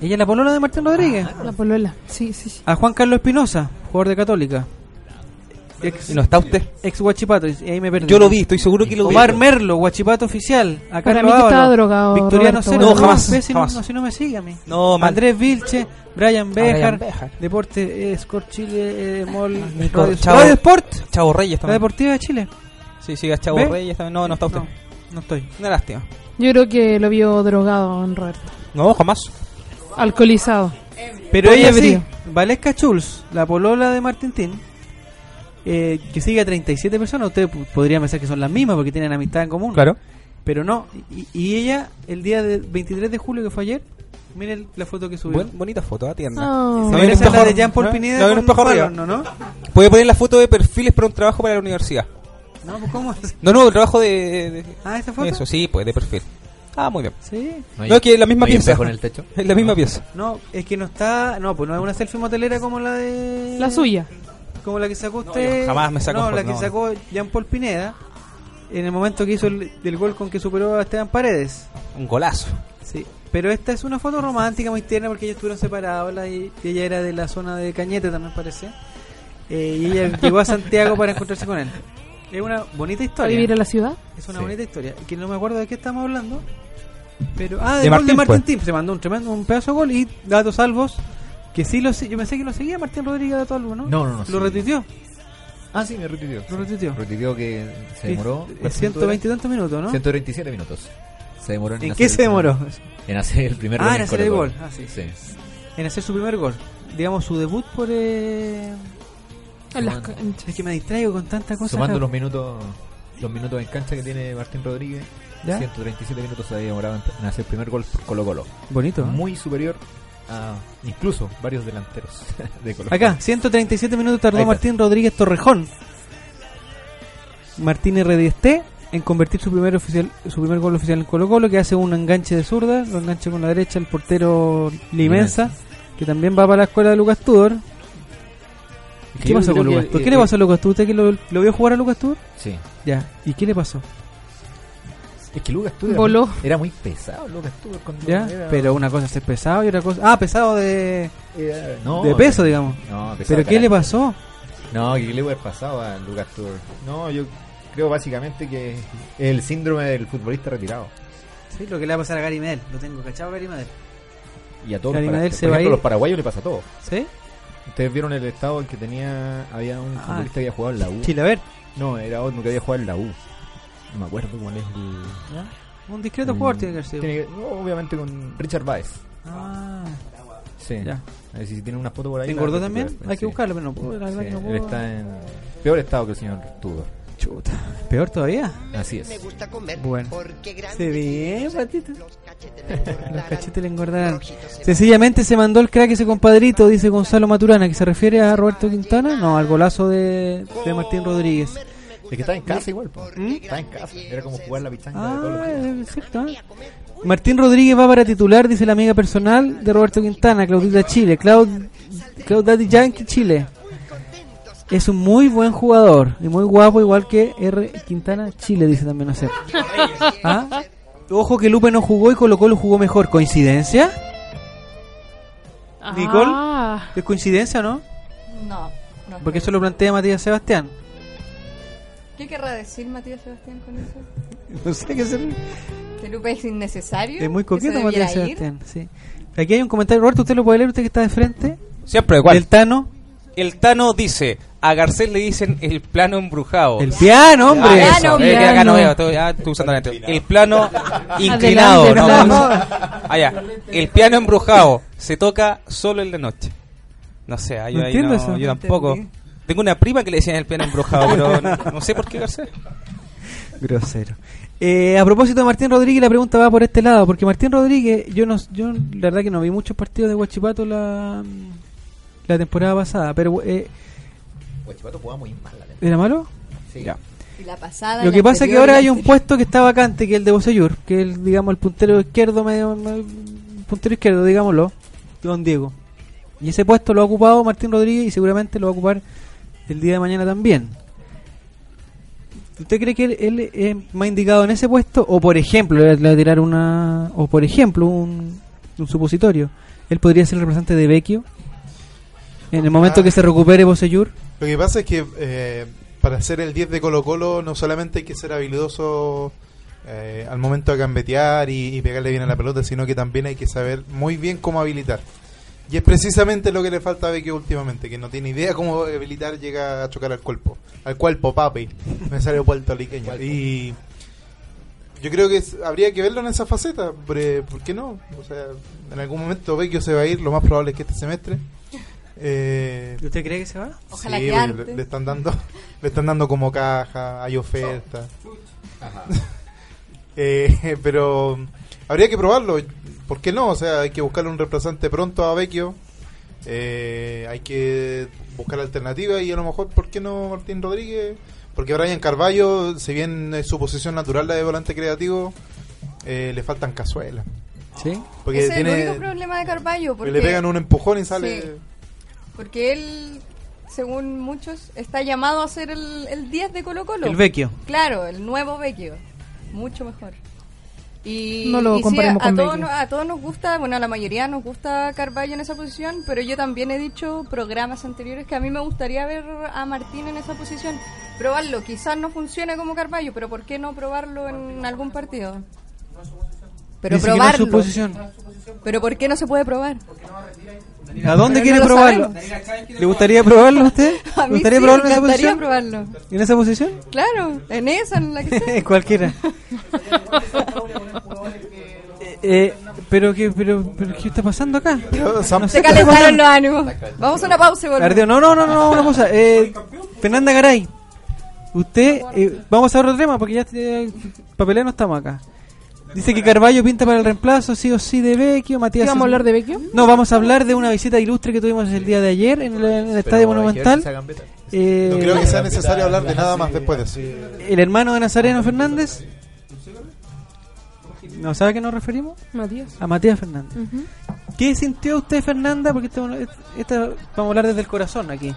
Speaker 3: Ella es la polola de Martín Rodríguez.
Speaker 4: La polola. Sí, sí, sí.
Speaker 3: A Juan Carlos Espinosa, jugador de Católica,
Speaker 7: Y no está usted.
Speaker 3: ex Guachipato, y ahí me perdí.
Speaker 7: Yo lo vi, estoy seguro que lo vi.
Speaker 3: Omar Merlo, Guachipato oficial. A
Speaker 4: Para
Speaker 3: Carlos
Speaker 4: mí que estaba
Speaker 3: Ábalos,
Speaker 4: drogado,
Speaker 3: Victoriano
Speaker 4: Roberto,
Speaker 3: Cero.
Speaker 7: bueno. No, jamás,
Speaker 3: ve si
Speaker 7: jamás.
Speaker 3: No, si no me sigue a mí.
Speaker 7: No, man.
Speaker 3: Andrés Vilche, Brian
Speaker 7: Brian
Speaker 3: Bejar,
Speaker 7: Bejar.
Speaker 3: Deporte eh, Score Chile, eh, Mol,
Speaker 7: Nico,
Speaker 3: Radio,
Speaker 7: chao.
Speaker 3: Radio Sport,
Speaker 7: Chavo Reyes
Speaker 3: la
Speaker 7: también.
Speaker 3: Deportiva de Chile.
Speaker 7: Sí, sigue a Chavo
Speaker 3: ¿Ve?
Speaker 7: Reyes también. No, no está usted.
Speaker 3: No, no estoy.
Speaker 7: Una lástima.
Speaker 4: Yo creo que lo vio drogado don Roberto.
Speaker 7: No, jamás.
Speaker 4: Alcoholizado.
Speaker 3: Pero
Speaker 4: Oye,
Speaker 3: ella sí,
Speaker 4: Brío.
Speaker 3: Valesca Schulz, la polola de Martín Tin, eh, que sigue a 37 personas. Ustedes pu- podrían pensar que son las mismas porque tienen amistad en común. Pero no, y, y ella el día de 23 de julio que fue ayer, miren la foto que subió.
Speaker 7: Buen- bonita foto, ¿eh? tienda.
Speaker 4: Ah.
Speaker 7: Se
Speaker 4: No,
Speaker 3: No,
Speaker 7: ve un
Speaker 3: esa es la de
Speaker 7: espejo-
Speaker 3: Jean Paul
Speaker 7: ¿eh?
Speaker 3: Pineda
Speaker 7: Se ve un
Speaker 3: con
Speaker 7: espejo arriba.
Speaker 3: Marlon, ¿no?
Speaker 7: Puede poner la foto de perfiles para un trabajo para la universidad.
Speaker 3: No, pues ¿cómo es?
Speaker 7: No, no, el trabajo de. de-
Speaker 3: Ah, ¿esa foto?
Speaker 7: Eso, sí, pues de perfil. Ah, muy bien.
Speaker 3: Sí.
Speaker 8: No,
Speaker 7: No, es que es la misma
Speaker 8: hay un
Speaker 7: pieza.
Speaker 8: espejo en el techo.
Speaker 7: [LAUGHS] Es la misma pieza.
Speaker 3: No, es que no está... No, pues no es una selfie motelera como la de...
Speaker 4: La suya.
Speaker 3: Como la que sacó usted...
Speaker 7: yo jamás me saco
Speaker 3: No,
Speaker 7: foto,
Speaker 3: la que
Speaker 7: no.
Speaker 3: sacó Jean Paul Pineda en el momento que hizo el, el gol con que superó a Esteban Paredes.
Speaker 7: Un golazo.
Speaker 3: Sí. Pero esta es una foto romántica muy tierna porque ellos estuvieron separados la- y ella era de la zona de Cañete también parece. Eh, y
Speaker 7: [LAUGHS]
Speaker 3: ella llegó a Santiago para encontrarse con él. Es una bonita
Speaker 4: ¿Para
Speaker 3: historia.
Speaker 4: vivir a la ciudad?
Speaker 3: Es una
Speaker 8: Sí.
Speaker 3: bonita historia. Que no me acuerdo de qué estamos hablando. Pero, ah,
Speaker 7: De
Speaker 3: de, gol de
Speaker 7: Martín,
Speaker 3: Martín
Speaker 7: pues.
Speaker 3: Tim. Se mandó un tremendo un pedazo de gol y datos salvos. Que sí lo sé. Yo pensé que lo seguía Martín Rodríguez dato salvo, ¿no?
Speaker 8: No, no, no,
Speaker 3: Lo
Speaker 8: sí.
Speaker 3: retuiteó.
Speaker 8: Ah, sí, me retuiteó.
Speaker 3: Lo retuiteó.
Speaker 8: Retuiteó que se demoró.
Speaker 3: Eh,
Speaker 8: ¿cuánto
Speaker 3: 120 y tantos minutos, ¿no?
Speaker 8: 137 minutos. Se demoró en,
Speaker 3: ¿En
Speaker 8: hacer
Speaker 3: qué
Speaker 8: el
Speaker 3: se
Speaker 8: primer-
Speaker 3: demoró?
Speaker 8: En hacer el primer
Speaker 3: Ah,
Speaker 8: gol
Speaker 3: en hacer el
Speaker 8: Colo-Colo.
Speaker 3: gol. Ah, sí.
Speaker 8: sí.
Speaker 3: En hacer su primer gol. Digamos, su debut por... eh,
Speaker 4: En las canchas.
Speaker 3: Es que me distraigo con tanta cosa.
Speaker 8: Sumando
Speaker 3: acá.
Speaker 8: los minutos los minutos en cancha que tiene Martín Rodríguez,
Speaker 3: ¿Ya?
Speaker 8: 137 minutos se había demorado en- en hacer el primer gol Colo Colo.
Speaker 3: Bonito. ¿eh?
Speaker 8: Muy superior a incluso varios delanteros [LAUGHS] de Colo
Speaker 3: Acá, 137 minutos
Speaker 8: Ahí
Speaker 3: tardó
Speaker 8: está.
Speaker 3: Martín Rodríguez Torrejón. Martín RDST en convertir su primer oficial su primer gol oficial en Colo Colo, que hace un enganche de zurda, lo engancha con la derecha el portero Limensa, que también va para la escuela de Lucas Tudor.
Speaker 8: Es que
Speaker 3: ¿Qué
Speaker 8: yo
Speaker 3: pasó
Speaker 8: creo
Speaker 3: con
Speaker 8: que,
Speaker 3: Lucas Tudor?
Speaker 8: eh,
Speaker 3: ¿Qué le
Speaker 8: eh,
Speaker 3: pasó a Lucas Tudor? ¿Usted que lo, lo vio jugar a Lucas Tudor?
Speaker 8: Sí.
Speaker 3: Ya. ¿Y qué le pasó?
Speaker 8: Es que Lucas Tudor era
Speaker 4: Voló.
Speaker 8: muy- era muy pesado, Lucas Tudor cuando
Speaker 3: ¿Ya?
Speaker 8: era-
Speaker 3: Pero una cosa es ser pesado y otra cosa... Ah, pesado de,
Speaker 8: era- no,
Speaker 3: de peso, digamos.
Speaker 8: No, pesado
Speaker 3: ¿Pero qué le
Speaker 8: carácter.
Speaker 3: pasó?
Speaker 8: No, que le hubiera pasado a Lucas Tudor. No, yo creo básicamente que es el síndrome del futbolista retirado.
Speaker 3: Sí, lo que le va a pasar a Gary Medel. Lo tengo cachado a Gary Medel.
Speaker 8: Y a todos
Speaker 3: Gary
Speaker 8: los, para-
Speaker 3: Medel
Speaker 8: por
Speaker 3: se va a
Speaker 8: ejemplo,
Speaker 3: ir.
Speaker 8: los paraguayos le pasa a todos.
Speaker 3: ¿Sí?
Speaker 8: Ustedes vieron el estado en que tenía. Había un
Speaker 3: Ah.
Speaker 8: futbolista que había jugado en la U.
Speaker 3: Chile, a ver.
Speaker 8: No, era otro que había jugado en la U. No me acuerdo cuál es el.
Speaker 3: Un discreto
Speaker 8: el-
Speaker 3: jugador tiene que haber sido.
Speaker 8: ¿Ah? tiene que- no, obviamente con Richard Baez.
Speaker 3: Ah,
Speaker 8: Sí.
Speaker 3: Ya.
Speaker 8: A ver si tiene una foto por ahí.
Speaker 3: ¿Te
Speaker 8: la-
Speaker 3: engordó
Speaker 8: la-
Speaker 3: también?
Speaker 8: la-
Speaker 3: Hay
Speaker 8: sí.
Speaker 3: que buscarlo, pero no puedo. La verdad
Speaker 8: Sí,
Speaker 3: que no
Speaker 8: Él
Speaker 3: puedo.
Speaker 8: está en peor estado que el señor Tudor.
Speaker 3: Chuta. Peor todavía.
Speaker 8: Así es.
Speaker 3: Bueno. Se ve, patito. Los cachetes le engordarán. Sencillamente se mandó el crack ese compadrito, dice Gonzalo Maturana, que se refiere a Roberto Quintana, no, al golazo de, de Martín Rodríguez.
Speaker 8: Es que está en casa igual, po. Está en casa. Era como jugar la pichanga de todos los
Speaker 3: Ah,
Speaker 8: días.
Speaker 3: es cierto, ¿eh? Martín Rodríguez va para titular, dice la amiga personal de Roberto Quintana, Claudita Chile, Claud, Claud Daddy Yankee Chile. Es un muy buen jugador y muy guapo, igual que R. Quintana Chile, dice
Speaker 6: [LAUGHS]
Speaker 3: también hacer. ¿Ah? Ojo que Lupe no jugó y Colo Colo jugó mejor. ¿Coincidencia? Nicole.
Speaker 4: Ah,
Speaker 3: ¿Es coincidencia no?
Speaker 6: No, no.
Speaker 3: Porque
Speaker 6: creo.
Speaker 3: eso lo plantea Matías Sebastián.
Speaker 6: ¿Qué querrá decir Matías Sebastián con eso?
Speaker 3: No sé qué hacer.
Speaker 6: ¿Que Lupe es innecesario?
Speaker 3: Es muy
Speaker 6: ¿Que
Speaker 3: coqueto
Speaker 6: se
Speaker 3: Matías
Speaker 6: debiera ir?
Speaker 3: Sebastián. Sí. Aquí hay un comentario. Roberto, usted lo puede leer, usted que está de frente.
Speaker 7: Siempre igual.
Speaker 3: El Tano.
Speaker 7: El Tano dice, a Garcés le dicen el plano embrujado.
Speaker 3: El piano, hombre.
Speaker 7: Ah,
Speaker 6: Plano,
Speaker 7: eso, eh, que acá
Speaker 3: plano.
Speaker 7: no veo, estoy, ah, estoy usando la lente. El plano inclinado.
Speaker 3: Adelante,
Speaker 7: no,
Speaker 3: plano.
Speaker 7: Allá. El piano embrujado se toca solo en la noche. No sé, ah, yo,
Speaker 3: No
Speaker 7: ahí
Speaker 3: entiendo
Speaker 7: no-
Speaker 3: eso.
Speaker 7: yo tampoco. Tengo una prima que le decían el piano embrujado, pero no, no sé por qué Garcés.
Speaker 3: Grosero. Eh, a propósito de Martín Rodríguez, la pregunta va por este lado, porque Martín Rodríguez, yo no, yo la verdad que no vi muchos partidos de Huachipato la, la temporada pasada, pero eh,
Speaker 8: Guachipato jugaba Pues muy mal la temporada.
Speaker 3: ¿era malo?
Speaker 8: Sí.
Speaker 3: Ya.
Speaker 6: Y la pasada,
Speaker 3: Lo
Speaker 6: la
Speaker 3: que pasa es que
Speaker 6: anterior,
Speaker 3: ahora
Speaker 6: la
Speaker 3: hay un
Speaker 6: anterior.
Speaker 3: puesto que está vacante, que es el de Bosellur, que es el, digamos, el puntero izquierdo, medio, medio- puntero izquierdo, digámoslo, Don Diego. Y ese puesto lo ha ocupado Martín Rodríguez y seguramente lo va a ocupar el día de mañana también. ¿Usted cree que él, él es más indicado en ese puesto? O por ejemplo, le voy a tirar una. O por ejemplo, un, un supositorio. Él podría ser el representante de Vecchio. En el momento
Speaker 5: Ah.
Speaker 3: que se recupere Bosellur.
Speaker 5: Lo que pasa es que eh, para ser el 10 de Colo Colo no solamente hay que ser habilidoso eh, al momento de gambetear y, y pegarle bien a la pelota, sino que también hay que saber muy bien cómo habilitar. Y es precisamente lo que le falta a Becky últimamente, que no tiene idea cómo habilitar, llega a chocar al cuerpo. Al cuerpo, papi. Me salió puertorriqueño. Y yo creo que es- habría que verlo en esa faceta. pre- ¿Por qué no? O sea, en algún momento Vecchio se va a ir, lo más probable es que este semestre. Eh,
Speaker 3: ¿Usted cree que se va?
Speaker 6: Ojalá
Speaker 5: Sí,
Speaker 6: que
Speaker 5: porque
Speaker 6: antes.
Speaker 5: Le, le están dando, [LAUGHS] le están dando como caja, hay oferta.
Speaker 6: Oh.
Speaker 5: Eh, [LAUGHS] pero habría que probarlo, ¿por qué no? O sea, hay que buscarle un reemplazante pronto a Vecchio. Eh, hay que buscar alternativas y a lo mejor, ¿por qué no Martín Rodríguez? Porque Brian Carballo, si bien es su posición natural la de volante creativo, eh, le faltan cazuelas.
Speaker 3: Sí.
Speaker 5: Porque
Speaker 6: Ese es el único
Speaker 5: tiene,
Speaker 6: problema de Carballo. Porque,
Speaker 5: le pegan un empujón y sale.
Speaker 6: Sí. porque él, según muchos, está llamado a ser el, el 10 de Colo Colo.
Speaker 3: El Vecchio.
Speaker 6: Claro, el nuevo Vecchio. Mucho mejor. Y,
Speaker 4: No lo
Speaker 6: y sí,
Speaker 4: comparemos
Speaker 6: a,
Speaker 4: con
Speaker 6: todos,
Speaker 4: Vecchio.
Speaker 6: no- a todos nos gusta, bueno, a la mayoría nos gusta Carballo en esa posición, pero yo también he dicho programas anteriores que a mí me gustaría ver a Martín en esa posición. Probarlo, quizás no funcione como Carballo, pero ¿por qué no probarlo en algún partido? Pero
Speaker 3: Ni siquiera
Speaker 6: probarlo.
Speaker 3: su posición.
Speaker 6: Pero ¿por qué no se puede probar?
Speaker 3: ¿A dónde
Speaker 6: Pero
Speaker 3: quiere
Speaker 6: no lo
Speaker 3: probarlo? ¿Le gustaría probarlo a usted?
Speaker 6: [LAUGHS] A
Speaker 3: ¿Le
Speaker 6: mí sí,
Speaker 3: gustaría probarlo
Speaker 6: me
Speaker 3: en esa
Speaker 6: encantaría
Speaker 3: posición?
Speaker 6: probarlo.
Speaker 3: ¿En esa posición?
Speaker 6: Claro, en esa, en la que
Speaker 4: [LAUGHS]
Speaker 6: sea. [LAUGHS]
Speaker 3: Cualquiera. Eh, eh, pero, ¿qué, pero, pero ¿qué está pasando acá?
Speaker 5: Pero Sam-
Speaker 6: Se calentaron los ánimos. Vamos a una pausa y
Speaker 3: Ardió.
Speaker 6: volvemos.
Speaker 3: No, no, no, no, una cosa. Eh, Fernanda Garay, usted. eh, vamos a otro tema porque ya eh, pa' pelear no estamos acá. Dice que Carballo pinta para el reemplazo, sí o sí, de
Speaker 4: ¿qué
Speaker 3: Vecchio. Matías.
Speaker 4: vamos a hablar de Vecchio?
Speaker 3: No, vamos a hablar de una visita ilustre que tuvimos el día de ayer en el, en el Estadio
Speaker 8: Pero hay que ver
Speaker 3: Monumental.
Speaker 8: si se hagan beta.
Speaker 3: Eh,
Speaker 5: No creo que sea necesario hablar de nada más después de eso.
Speaker 3: ¿El hermano de Nazareno Fernández? Eh. ¿No sabe a qué nos referimos?
Speaker 4: Matías.
Speaker 3: A Matías Fernández.
Speaker 4: Ujú.
Speaker 3: ¿Qué sintió usted, Fernanda? Porque este, esta- esta- vamos a hablar desde el corazón aquí.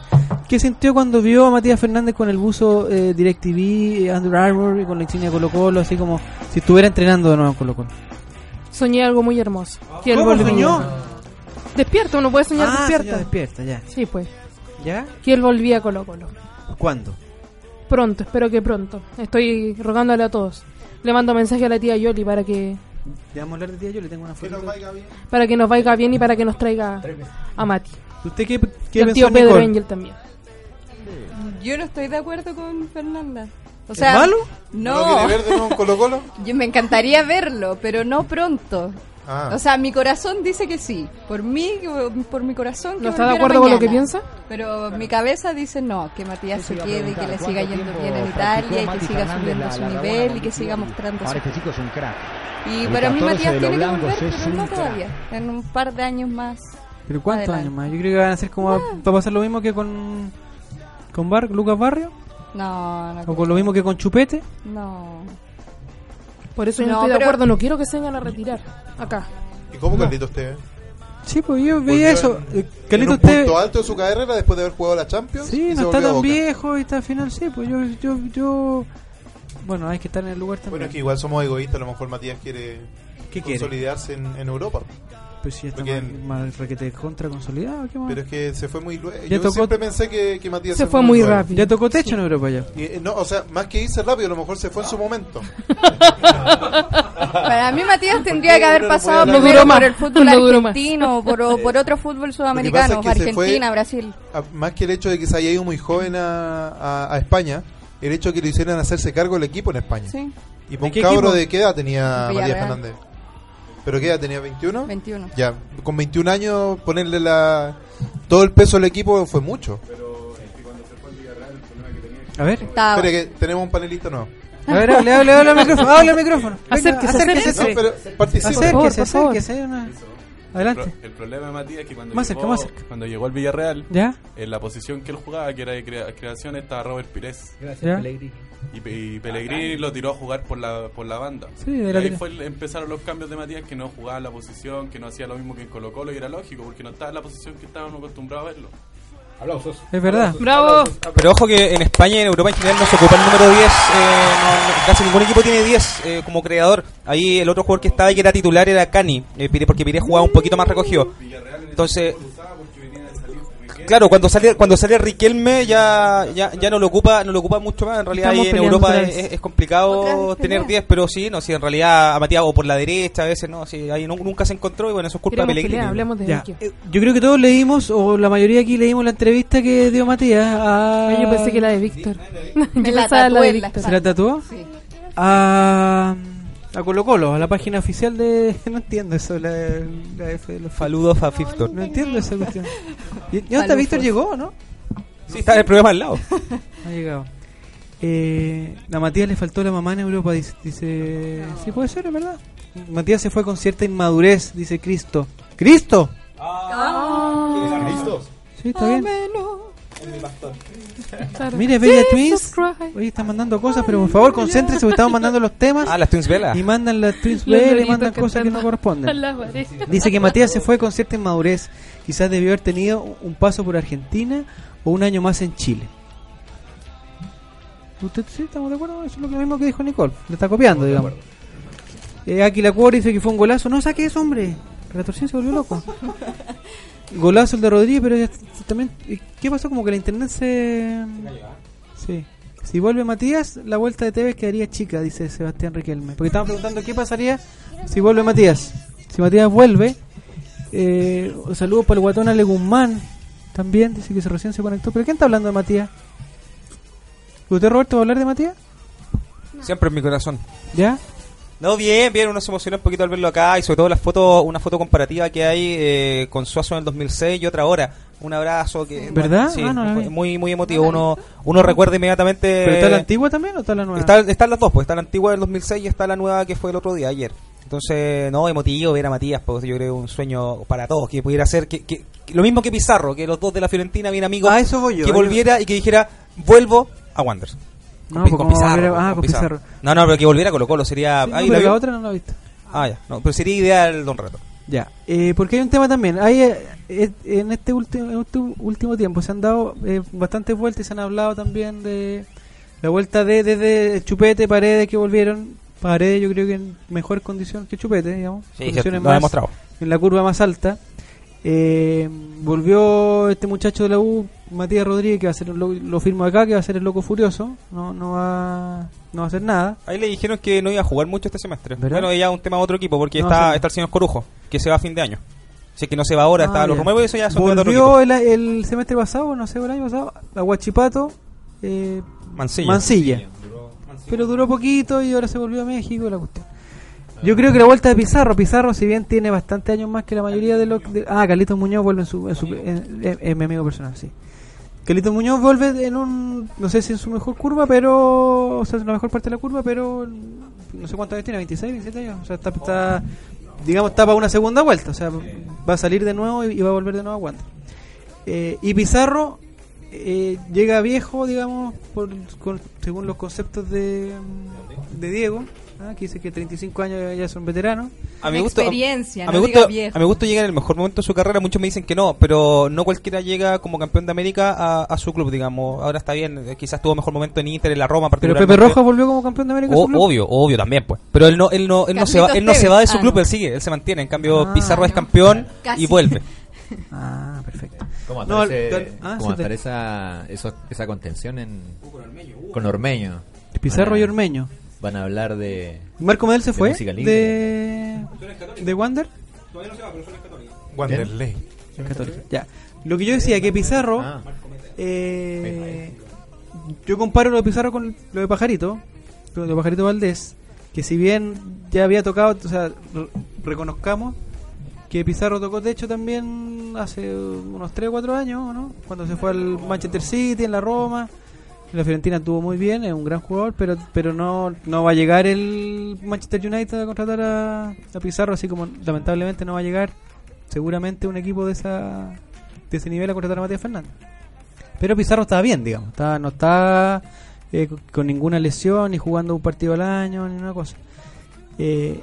Speaker 3: ¿Qué sintió cuando vio a Matías Fernández con el buzo eh, DirecTV, eh, Under Armour y con la insignia Colo Colo, así como si estuviera entrenando de nuevo en Colo Colo?
Speaker 4: Soñé algo muy hermoso. Que el
Speaker 3: ¿Cómo
Speaker 4: gol de mi
Speaker 3: soñó?
Speaker 4: vida. Despierta, uno puede soñar
Speaker 3: Ah,
Speaker 4: despierta.
Speaker 3: señor, despierta, ya.
Speaker 4: Sí, pues.
Speaker 3: ¿Ya?
Speaker 4: Que él volvía a Colo Colo.
Speaker 3: ¿Cuándo?
Speaker 4: Pronto, espero que pronto. Estoy rogándole a todos. Le mando mensaje a la tía Yoli para que
Speaker 3: Ya vamos a hablar de día, yo le tengo una foto.
Speaker 4: para que nos vaya bien y para que nos traiga a Mati.
Speaker 3: ¿Usted qué,
Speaker 4: Y
Speaker 3: qué
Speaker 4: el tío
Speaker 3: pensó,
Speaker 4: Pedro
Speaker 3: Nicole?
Speaker 4: Angel también.
Speaker 6: Yo no estoy de acuerdo con Fernanda. O sea,
Speaker 3: malo?
Speaker 5: ¿No lo
Speaker 6: No,
Speaker 5: quiere ver de nuevo en Colo Colo?
Speaker 6: [LAUGHS] yo me encantaría verlo, pero no pronto.
Speaker 5: Ah.
Speaker 6: O sea, mi corazón dice que sí. Por mí, por mi corazón. que
Speaker 4: ¿No está de
Speaker 6: volviera
Speaker 4: acuerdo con lo que
Speaker 6: mañana.
Speaker 4: piensa?
Speaker 6: Pero mi cabeza dice no, que Matías se quede y que le siga yendo bien en Italia y que siga subiendo su nivel y que siga mostrando su...
Speaker 11: este chico es un crack.
Speaker 6: Y
Speaker 11: el
Speaker 6: para mí
Speaker 11: 14 de los
Speaker 6: Matías tiene que volver,
Speaker 11: blancos es
Speaker 6: pero no
Speaker 11: un crack.
Speaker 6: todavía. En un par de años más.
Speaker 3: ¿Pero cuántos
Speaker 6: Adelante.
Speaker 3: años más? Yo creo que van a ser como... Va a pasar lo mismo que con... Con Bar- Lucas Barrio.
Speaker 6: No, no.
Speaker 3: O con lo mismo que con Chupete.
Speaker 6: No.
Speaker 4: Por eso yo
Speaker 6: No,
Speaker 4: no estoy de
Speaker 6: pero-
Speaker 4: acuerdo, no quiero que se vengan a retirar. Acá.
Speaker 5: ¿Y cómo Carlitos Tevez?
Speaker 3: Sí, pues yo
Speaker 5: Volvió
Speaker 3: veía eso.
Speaker 5: en-
Speaker 3: Eh,
Speaker 5: en
Speaker 3: Carlito,
Speaker 5: un
Speaker 3: usted...
Speaker 5: punto alto de su carrera después de haber jugado la Champions.
Speaker 3: Sí,
Speaker 5: y se
Speaker 3: no está
Speaker 5: volvió a
Speaker 3: tan
Speaker 5: Boca.
Speaker 3: viejo y está al final, sí, pues yo, yo, yo... Bueno, hay que estar en el lugar también.
Speaker 5: Bueno, es que igual somos egoístas. A lo mejor Matías quiere
Speaker 3: ¿Qué quiere?
Speaker 5: consolidarse en, en Europa.
Speaker 3: Pues si ya está
Speaker 5: Porque-
Speaker 3: mal, mal requete contra consolidado, ¿qué más?
Speaker 5: Pero es que se fue muy luego.
Speaker 3: Ya
Speaker 5: Yo
Speaker 3: tocó-
Speaker 5: siempre pensé que, que Matías
Speaker 4: Se fue muy
Speaker 5: luego.
Speaker 4: rápido.
Speaker 3: Ya tocó techo en Europa ya.
Speaker 5: Y, eh, no, o sea, más que irse rápido, a lo mejor se fue en su momento.
Speaker 6: Para mí
Speaker 5: [LAUGHS]
Speaker 6: Matías tendría que haber
Speaker 5: uno no
Speaker 6: pasado
Speaker 5: puede
Speaker 4: hablar?
Speaker 6: primero
Speaker 4: No duró
Speaker 6: por
Speaker 4: más,
Speaker 6: el fútbol
Speaker 4: no duró más.
Speaker 6: argentino o por, o por otro fútbol
Speaker 5: Lo
Speaker 6: sudamericano,
Speaker 5: que pasa es que se fue-
Speaker 6: Argentina, Brasil.
Speaker 5: A- Ah, más que el hecho de que se haya ido muy joven a, a- a España, el hecho de que lo hicieran hacerse cargo el equipo en España.
Speaker 6: Sí,
Speaker 5: Y por un
Speaker 3: ¿De qué
Speaker 5: cabro
Speaker 3: equipo?
Speaker 5: de qué edad tenía
Speaker 6: Villarreal.
Speaker 5: Matías Fernández. ¿Pero qué edad tenía? ¿21?
Speaker 6: 21.
Speaker 5: Ya, con 21 años ponerle la todo el peso al equipo fue mucho.
Speaker 3: A ver,
Speaker 6: Estaba-
Speaker 5: Espera que tenemos un panelista nuevo.
Speaker 3: a ver, hable, hable, hable al micrófono, hable al [LAUGHS] micrófono. Venga,
Speaker 4: [LAUGHS] Acérquese,
Speaker 5: No,
Speaker 4: Sí.
Speaker 5: pero participa.
Speaker 4: Por
Speaker 3: acérquese,
Speaker 4: favor,
Speaker 3: acérquese,
Speaker 4: por favor.
Speaker 3: acérquese, una- Adelante.
Speaker 12: El problema de Matías es que cuando,
Speaker 3: Más
Speaker 12: llegó,
Speaker 3: cerca, más cerca.
Speaker 12: cuando llegó al Villarreal,
Speaker 3: ¿Ya?
Speaker 12: en la posición que él jugaba, que era de crea- creación, estaba Robert Pires.
Speaker 3: ¿Ya?
Speaker 12: Y, Pe- y Pellegrini lo tiró a jugar por la, por la banda.
Speaker 3: Sí, de
Speaker 12: y
Speaker 3: la
Speaker 12: ahí
Speaker 3: tira-
Speaker 12: fue el- empezaron los cambios de Matías, que no jugaba la posición, que no hacía lo mismo que en Colo Colo, y era lógico, porque no estaba en la posición que estábamos acostumbrados a verlo.
Speaker 11: Aplausos.
Speaker 3: Es verdad.
Speaker 4: ¡Bravo!
Speaker 7: Pero ojo que en España y en Europa en general no se ocupa el número 10. eh, no- no- casi ningún equipo tiene 10 eh, como creador. Ahí el otro jugador que estaba y que era titular era Cani, eh, Pire- porque Pire jugaba un poquito más recogido. Entonces, claro, cuando sale cuando sale Riquelme ya, ya ya no lo ocupa no lo ocupa mucho más. En realidad
Speaker 4: Estamos
Speaker 7: ahí en
Speaker 4: peleando
Speaker 7: Europa
Speaker 4: otra
Speaker 7: es,
Speaker 4: vez.
Speaker 7: es
Speaker 6: Otra
Speaker 7: complicado
Speaker 6: vez
Speaker 7: tener
Speaker 6: pelear.
Speaker 7: 10, pero sí, no, sí, en realidad a Matías o por la derecha a veces, no, sí, ahí nu- nunca se encontró y bueno, eso es culpa
Speaker 4: Queremos
Speaker 7: de Pellegrini.
Speaker 4: pelear, hablemos de
Speaker 3: Ya.
Speaker 4: Vicky.
Speaker 3: Eh, Yo creo que todos leímos, o la mayoría aquí leímos la entrevista que dio Matías a...
Speaker 4: Ay, Yo pensé que la de Víctor. [LAUGHS] Yo
Speaker 6: Me la
Speaker 4: pensaba la
Speaker 6: tatué
Speaker 4: de
Speaker 6: en la
Speaker 4: Víctor.
Speaker 3: ¿Se la tatuó?
Speaker 6: Sí.
Speaker 3: A... A Colo Colo, a la página oficial de... [LAUGHS] No entiendo eso, la, la F de los fal-
Speaker 7: Saludos a Fiftor.
Speaker 3: No entiendo esa cuestión. ¿Y, y hasta
Speaker 6: Falufos.
Speaker 3: Víctor llegó, no?
Speaker 7: Sí, está en el programa al
Speaker 3: [LAUGHS]
Speaker 7: lado.
Speaker 3: No ha llegado. Eh, a Matías le faltó la mamá en Europa, dice. dice sí, puede ser,
Speaker 4: [LAUGHS]
Speaker 3: es verdad. Matías se fue con cierta inmadurez, dice Cristo. ¿Cristo?
Speaker 8: ¿Listos?
Speaker 3: Sí, Ah. está bien.
Speaker 4: Claro.
Speaker 3: Mire, Bella
Speaker 4: Oh, Jesus
Speaker 3: Twins.
Speaker 4: Christ.
Speaker 3: Oye, están mandando cosas, pero por favor, concéntrense porque estamos mandando los temas.
Speaker 7: Ah, las Twins Vela.
Speaker 3: Y mandan las Twins
Speaker 4: Los
Speaker 3: Bell y
Speaker 4: loritos
Speaker 3: mandan cosas que
Speaker 4: cantando.
Speaker 3: no corresponden.
Speaker 4: Las orejas.
Speaker 3: Dice que Matías se fue con cierta inmadurez. Quizás debió haber tenido un paso por Argentina o un año más en Chile. ¿Usted sí estamos de acuerdo? Eso es lo que- mismo que dijo Nicole. Le está copiando, digamos. Eh, Aquila Cuori dice que fue un golazo. No saque eso, hombre. Relatorcín se volvió loco. golazo el de Rodríguez, pero ya- también. eh, ¿Qué pasó? Como que la internet se. Sí. Si vuelve Matías, la vuelta de Tevez quedaría chica, dice Sebastián Riquelme. Porque estaban preguntando qué pasaría si vuelve Matías. Si Matías vuelve, eh, un saludo para el guatón Ale Guzmán. También dice que se recién se conectó. ¿Pero quién está hablando de Matías? ¿Usted, Roberto, va a hablar de Matías?
Speaker 7: Siempre en mi corazón.
Speaker 3: ¿Ya?
Speaker 7: No, bien, bien, uno se emocionó un poquito al verlo acá y sobre todo las fotos, una foto comparativa que hay eh, con Suazo en el 2006 y otra ahora. Un abrazo que...
Speaker 3: ¿Verdad?
Speaker 7: Sí,
Speaker 3: Ah, no la vi.
Speaker 7: muy, muy emotivo. Uno, uno recuerda inmediatamente...
Speaker 3: ¿Pero está la antigua también o está la nueva?
Speaker 7: Está- están las dos, pues está la antigua del 2006 y está la nueva que fue el otro día, ayer. Entonces, no, emotivo ver a Matías, pues yo creo un sueño para todos, que pudiera ser que, que- que- lo mismo que Pizarro, que los dos de la Fiorentina, bien amigos,
Speaker 3: Ah, eso voy yo.
Speaker 7: que
Speaker 3: Yo-
Speaker 7: volviera y que dijera, vuelvo a Wanderers.
Speaker 3: No, pues, ¿cómo va a volver a- ah,
Speaker 7: con
Speaker 3: con Pizarro.
Speaker 7: No, no, pero que volviera a Colo Colo sería...
Speaker 3: Sí, no,
Speaker 7: Ah, ahí
Speaker 3: pero
Speaker 7: la
Speaker 3: la
Speaker 7: vio.
Speaker 3: otra no la he visto.
Speaker 7: Ah, ya. No, pero sería ideal Don Reto.
Speaker 3: Ya, eh, porque hay un tema también. Hay, eh, eh, en este último en este último tiempo se han dado eh, bastantes vueltas y se han hablado también de la vuelta de desde Chupete, Paredes que volvieron. Paredes yo creo que en mejor condición que Chupete, digamos.
Speaker 7: Sí,
Speaker 3: Condiciones
Speaker 7: cierto, lo ha
Speaker 3: más-
Speaker 7: demostrado.
Speaker 3: En la curva más alta. Eh, volvió este muchacho de la U, Matías Rodríguez, que va a ser, un lo, lo firmo acá, que va a ser el loco furioso. No, no, va, no va a hacer nada.
Speaker 7: Ahí le dijeron que no iba a jugar mucho este semestre.
Speaker 3: ¿Verdad?
Speaker 7: Bueno, ya un tema de otro equipo, porque
Speaker 3: No,
Speaker 7: está,
Speaker 3: sí.
Speaker 7: está el señor Corujo, que se va a fin de año. Si es que no se va ahora, está
Speaker 3: Ah,
Speaker 7: los
Speaker 3: ya.
Speaker 7: rumores, eso ya son de otro
Speaker 3: Volvió el, el semestre pasado, no sé, o el año pasado, a Huachipato. eh,
Speaker 7: Mansilla.
Speaker 3: Mansilla. Pero duró poquito y ahora se volvió a México la cuestión. Yo creo que la vuelta de Pizarro, Pizarro si bien tiene bastante años más que la mayoría de los... de- ah, Carlitos Muñoz vuelve en su... en su- en- en- en mi amigo personal, sí. Carlitos Muñoz vuelve en un... no sé si en su mejor curva, pero... o sea, en la mejor parte de la curva, pero... no sé cuántos años tiene, 26, 27 años. O sea, está... está- digamos, está para una segunda vuelta. O sea, va a salir de nuevo y, y va a volver de nuevo a Wander. Eh, y Pizarro eh, llega viejo, digamos, por, con- según los conceptos de, de Diego, ah, que dice que 35 años ya son veteranos.
Speaker 7: A mi gusto,
Speaker 6: Experiencia,
Speaker 7: a,
Speaker 6: no
Speaker 7: mi
Speaker 6: diga
Speaker 7: gusto,
Speaker 6: viejo.
Speaker 7: a mi gusto llega en el mejor momento de su carrera. Muchos me dicen que no, pero no cualquiera llega como campeón de América a, a su club, digamos. Ahora está bien, eh, quizás tuvo mejor momento en Inter, en la Roma,
Speaker 3: Pero
Speaker 7: particularmente.
Speaker 3: Pepe Rojas volvió como campeón de América.
Speaker 7: O-
Speaker 3: su club.
Speaker 7: obvio, obvio también, pues. Pero él no, él no, él no se va,
Speaker 3: Carlitos
Speaker 7: él no se va de
Speaker 3: Tevez.
Speaker 7: su
Speaker 3: Ah,
Speaker 7: club,
Speaker 3: no.
Speaker 7: él sigue, él se mantiene. En cambio,
Speaker 3: Ah,
Speaker 7: Pizarro es campeón
Speaker 3: Casi.
Speaker 7: y
Speaker 3: [LAUGHS]
Speaker 7: vuelve.
Speaker 3: Ah, perfecto.
Speaker 8: ¿Cómo
Speaker 3: No,
Speaker 8: estar
Speaker 3: el- ah, sí, te-
Speaker 8: esa, eso- esa contención en, Uh, con Ormeño?
Speaker 3: Pizarro
Speaker 8: Van a-
Speaker 3: y Ormeño.
Speaker 8: Van a hablar de.
Speaker 3: Marco Medel se
Speaker 8: de
Speaker 3: fue
Speaker 8: música
Speaker 3: de,
Speaker 8: libre.
Speaker 3: de, Wander.
Speaker 5: Wanderley.
Speaker 3: Es católica, Ya. Lo que yo decía, que Pizarro.
Speaker 8: Ah.
Speaker 3: eh, yo comparo lo de Pizarro con lo de Pajarito. Con lo de Pajarito Valdés. Que si bien ya había tocado. O sea, re- reconozcamos que Pizarro tocó techo también hace unos 3 o 4 años, ¿no? Cuando se fue al Manchester City, en la Roma. La Fiorentina estuvo muy bien, es un gran jugador, pero pero no, no va a llegar el Manchester United a contratar a, a Pizarro, así como lamentablemente no va a llegar seguramente un equipo de esa de ese nivel a contratar a Matías Fernández. Pero Pizarro está bien, digamos, está, no está eh, con- con ninguna lesión, ni jugando un partido al año, ni una cosa. Eh,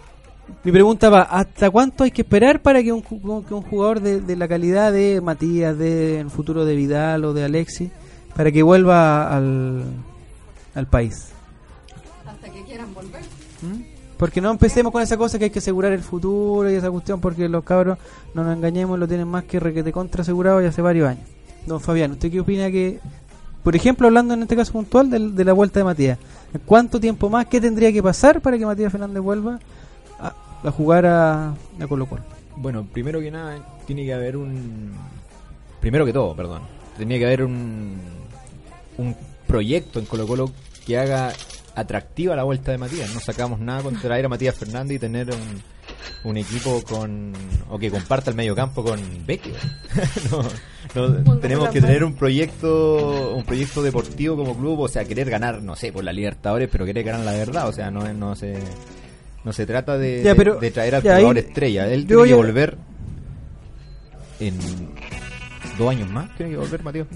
Speaker 3: mi pregunta va, ¿hasta cuánto hay que esperar para que un, ju- que un jugador de, de la calidad de Matías, de en el futuro de Vidal o de Alexis, para que vuelva al, al país?
Speaker 6: Hasta que quieran volver.
Speaker 5: ¿Mm?
Speaker 3: Porque no empecemos con esa cosa que hay que asegurar el futuro y esa cuestión, porque los cabros, no nos engañemos, lo tienen más que requete contra asegurado ya hace varios años. Don Fabián, ¿usted qué opina que, por ejemplo, hablando en este caso puntual del- de, la vuelta de Matías, ¿cuánto tiempo más, qué tendría que pasar para que Matías Fernández vuelva a, a jugar a, a Colo Colo?
Speaker 8: Bueno, primero que nada, tiene que haber un. Primero que todo, perdón. Tenía que haber un. Un proyecto en Colo-Colo que haga atractiva la vuelta de Matías. No sacamos nada con traer a Matías Fernández y tener un, un equipo con. o que comparta el medio campo con Vecchio. [LAUGHS] No, no, tenemos que tener un proyecto un proyecto deportivo como club, o sea, querer ganar, no sé, por la Libertadores, pero querer ganar la verdad, o sea, no, es- no se. No se trata de,
Speaker 3: Ya,
Speaker 8: de-
Speaker 3: pero-
Speaker 8: de traer al
Speaker 3: ya, ahí-
Speaker 8: jugador estrella. Él
Speaker 3: yo
Speaker 8: tiene que
Speaker 3: ya-
Speaker 8: volver en dos años más. Tiene que volver, Matías.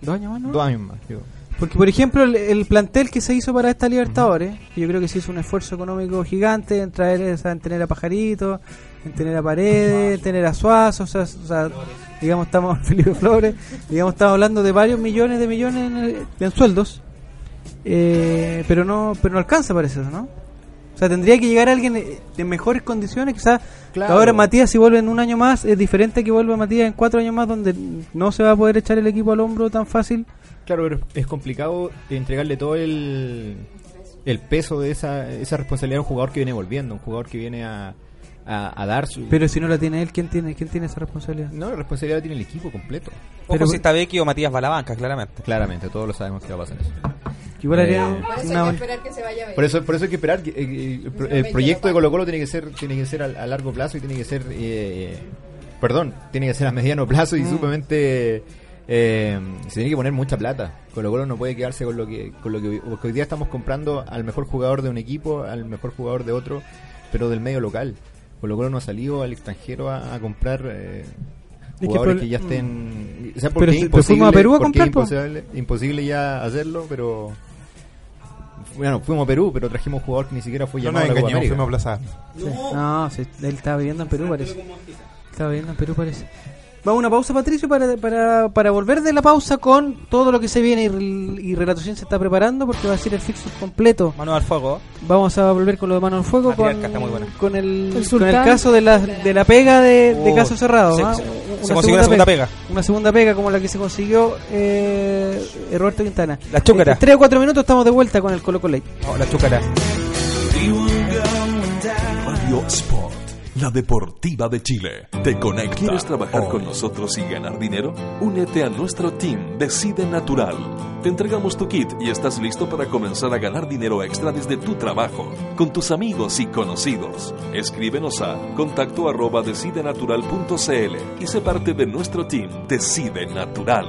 Speaker 3: ¿Dos años más?
Speaker 8: Dos años más. digo.
Speaker 3: Porque, por ejemplo, el, el plantel que se hizo para esta Libertadores, que yo creo que se hizo un esfuerzo económico gigante en traer esa- en tener a Pajarito, en tener a Paredes, en tener a Suazo, o sea, o sea, digamos, estamos [LAUGHS] Felipe Flores, digamos, estamos hablando de varios millones de millones en, el- en sueldos, eh, pero no pero no alcanza para eso, ¿no? O sea, tendría que llegar alguien eh, de mejores condiciones, quizás
Speaker 8: Claro.
Speaker 3: ahora Matías si vuelve en un año más, es diferente que vuelva Matías en cuatro años más, donde no se va a poder echar el equipo al hombro tan fácil.
Speaker 8: Claro, pero es complicado de entregarle todo el, el peso de esa, esa responsabilidad a un jugador que viene volviendo, un jugador que viene a, a, a dar su.
Speaker 3: Pero si no la tiene él, ¿quién tiene, quién tiene esa responsabilidad?
Speaker 8: No, la responsabilidad la tiene el equipo completo.
Speaker 7: Ojo si está Vecchio o Matías Balabanca, claramente.
Speaker 8: Claramente, todos lo sabemos que va a pasar eso.
Speaker 3: Igual haría
Speaker 6: Por eso
Speaker 3: una-
Speaker 6: hay que esperar que se vaya a ver.
Speaker 8: Eh, Por eso, por eso hay que esperar. que, eh, eh, el, pro- el proyecto de Colo Colo tiene que ser, tiene que ser a, a largo plazo y tiene que ser, eh, perdón, tiene que ser a mediano plazo
Speaker 6: Mm.
Speaker 8: y sumamente eh, se tiene que poner mucha plata. Colo Colo no puede quedarse con lo que, con lo que hoy, porque hoy día estamos comprando al mejor jugador de un equipo, al mejor jugador de otro, pero del medio local. Colo Colo no ha salido al extro extranjero a, a comprar. eh,
Speaker 3: que
Speaker 8: jugadores
Speaker 3: por- Mm.
Speaker 8: que, ya estén o sea,
Speaker 3: Pero
Speaker 8: porque
Speaker 3: si-
Speaker 8: es
Speaker 3: pero fuimos a
Speaker 8: imposible-
Speaker 3: Perú a
Speaker 8: porque es
Speaker 3: comprar, po.
Speaker 8: imposible, imposible ya hacerlo pero bueno, fuimos a Perú, pero trajimos un jugador que ni siquiera fue
Speaker 5: No
Speaker 8: llamado
Speaker 5: nos
Speaker 8: a la Copa
Speaker 5: engañemos,
Speaker 8: América.
Speaker 5: fuimos a Plaza.
Speaker 3: Sí. No, sí, él estaba viviendo en Perú, parece. Estaba viviendo en Perú, parece. Vamos a una pausa, Patricio, para, para, para volver de la pausa con todo lo que se viene y, y Relatación se está preparando porque va a ser el fixture completo.
Speaker 7: Mano al fuego.
Speaker 3: Vamos a volver con lo de Mano al Fuego, con,
Speaker 7: Patriarca está muy buena.
Speaker 3: con el, con
Speaker 7: sultán.
Speaker 3: el caso de la, de la pega de, de
Speaker 7: Oh,
Speaker 3: caso cerrado.
Speaker 7: se-
Speaker 3: ¿ah?
Speaker 7: se- se consiguió una segunda pega.
Speaker 3: Una segunda pega como la que se consiguió eh, Roberto Quintana.
Speaker 7: La chúcara.
Speaker 3: En 3 o 4 minutos estamos de vuelta con el Colo Colo Late.
Speaker 7: Oh, la chúcara.
Speaker 1: Radio Sport la deportiva de Chile. Te conecta. ¿Quieres trabajar con nosotros y ganar dinero? Únete a nuestro team Decide Natural. Te entregamos tu kit y estás listo para comenzar a ganar dinero extra desde tu trabajo, con tus amigos y conocidos. Escríbenos a contacto arroba decidenatural.cl y sé parte de nuestro team Decide Natural.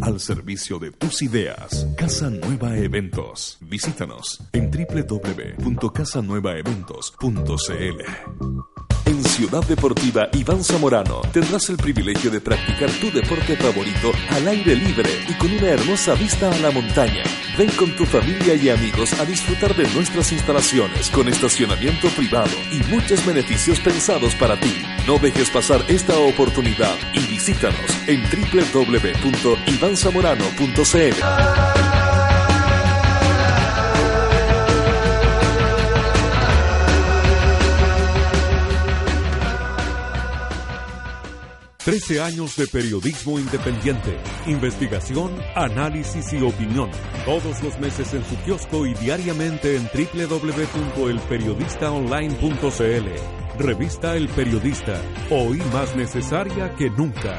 Speaker 1: al servicio de tus ideas. Casa Nueva Eventos. Visítanos en www.casanuevaeventos.cl. En Ciudad Deportiva Iván Zamorano tendrás el privilegio de practicar tu deporte favorito al aire libre y con una hermosa vista a la montaña. Ven con tu familia y amigos a disfrutar de nuestras instalaciones con estacionamiento privado y muchos beneficios pensados para ti. No dejes pasar esta oportunidad y visítanos en www.ivanzamorano.cl.
Speaker 9: Trece años de periodismo independiente, investigación, análisis y opinión. Todos los meses en su kiosco y diariamente en www.elperiodistaonline.cl. Revista El Periodista, hoy más necesaria que nunca.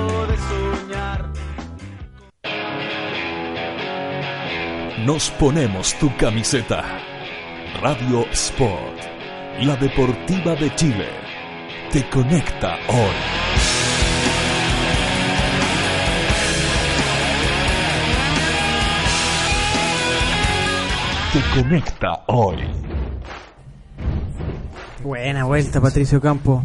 Speaker 1: Nos ponemos tu camiseta. Radio Sport, la deportiva de Chile, te conecta hoy. Te conecta hoy.
Speaker 3: Buena vuelta, Patricio Campo.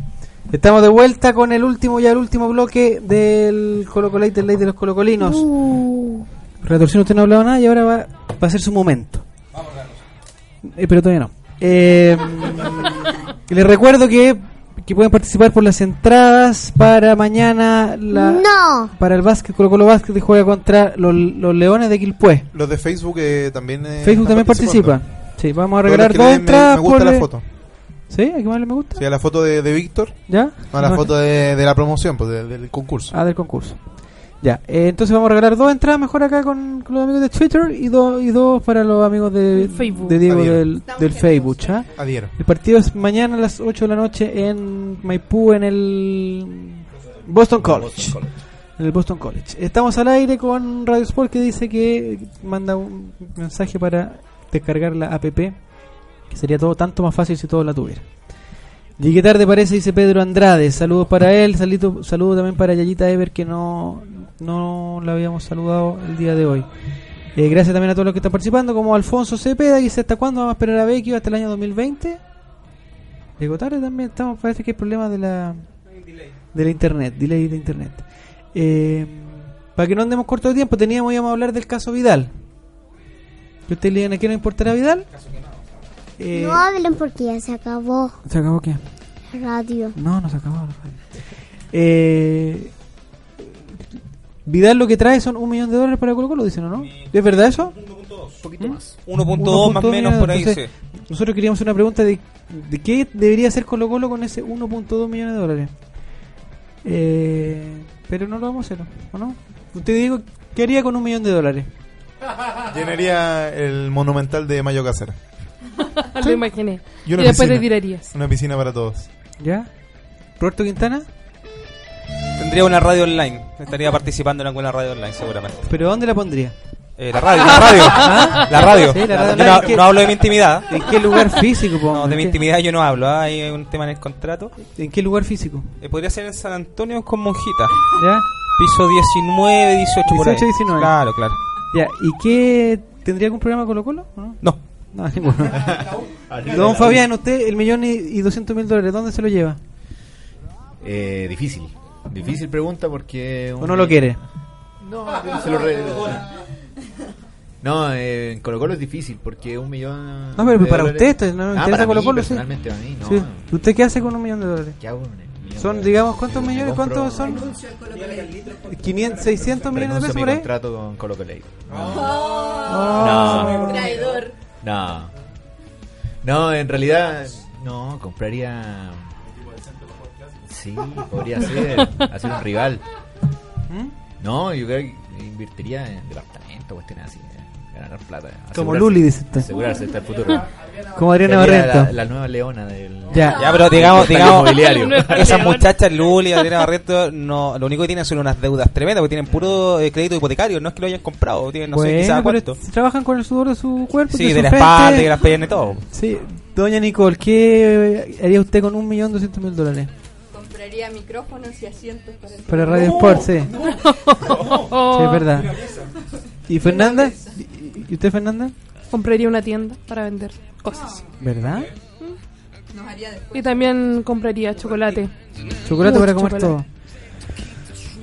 Speaker 3: Estamos de vuelta con el último, ya el último bloque del Colo Colate, del Ley de los Colocolinos. Retorcino, usted no ha hablado nada y ahora va, va a ser su momento. Eh, pero todavía no. Eh, [LAUGHS] les recuerdo que, que pueden participar por las entradas para mañana. La,
Speaker 5: No.
Speaker 3: Para el básquet, Colo Colo Básquet que juega contra los, los Leones de Quilpué.
Speaker 5: Los de Facebook eh, también. eh,
Speaker 3: Facebook
Speaker 5: están
Speaker 3: también participa.
Speaker 5: participando.
Speaker 3: Sí, vamos a
Speaker 5: Todos los
Speaker 3: regalar
Speaker 5: que
Speaker 3: dos
Speaker 5: le den me-
Speaker 3: entradas.
Speaker 5: Me gusta
Speaker 3: por-
Speaker 5: la foto.
Speaker 3: ¿Sí? ¿A quién más le me gusta?
Speaker 5: Sí, a la foto de, de Víctor.
Speaker 3: ¿Ya?
Speaker 5: No, a la
Speaker 3: No,
Speaker 5: foto de, de la promoción, pues de- del concurso.
Speaker 3: Ah, del concurso. Ya, eh, entonces vamos a regalar dos entradas mejor acá con, con los amigos de Twitter y, dos y dos para los amigos de,
Speaker 5: Facebook.
Speaker 3: de Diego
Speaker 5: Adhiero.
Speaker 3: del, del Facebook. ¿ah?
Speaker 5: Adhiero.
Speaker 3: El partido es mañana a las 8 de la noche en Maipú, en el Boston College. En el Boston College. Estamos al aire con Radio Sport que dice que manda un mensaje para descargar la app, que sería todo tanto más fácil si todo la tuviera. Llegué tarde parece, dice Pedro Andrade. Saludos para él, salito, saludos también para Yayita Ever que no, no la habíamos saludado el día de hoy. Eh, gracias también a todos los que están participando, como Alfonso Cepeda, que dice ¿hasta cuándo vamos a esperar a Becky? ¿Hasta el año 2020? Llegó tarde también, estamos, parece que hay problemas de la, de la internet, delay de internet. Eh, para que no andemos corto de tiempo, teníamos íbamos a hablar del caso Vidal. ¿Y ustedes le digan a qué no importará Vidal? Eh,
Speaker 13: No hablen porque ya se acabó
Speaker 3: ¿Se acabó qué?
Speaker 13: la radio.
Speaker 3: No, no se acabó. Eh, Vidal lo que trae son un millón de dólares para Colo Colo, dicen, ¿o no? ¿Es verdad eso?
Speaker 7: poquito más. 1.2 más o menos por ahí,
Speaker 3: ¿Mm? Entonces, Nosotros queríamos hacer una pregunta de, de qué debería hacer Colo Colo con ese 1.2 millones de dólares. Eh, pero no lo vamos a hacer, ¿o no? Usted digo, ¿qué haría con un millón de dólares?
Speaker 5: Llenaría el monumental de Mayo Casera.
Speaker 4: [LAUGHS] Lo imaginé. Y,
Speaker 5: Y una
Speaker 4: después te
Speaker 5: piscina.
Speaker 4: tirarías.
Speaker 5: Una piscina para todos.
Speaker 3: ¿Ya? ¿Roberto Quintana?
Speaker 7: Tendría una radio online. Estaría participando en alguna radio online, seguramente.
Speaker 3: ¿Pero dónde la pondría?
Speaker 7: Eh, la radio, la radio.
Speaker 3: [LAUGHS] ¿Ah?
Speaker 7: La radio.
Speaker 3: Sí, la radio.
Speaker 7: Yo no-
Speaker 3: ¿En qué-
Speaker 7: no hablo de mi intimidad.
Speaker 3: ¿En qué lugar físico? po?
Speaker 7: No, de mi
Speaker 3: ¿En qué-
Speaker 7: intimidad yo no hablo. ah, Hay un tema en el contrato.
Speaker 3: ¿En qué lugar físico?
Speaker 7: Eh, podría ser en San Antonio con Monjita.
Speaker 3: ¿Ya?
Speaker 7: Piso 19, 18, por ahí.
Speaker 3: 18, 19.
Speaker 7: Claro, claro.
Speaker 3: ¿Ya? ¿Y qué? ¿Tendría algún programa Colo Colo? o No.
Speaker 7: No.
Speaker 3: No, ninguno. Don Fabián, usted el millón y, y 200 mil dólares, ¿dónde se lo lleva?
Speaker 8: Eh, difícil. Difícil pregunta porque...
Speaker 3: ¿O no lo quiere?
Speaker 8: No, se lo re- No, eh, en Colo Colo es difícil porque un millón...
Speaker 3: No, pero
Speaker 8: de
Speaker 3: para
Speaker 8: dólares-
Speaker 3: usted, esto, no
Speaker 8: Ah,
Speaker 3: me interesa
Speaker 8: para
Speaker 3: Colo
Speaker 8: mí,
Speaker 3: Colo, sí.
Speaker 8: personalmente a mí, no.
Speaker 3: Sí. ¿Usted qué hace con un millón de dólares?
Speaker 8: ¿Qué hago con un millón
Speaker 3: Son,
Speaker 8: de
Speaker 3: digamos,
Speaker 8: dólares?
Speaker 3: ¿cuántos
Speaker 8: Me
Speaker 3: millones?
Speaker 8: compro-
Speaker 3: ¿Cuántos son? 500, 600 millones de
Speaker 8: Renuncio a
Speaker 3: pesos
Speaker 8: mi
Speaker 3: por ahí.
Speaker 8: contrato con Colo Colo.
Speaker 3: Oh. Ah.
Speaker 8: No. No. No, en realidad, no, compraría. Sí, podría ser. Hacer un rival.
Speaker 3: ¿Mm?
Speaker 8: No, yo creo que invertiría en departamento, cuestiones así. eh, Ganar plata.
Speaker 3: Como
Speaker 8: asegurarse-
Speaker 3: Luli, dice usted.
Speaker 8: Asegurarse hasta el futuro.
Speaker 3: Como Adriana
Speaker 8: Sería
Speaker 3: Barreto.
Speaker 8: La, la nueva leona del.
Speaker 3: Ya.
Speaker 7: Ya, pero digamos,
Speaker 8: del
Speaker 7: digamos,
Speaker 8: inmobiliario.
Speaker 7: esas muchachas Luli y Adriana Barreto, no, lo único que tienen son unas deudas tremendas, porque tienen puro eh, crédito hipotecario, no es que lo hayan comprado, tienen, no sé,
Speaker 3: Bueno,
Speaker 7: quizás
Speaker 3: pero
Speaker 7: cuánto.
Speaker 3: se trabajan con el sudor de su cuerpo.
Speaker 7: Sí,
Speaker 3: su
Speaker 7: de la
Speaker 3: frente.
Speaker 7: espalda, de las piernas y todo.
Speaker 3: Sí. Doña Nicole, ¿qué haría usted con un millón doscientos mil dólares?
Speaker 6: Compraría micrófonos y asientos para, el
Speaker 3: Para Radio
Speaker 6: programa.
Speaker 3: Sport, sí. Sí, es verdad. ¿Y Fernanda? ¿Y- ¿Y usted, Fernanda?
Speaker 4: Compraría una tienda para vender cosas.
Speaker 3: ¿Verdad?
Speaker 4: Y también compraría chocolate.
Speaker 3: Chocolate
Speaker 4: Mucho
Speaker 3: para comer
Speaker 4: chocolate.
Speaker 3: todo.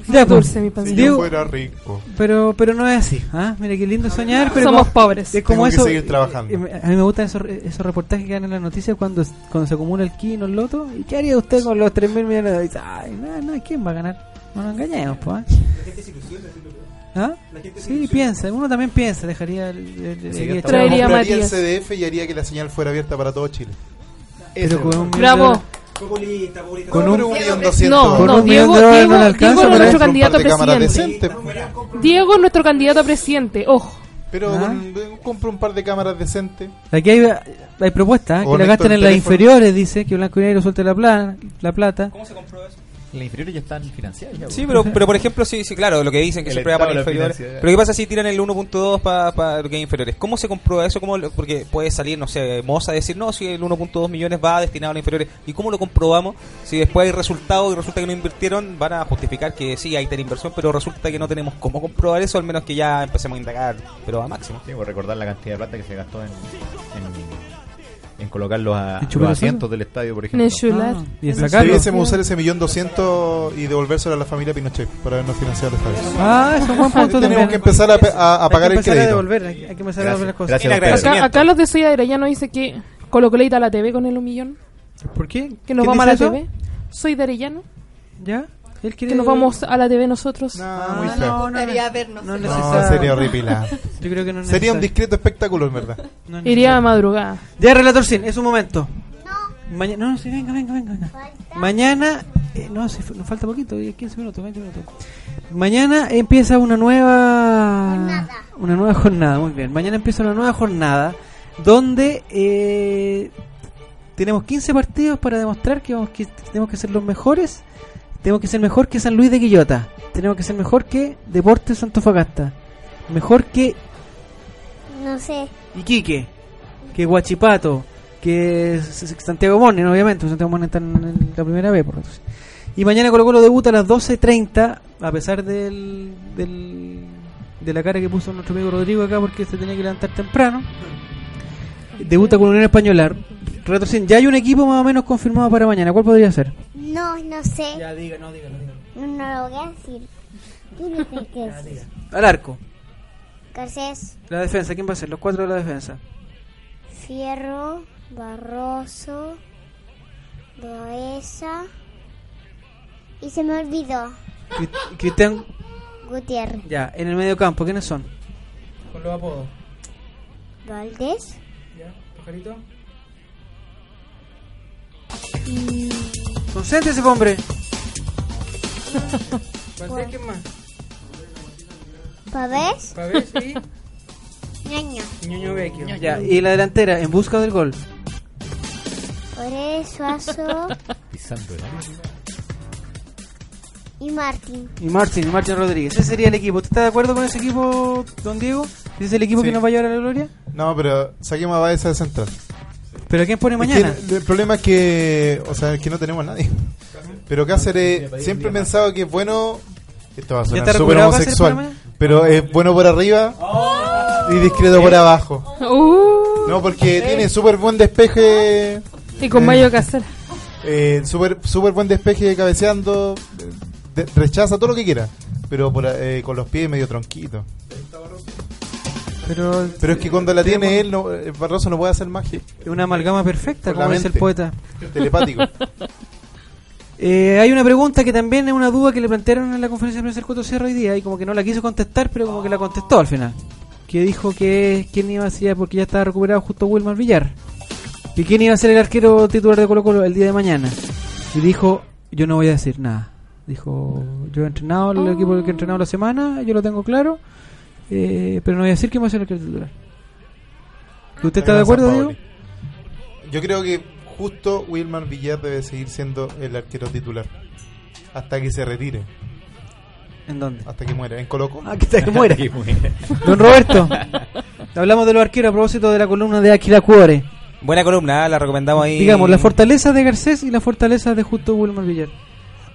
Speaker 3: Ya, pues.
Speaker 4: Dulce, mi pancita.
Speaker 5: Si yo
Speaker 3: Diego,
Speaker 5: fuera rico.
Speaker 3: pero, pero no es así. ¿ah? Mira qué lindo soñar, pero
Speaker 4: Somos
Speaker 3: como-
Speaker 4: pobres.
Speaker 3: Es como
Speaker 5: Tengo que
Speaker 3: eso.
Speaker 5: seguir trabajando.
Speaker 3: eh, eh, A mí me gustan esos, re- esos reportajes que dan en las noticias cuando, cuando se acumula el kino, el loto. ¿Y qué haría usted con los 3 mil millones de dólares? Ay, no, no, ¿quién va a ganar? No nos engañemos, pues. ¿Ah? Sí, piensa. Uno también piensa. Dejaría el. el- el-
Speaker 8: Sí, hasta
Speaker 3: el- el-
Speaker 4: Traería a
Speaker 5: compraría el
Speaker 4: Matías.
Speaker 5: CDF y haría que la señal fuera abierta para todo Chile.
Speaker 3: Pero con un millón de
Speaker 4: Bravo.
Speaker 3: dólares- Con un,
Speaker 5: Pero un millón
Speaker 4: No,
Speaker 5: doscientos.
Speaker 3: Con
Speaker 4: no,
Speaker 3: un millón
Speaker 4: Diego,
Speaker 3: de dólares
Speaker 4: Diego,
Speaker 3: no le
Speaker 4: Diego es
Speaker 5: Pero
Speaker 3: alcanza para pues.
Speaker 4: nuestro
Speaker 5: comprar un par
Speaker 4: candidato
Speaker 5: de cámaras
Speaker 4: presidente.
Speaker 5: decentes.
Speaker 4: Diego es nuestro candidato a presidente, ojo.
Speaker 5: Pero
Speaker 3: Ah.
Speaker 5: con- compro un par de cámaras decentes.
Speaker 3: Aquí hay, hay propuestas. ¿ah? Que
Speaker 5: Conecto
Speaker 3: la gasten
Speaker 5: el
Speaker 3: en las
Speaker 5: teléfono.
Speaker 3: inferiores, dice. Que Blanco y Negro suelte la, pla- la plata.
Speaker 7: ¿Cómo se compró eso?
Speaker 8: Las inferiores ya están financiadas. ya,
Speaker 7: Sí,
Speaker 8: pues.
Speaker 7: pero, pero por ejemplo, sí, sí, claro, lo que dicen que
Speaker 8: El
Speaker 7: siempre va para
Speaker 8: Estado lo
Speaker 7: inferiores.
Speaker 8: financia, ya.
Speaker 7: Pero ¿qué pasa si tiran el 1.2 para lo que es inferiores? ¿Cómo se comprueba eso? ¿Cómo lo- porque puede salir, no sé, Moza a decir, no, si el 1.2 millones va destinado a los inferiores. ¿Y cómo lo comprobamos? Si después hay resultados y resulta que no invirtieron, van a justificar que sí, hay inversión, pero resulta que no tenemos cómo comprobar eso, al menos que ya empecemos a indagar, pero a máximo.
Speaker 8: Sí, por recordar la cantidad de plata que se gastó en, en, en colocar los, a-
Speaker 3: ¿En
Speaker 8: los
Speaker 3: Chupacabras?
Speaker 8: asientos del estadio, por ejemplo.
Speaker 4: Nechular.
Speaker 3: Ah, y a sacarlo.
Speaker 5: Debiésemos usar ese millón doscientos y devolvérselo a la familia Pinochet para habernos financiado el estadio.
Speaker 3: Ah, es un buen punto
Speaker 5: Tenemos
Speaker 3: también.
Speaker 5: que empezar a, pe- a- a
Speaker 3: Hay que
Speaker 5: pagar el
Speaker 3: empezar a
Speaker 5: crédito.
Speaker 3: devolver, hay, hay que empezar a devolver las cosas.
Speaker 8: Gracias, don
Speaker 7: Inagradable.
Speaker 8: Pedro.
Speaker 4: Acá, acá los de Soya Arellano dice que colocó leita a la TV con el un millón.
Speaker 3: ¿Por qué?
Speaker 4: Que nos
Speaker 3: ¿Quién
Speaker 4: vamos a la
Speaker 3: dice eso?
Speaker 4: TV. Soy de Arellano.
Speaker 3: ¿Ya? Él quiere-
Speaker 4: Que nos vamos a la TV nosotros.
Speaker 5: No,
Speaker 3: Ah,
Speaker 5: muy feo.
Speaker 3: no, no,
Speaker 6: Gustaría
Speaker 3: no.
Speaker 6: vernos.
Speaker 3: No es
Speaker 5: No,
Speaker 3: necesario.
Speaker 5: sería horripilante.
Speaker 3: [LAUGHS] Yo creo que no es
Speaker 5: Sería un
Speaker 3: necesario.
Speaker 5: discreto espectáculo, en verdad.
Speaker 3: No es
Speaker 4: Iría a madrugada.
Speaker 3: necesario. Ya, relator Sin, es un momento. No. Mañana, no, sí, venga, venga, venga. venga. Mañana, eh, no, sí, nos falta poquito, eh, 15 minutos, 20 minutos. Mañana empieza una nueva jornada. Una nueva jornada, muy bien. Mañana empieza una nueva jornada donde eh, tenemos 15 partidos para demostrar que, vamos, que tenemos que ser los mejores. Tenemos que ser mejor que San Luis de Quillota. Tenemos que ser mejor que Deportes Santofagasta. Mejor que
Speaker 13: No sé.
Speaker 3: Iquique, que Guachipato, que S- S- Santiago Morning, obviamente, Santiago Morning está en en la primera vez, por lo tanto. Y mañana Colo Colo debuta a las 12.30, a pesar del, del- de la cara que puso nuestro amigo Rodrigo acá porque se tenía que levantar temprano. Debuta con Unión Española. Retroceden. Ya hay un equipo más o menos confirmado para mañana. ¿Cuál podría ser?
Speaker 13: No, no sé.
Speaker 3: diga, no, diga,
Speaker 13: No, no lo voy a decir. Tiene
Speaker 3: [LAUGHS]
Speaker 13: que decir.
Speaker 3: Al arco.
Speaker 13: Garcés,
Speaker 3: La defensa, ¿quién va a ser? Los cuatro de la defensa.
Speaker 13: Fierro, Barroso, Boesa. Y se me olvidó.
Speaker 3: Cri- Cristian
Speaker 13: Gutiérrez.
Speaker 3: Ya, en el medio campo, ¿quiénes son? Con los apodos.
Speaker 13: Valdés.
Speaker 3: Ya, pajarito. Concéntrese, hombre.
Speaker 13: Valdés,
Speaker 3: ¿quién más?
Speaker 13: [LAUGHS] Pavés.
Speaker 3: Pavés
Speaker 13: [LAUGHS]
Speaker 3: y-
Speaker 13: Ñaño.
Speaker 3: Ñuño Vecchio. Ya, y la delantera, en busca del gol.
Speaker 13: Ore, Suazo
Speaker 8: Pisando el
Speaker 6: [LAUGHS]
Speaker 13: y Martín.
Speaker 3: Y Martín, y Martín Rodríguez. Ese sería el equipo. ¿Usted está de acuerdo con ese equipo, don Diego? ¿Ese es el equipo
Speaker 5: Sí.
Speaker 3: que nos va a llevar a la gloria?
Speaker 5: No, pero saquemos a Baeza de central.
Speaker 3: ¿Pero quién pone
Speaker 5: Es
Speaker 3: mañana?
Speaker 5: que el problema es que, o sea, es que no tenemos a nadie. Pero Cáceres, siempre he pensado que es bueno. Esto va a sonar
Speaker 3: está
Speaker 5: súper
Speaker 3: recuperado Cáceres para
Speaker 5: homosexual. Pero es bueno por arriba y discreto
Speaker 3: Oh.
Speaker 5: por abajo. No, porque
Speaker 4: Sí.
Speaker 5: tiene súper buen despeje.
Speaker 4: Uh. Y con
Speaker 5: Eh,
Speaker 4: Mayo Casera.
Speaker 5: eh, súper super buen despeje cabeceando. eh, de- rechaza todo lo que quiera. Pero por, eh, con los pies medio tronquito.
Speaker 3: Pero,
Speaker 5: Pero es que cuando la tiene él, no, eh, Barroso no puede hacer magia.
Speaker 3: Es una amalgama perfecta,
Speaker 5: Con la
Speaker 3: Ah, como dice el
Speaker 5: mente.
Speaker 3: poeta.
Speaker 5: Telepático.
Speaker 3: [LAUGHS] Eh, hay una pregunta que también es una duda que le plantearon en la conferencia de prensa del Coto Cerro hoy día y como que no la quiso contestar, pero como que la contestó al final. Que dijo que quién iba a ser, porque ya estaba recuperado justo Wilmar Villar. Que quién iba a ser el arquero titular de Colo Colo el día de mañana. Y dijo, yo no voy a decir nada. Dijo, yo he entrenado, el equipo
Speaker 4: Oh.
Speaker 3: que he entrenado la semana, yo lo tengo claro, eh, pero no voy a decir quién va a ser el arquero titular. ¿Usted está de acuerdo, Diego?
Speaker 5: Yo creo que justo Wilmar Villar debe seguir siendo el arquero titular. Hasta que se retire.
Speaker 3: ¿En dónde?
Speaker 5: Hasta que muera. ¿En Coloco?
Speaker 3: [LAUGHS] Hasta [LAUGHS]
Speaker 7: [LAUGHS]
Speaker 3: que muera. Don Roberto, hablamos de los arqueros a propósito de la columna de Aquila Cuore.
Speaker 7: Buena columna, ah, la recomendamos ahí.
Speaker 3: Digamos, la fortaleza de Garcés y la fortaleza de Justo Wilmar Villar.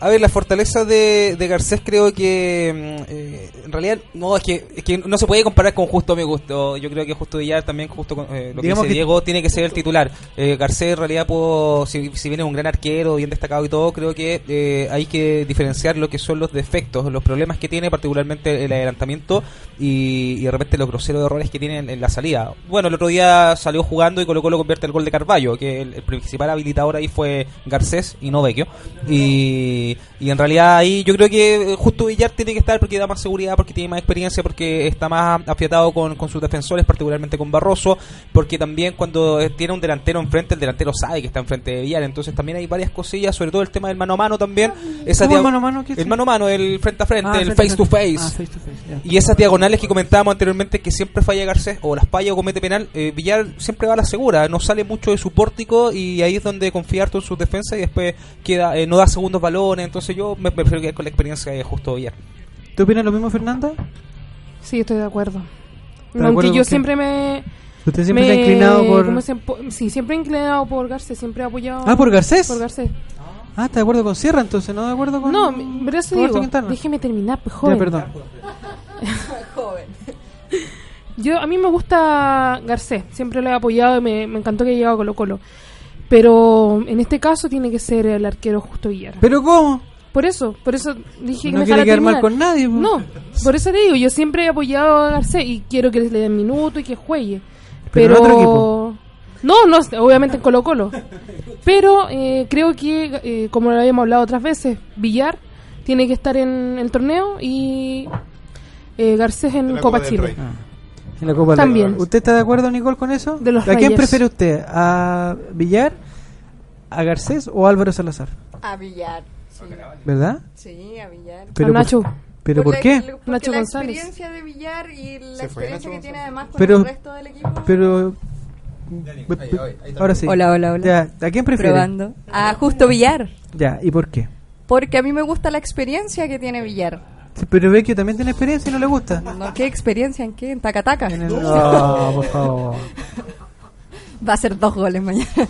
Speaker 7: A ver, la fortaleza de, de Garcés creo que mm, eh, en realidad no es que, es que no se puede comparar con Justo a mi gusto. Yo creo que Justo Villar también justo con, eh, lo que
Speaker 3: Digamos
Speaker 7: dice
Speaker 3: que-
Speaker 7: Diego tiene que ser el titular. Eh, Garcés en realidad pudo- si, si bien es un gran arquero, bien destacado y todo, creo que eh, hay que diferenciar lo que son los defectos, los problemas que tiene, particularmente el adelantamiento y, y de repente los groseros errores que tiene en, en la salida. Bueno, el otro día salió jugando y Colo Colo convierte el gol de Carballo, que el, el principal habilitador ahí fue Garcés y no Vecchio. Y, y en realidad ahí yo creo que eh, justo Villar tiene que estar porque da más seguridad, porque tiene más experiencia, porque está más afiatado con, con sus defensores, particularmente con Barroso, porque también cuando eh, tiene un delantero enfrente, el delantero sabe que está enfrente de Villar. Entonces también hay varias cosillas, sobre todo el tema del mano a mano también. Esa
Speaker 3: ¿Cómo el
Speaker 7: dia-
Speaker 3: mano a mano? ¿Qué es?
Speaker 7: el mano a mano, el frente a frente,
Speaker 3: Ah,
Speaker 7: el
Speaker 3: frente a
Speaker 7: face to
Speaker 3: frente.
Speaker 7: face.
Speaker 3: Ah, face to face, ya.
Speaker 7: Y esas diagonales que comentábamos anteriormente que siempre falla Garcés o las falla o comete penal, eh, Villar siempre va a la segura, no sale mucho de su pórtico y ahí es donde confía harto en sus defensas y después queda eh, no da segundos balones. Entonces yo me, me prefiero quedar con la experiencia de justo Villar.
Speaker 3: ¿Tú opinas lo mismo, Fernanda?
Speaker 4: Sí, estoy de acuerdo.
Speaker 3: ¿Está de
Speaker 4: Aunque
Speaker 3: acuerdo
Speaker 4: yo
Speaker 3: con
Speaker 4: siempre me...
Speaker 3: Usted siempre
Speaker 4: me-
Speaker 3: se ha inclinado por-
Speaker 4: ¿cómo se po- sí, siempre he inclinado por Garcés, siempre he apoyado...
Speaker 3: Ah, ¿por Garcés?
Speaker 4: Por Garcés.
Speaker 3: Ah, ¿está de acuerdo con Sierra entonces? ¿No de acuerdo con.?
Speaker 4: No, mi- pero eso
Speaker 3: Roberto
Speaker 4: digo,
Speaker 3: Quintana.
Speaker 4: déjeme terminar, pues, joven.
Speaker 3: Ya, perdón.
Speaker 6: Joven.
Speaker 4: Yo, a mí me gusta Garcés, siempre lo he apoyado y me, me encantó que haya llegado a Colo Colo. Pero en este caso tiene que ser el arquero Justo Villar.
Speaker 3: ¿Pero cómo?
Speaker 4: Por eso, por eso dije que
Speaker 3: No
Speaker 4: me
Speaker 3: quiere
Speaker 4: dejara
Speaker 3: quedar mal
Speaker 4: terminar.
Speaker 3: con nadie, po.
Speaker 4: No, por eso te digo, yo siempre he apoyado a Garcés y quiero que le den minuto y que juegue.
Speaker 3: Pero
Speaker 4: Pero...
Speaker 3: en otro equipo.
Speaker 4: No, no, obviamente en Colo Colo. Pero eh, creo que, eh, como lo habíamos hablado otras veces, Villar tiene que estar en el torneo y eh, Garcés en
Speaker 5: la
Speaker 4: Copa,
Speaker 5: Copa del
Speaker 4: Chile.
Speaker 5: Rey. Ah.
Speaker 3: En la Copa del
Speaker 4: También.
Speaker 3: Rey. ¿Usted está de acuerdo, Nicole, con eso?
Speaker 4: De los
Speaker 3: ¿A quién
Speaker 4: Rangers.
Speaker 3: prefiere usted? ¿A Villar, a Garcés o a Álvaro Salazar?
Speaker 6: A Villar. sí.
Speaker 3: ¿Verdad?
Speaker 6: Sí, a Villar. Pues
Speaker 3: Pero por- ¿Pero por
Speaker 6: la-
Speaker 3: qué?
Speaker 6: porque
Speaker 4: Nacho
Speaker 6: la
Speaker 4: González.
Speaker 6: experiencia de Villar y la
Speaker 4: Se fue
Speaker 6: experiencia que
Speaker 4: Nacho
Speaker 6: tiene además con
Speaker 3: Pero.
Speaker 6: el resto del equipo.
Speaker 3: Pero. Ahora sí.
Speaker 6: Hola, hola, hola.
Speaker 3: Ya, ¿A quién prefiere?
Speaker 6: Probando. A Justo Villar.
Speaker 3: Ya, ¿y por qué?
Speaker 6: Porque a mí me gusta la experiencia que tiene Villar.
Speaker 3: Sí, Pero Vecchio también tiene experiencia y no le gusta.
Speaker 6: No, ¿Qué experiencia en qué? ¿En Tacataca?
Speaker 3: No, por
Speaker 6: [LAUGHS]
Speaker 3: favor.
Speaker 6: Va a ser dos goles mañana. [LAUGHS]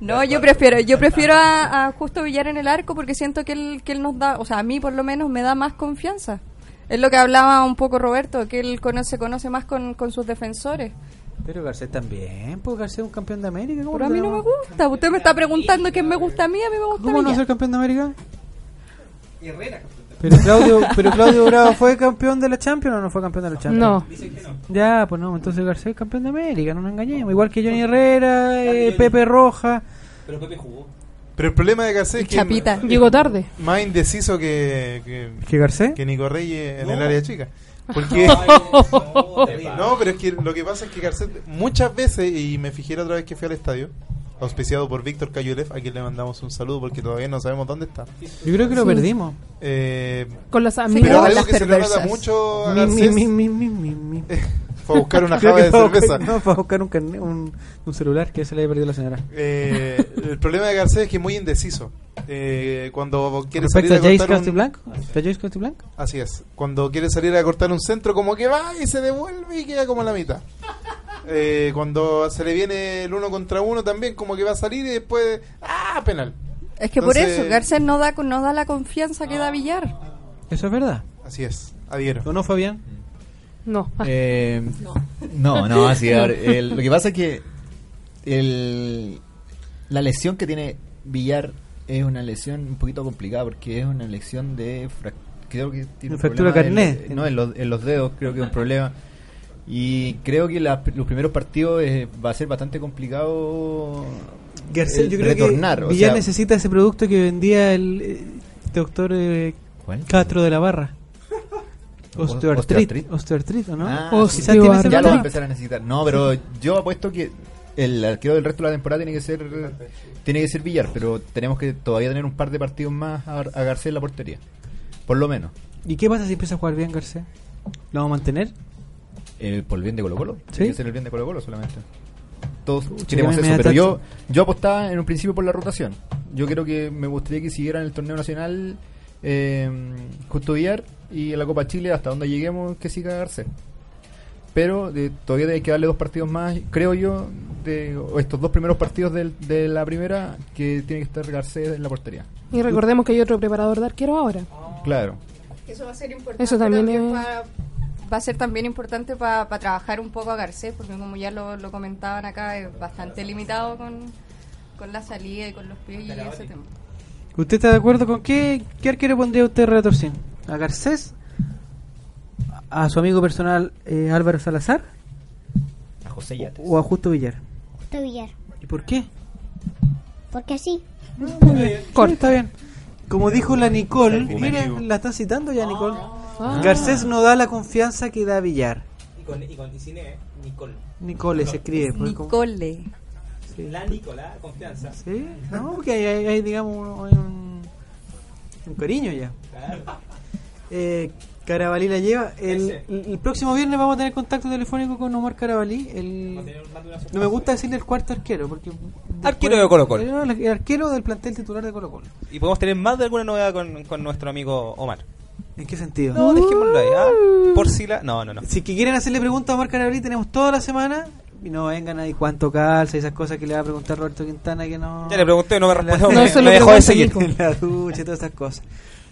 Speaker 6: No, yo prefiero, yo prefiero a, a Justo Villar en el arco porque siento que él, que él nos da, o sea, a mí por lo menos me da más confianza. Es lo que hablaba un poco Roberto, que él conoce, se conoce más con, con sus defensores.
Speaker 3: Pero Garcés también, pues Garcés es un campeón de América. ¿cómo
Speaker 6: Pero a
Speaker 3: lo
Speaker 6: mí no me
Speaker 3: tenemos?
Speaker 6: gusta. Usted me está preguntando quién me gusta a mí, a mí me gusta
Speaker 3: ¿Cómo no
Speaker 6: Villar.
Speaker 3: ser campeón de América? Pero
Speaker 4: [LAUGHS]
Speaker 3: Claudio, pero Claudio Bravo fue campeón de la Champions o no fue campeón de la Champions?
Speaker 4: No.
Speaker 3: Ya, pues no, entonces Garcés es campeón de América, no nos engañemos. Igual que Johnny Herrera, eh, Pepe Roja.
Speaker 7: Pero Pepe jugó.
Speaker 5: Pero el problema de Garcés es que
Speaker 4: Chapita.
Speaker 5: es
Speaker 4: Llegó tarde.
Speaker 5: Más indeciso que que,
Speaker 3: ¿Que Garcés?
Speaker 5: que Nico Reyes en el área chica. Porque [LAUGHS] no, pero es que lo que pasa es que Garcés muchas veces y me fijé la otra vez que fui al estadio auspiciado por Víctor Cayulef, a quien le mandamos un saludo porque todavía no sabemos dónde está.
Speaker 3: Yo creo que lo perdimos.
Speaker 5: Eh,
Speaker 4: Con las amigas.
Speaker 5: pero algo
Speaker 4: Las
Speaker 5: que se le nota
Speaker 4: perversas.
Speaker 5: mucho a
Speaker 3: Mi, mi,
Speaker 5: Garcés
Speaker 3: mi, mi, mi, mi, mi.
Speaker 5: [LAUGHS] fue a buscar una
Speaker 3: Creo
Speaker 5: java
Speaker 3: que
Speaker 5: de
Speaker 3: fue a buscar-
Speaker 5: cerveza.
Speaker 3: No, fue a buscar un, carnet- un, un celular que se le había perdido a la señora.
Speaker 5: Eh, el problema de Garcés es que es muy indeciso. Eh, cuando quiere
Speaker 3: ¿Respecto
Speaker 5: salir
Speaker 3: a
Speaker 5: a
Speaker 3: Jace
Speaker 5: cortar
Speaker 3: Casti
Speaker 5: un,
Speaker 3: Blanco? ¿A Jace Casti Blanco?
Speaker 5: así es, cuando quiere salir a cortar un centro como que va y se devuelve y queda como a la mitad. Eh, cuando se le viene el uno contra uno también como que va a salir y después ah penal.
Speaker 6: Es que
Speaker 5: Entonces-
Speaker 6: por eso, Garcés no da, no da la confianza que da Villar.
Speaker 3: Eso es verdad.
Speaker 5: Así es, adhiero.
Speaker 3: ¿O no, Fabián?
Speaker 4: No. [LAUGHS]
Speaker 8: Eh, no,
Speaker 3: [LAUGHS]
Speaker 8: no, así. ahora, el- lo que pasa es que el, la lesión que tiene Villar es una lesión un poquito complicada porque es una lesión de. frac- Creo que tiene un
Speaker 3: Fractura
Speaker 8: problema en
Speaker 3: carné.
Speaker 8: los- no, en los, en los dedos, creo que es un problema. Y creo que la- los primeros partidos eh, va a ser bastante complicado
Speaker 3: Garcés,
Speaker 8: eh,
Speaker 3: yo creo
Speaker 8: retornar.
Speaker 3: que
Speaker 8: o
Speaker 3: Villar
Speaker 8: sea,
Speaker 3: necesita ese producto que vendía el eh, doctor eh,
Speaker 8: ¿Cuál?
Speaker 3: Castro de
Speaker 8: [LAUGHS]
Speaker 3: la Barra.
Speaker 8: O-
Speaker 3: Osteoartritis, osteoartritis, ¿o ¿no? Oh,
Speaker 8: Ah,
Speaker 3: Quizás tiene
Speaker 8: ya lo va
Speaker 3: ese
Speaker 8: a
Speaker 3: problema.
Speaker 8: empezar a necesitar. No, pero yo apuesto que el arquero del resto de la temporada tiene que ser tiene que ser Villar, pero tenemos que todavía tener un par de partidos más a, a Garcés en la portería. Por lo menos.
Speaker 3: ¿Y qué pasa si empieza a jugar bien Garcés? ¿Lo vamos a mantener?
Speaker 8: Eh, por el bien de Colo Colo.
Speaker 3: ¿Sí?
Speaker 8: Tiene que ser el bien de Colo Colo solamente. Todos
Speaker 3: ya
Speaker 8: queremos
Speaker 3: me
Speaker 8: eso, pero
Speaker 3: atacha.
Speaker 8: yo, yo apostaba en un principio por la rotación. Yo creo que me gustaría que siguieran el torneo nacional eh, Justo Villar y en la Copa Chile hasta donde lleguemos que siga Garcés. Pero eh, todavía hay que darle dos partidos más, creo yo, de o estos dos primeros partidos del- de la primera que tiene que estar Garcés en la portería.
Speaker 4: Y recordemos que hay otro preparador de arquero ahora.
Speaker 8: Claro.
Speaker 6: Eso va a ser importante.
Speaker 4: Eso también es-
Speaker 6: pa- va a ser también importante para trabajar un poco a Garcés, porque como ya lo, lo comentaban acá, es bastante limitado con, con la salida y con los pies y ese tema.
Speaker 3: ¿Usted está de acuerdo con qué, qué arquero pondría usted Relator 100? ¿A Garcés? ¿A su amigo personal eh, Álvaro Salazar?
Speaker 8: A José Yates.
Speaker 3: ¿O a Justo Villar?
Speaker 13: Justo Villar.
Speaker 3: ¿Y por qué?
Speaker 13: Porque así.
Speaker 3: Sí, está bien. Como dijo la Nicole, Ah. mira, la está citando ya Nicole. Garcés no da la confianza que da Villar.
Speaker 7: Y con, y con y sin E, Nicole.
Speaker 3: Nicole se escribe. pues, como-
Speaker 6: Nicole.
Speaker 3: Sí.
Speaker 7: La Nicola, confianza.
Speaker 3: Sí, no, porque hay, hay- hay, digamos, un, hay un, un cariño ya. Eh, Carabalí la lleva. El, el próximo viernes vamos a tener contacto telefónico con Omar Carabalí. El, no me gusta decirle el cuarto arquero, porque.
Speaker 7: Arquero de Colo Colo.
Speaker 3: No, El arquero del plantel titular de Colo Colo.
Speaker 7: Y podemos tener más de alguna novedad con, con nuestro amigo Omar.
Speaker 3: ¿En qué sentido?
Speaker 7: No, dejémoslo ahí. ah, por si la. No, no, no.
Speaker 3: Si que quieren hacerle preguntas a Omar Carabalí, tenemos toda la semana. Y no vengan ahí cuánto calza y esas cosas que le va a preguntar Roberto Quintana que no.
Speaker 7: Ya le pregunté, no me respondió.
Speaker 3: [LAUGHS] No,
Speaker 7: me,
Speaker 3: eso
Speaker 7: me
Speaker 3: lo
Speaker 7: dejó de
Speaker 3: pregunta
Speaker 7: seguir.
Speaker 3: En [LAUGHS] la ducha y todas esas cosas.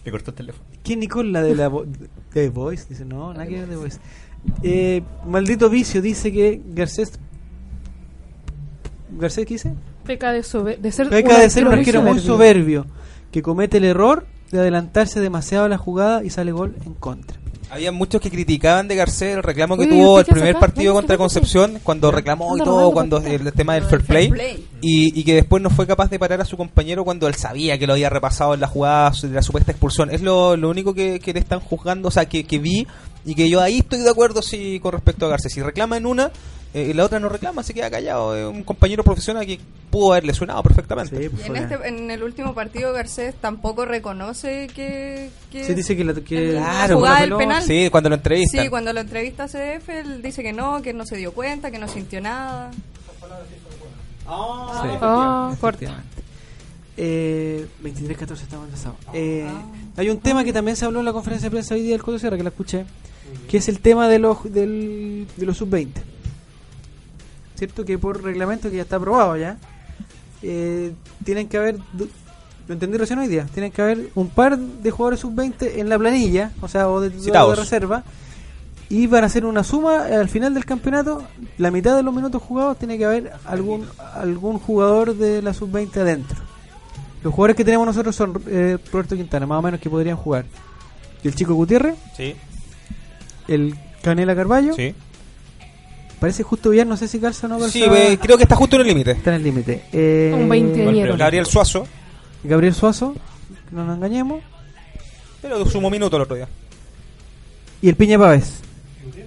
Speaker 8: Le cortó el teléfono.
Speaker 3: ¿Quién Nicole? La de la vo- de Voice. Dice, no, nada que ver de Voice. Eh, maldito vicio dice que Garcés. ¿Garcés qué dice?
Speaker 4: Peca de, sobe- de ser
Speaker 3: Peca de ser un arquero muy
Speaker 4: soberbio.
Speaker 3: soberbio. Que comete el error de adelantarse demasiado a la jugada y sale gol en contra.
Speaker 7: Había muchos que criticaban de Garcés el reclamo que
Speaker 4: Oye,
Speaker 7: tuvo
Speaker 4: ¿usted
Speaker 7: el
Speaker 4: qué hace
Speaker 7: primer
Speaker 4: acá?
Speaker 7: partido
Speaker 4: Ven,
Speaker 7: contra
Speaker 4: siéntate.
Speaker 7: Concepción, cuando reclamó y
Speaker 4: Anda
Speaker 7: todo,
Speaker 4: rodando
Speaker 7: cuando
Speaker 4: por acá.
Speaker 7: el tema del fair play,
Speaker 6: play.
Speaker 7: Y, y que después no fue capaz de parar a su compañero cuando él sabía que lo había repasado en la jugada de la supuesta expulsión. Es lo, lo único que, que le están juzgando, o sea, que, que vi y que yo ahí estoy de acuerdo sí, con respecto a Garcés. Si reclama en una, eh, la otra no reclama, se queda callado. Es un compañero profesional que pudo haberle sonado perfectamente.
Speaker 6: Y en, este, en el último partido Garcés tampoco reconoce que... que
Speaker 3: Se dice que la. Que,
Speaker 6: La jugada del penal.
Speaker 7: Sí, cuando lo entrevistan.
Speaker 6: Sí, cuando lo entrevista a CDF, él dice que no, que no se dio cuenta, que no sintió nada.
Speaker 3: Sí.
Speaker 4: Ah, corta.
Speaker 3: Efectivamente. Eh, 23-14 estamos enlazados. Eh, Hay un tema que también se habló en la conferencia de prensa hoy día del Coto Sierra, que la escuché, que es el tema de los, del, de los sub-20. ¿Cierto? Que por reglamento que ya está aprobado ya, eh, tienen que haber, du- lo entendí recién hoy día, tienen que haber un par de jugadores sub-20 en la planilla, o sea, o de, titular o de
Speaker 7: Citados.
Speaker 3: reserva, y van a hacer una suma eh, al final del campeonato. La mitad de los minutos jugados tiene que haber algún algún jugador de la sub-20 adentro. Los jugadores que tenemos nosotros son eh, Roberto Quintana, más o menos que podrían jugar. El chico Gutiérrez,
Speaker 7: Sí,
Speaker 3: el Canela Carballo.
Speaker 7: sí.
Speaker 3: Parece justo bien, no sé si calza o no calza.
Speaker 7: Sí, ve, creo que está justo en el límite.
Speaker 3: Está en el límite. Eh,
Speaker 4: Un 20. Ingeniero.
Speaker 7: Gabriel Suazo.
Speaker 3: Gabriel Suazo, no nos engañemos.
Speaker 7: Pero sumó minuto el otro día.
Speaker 3: Y el Piña Pávez. Y
Speaker 7: sí,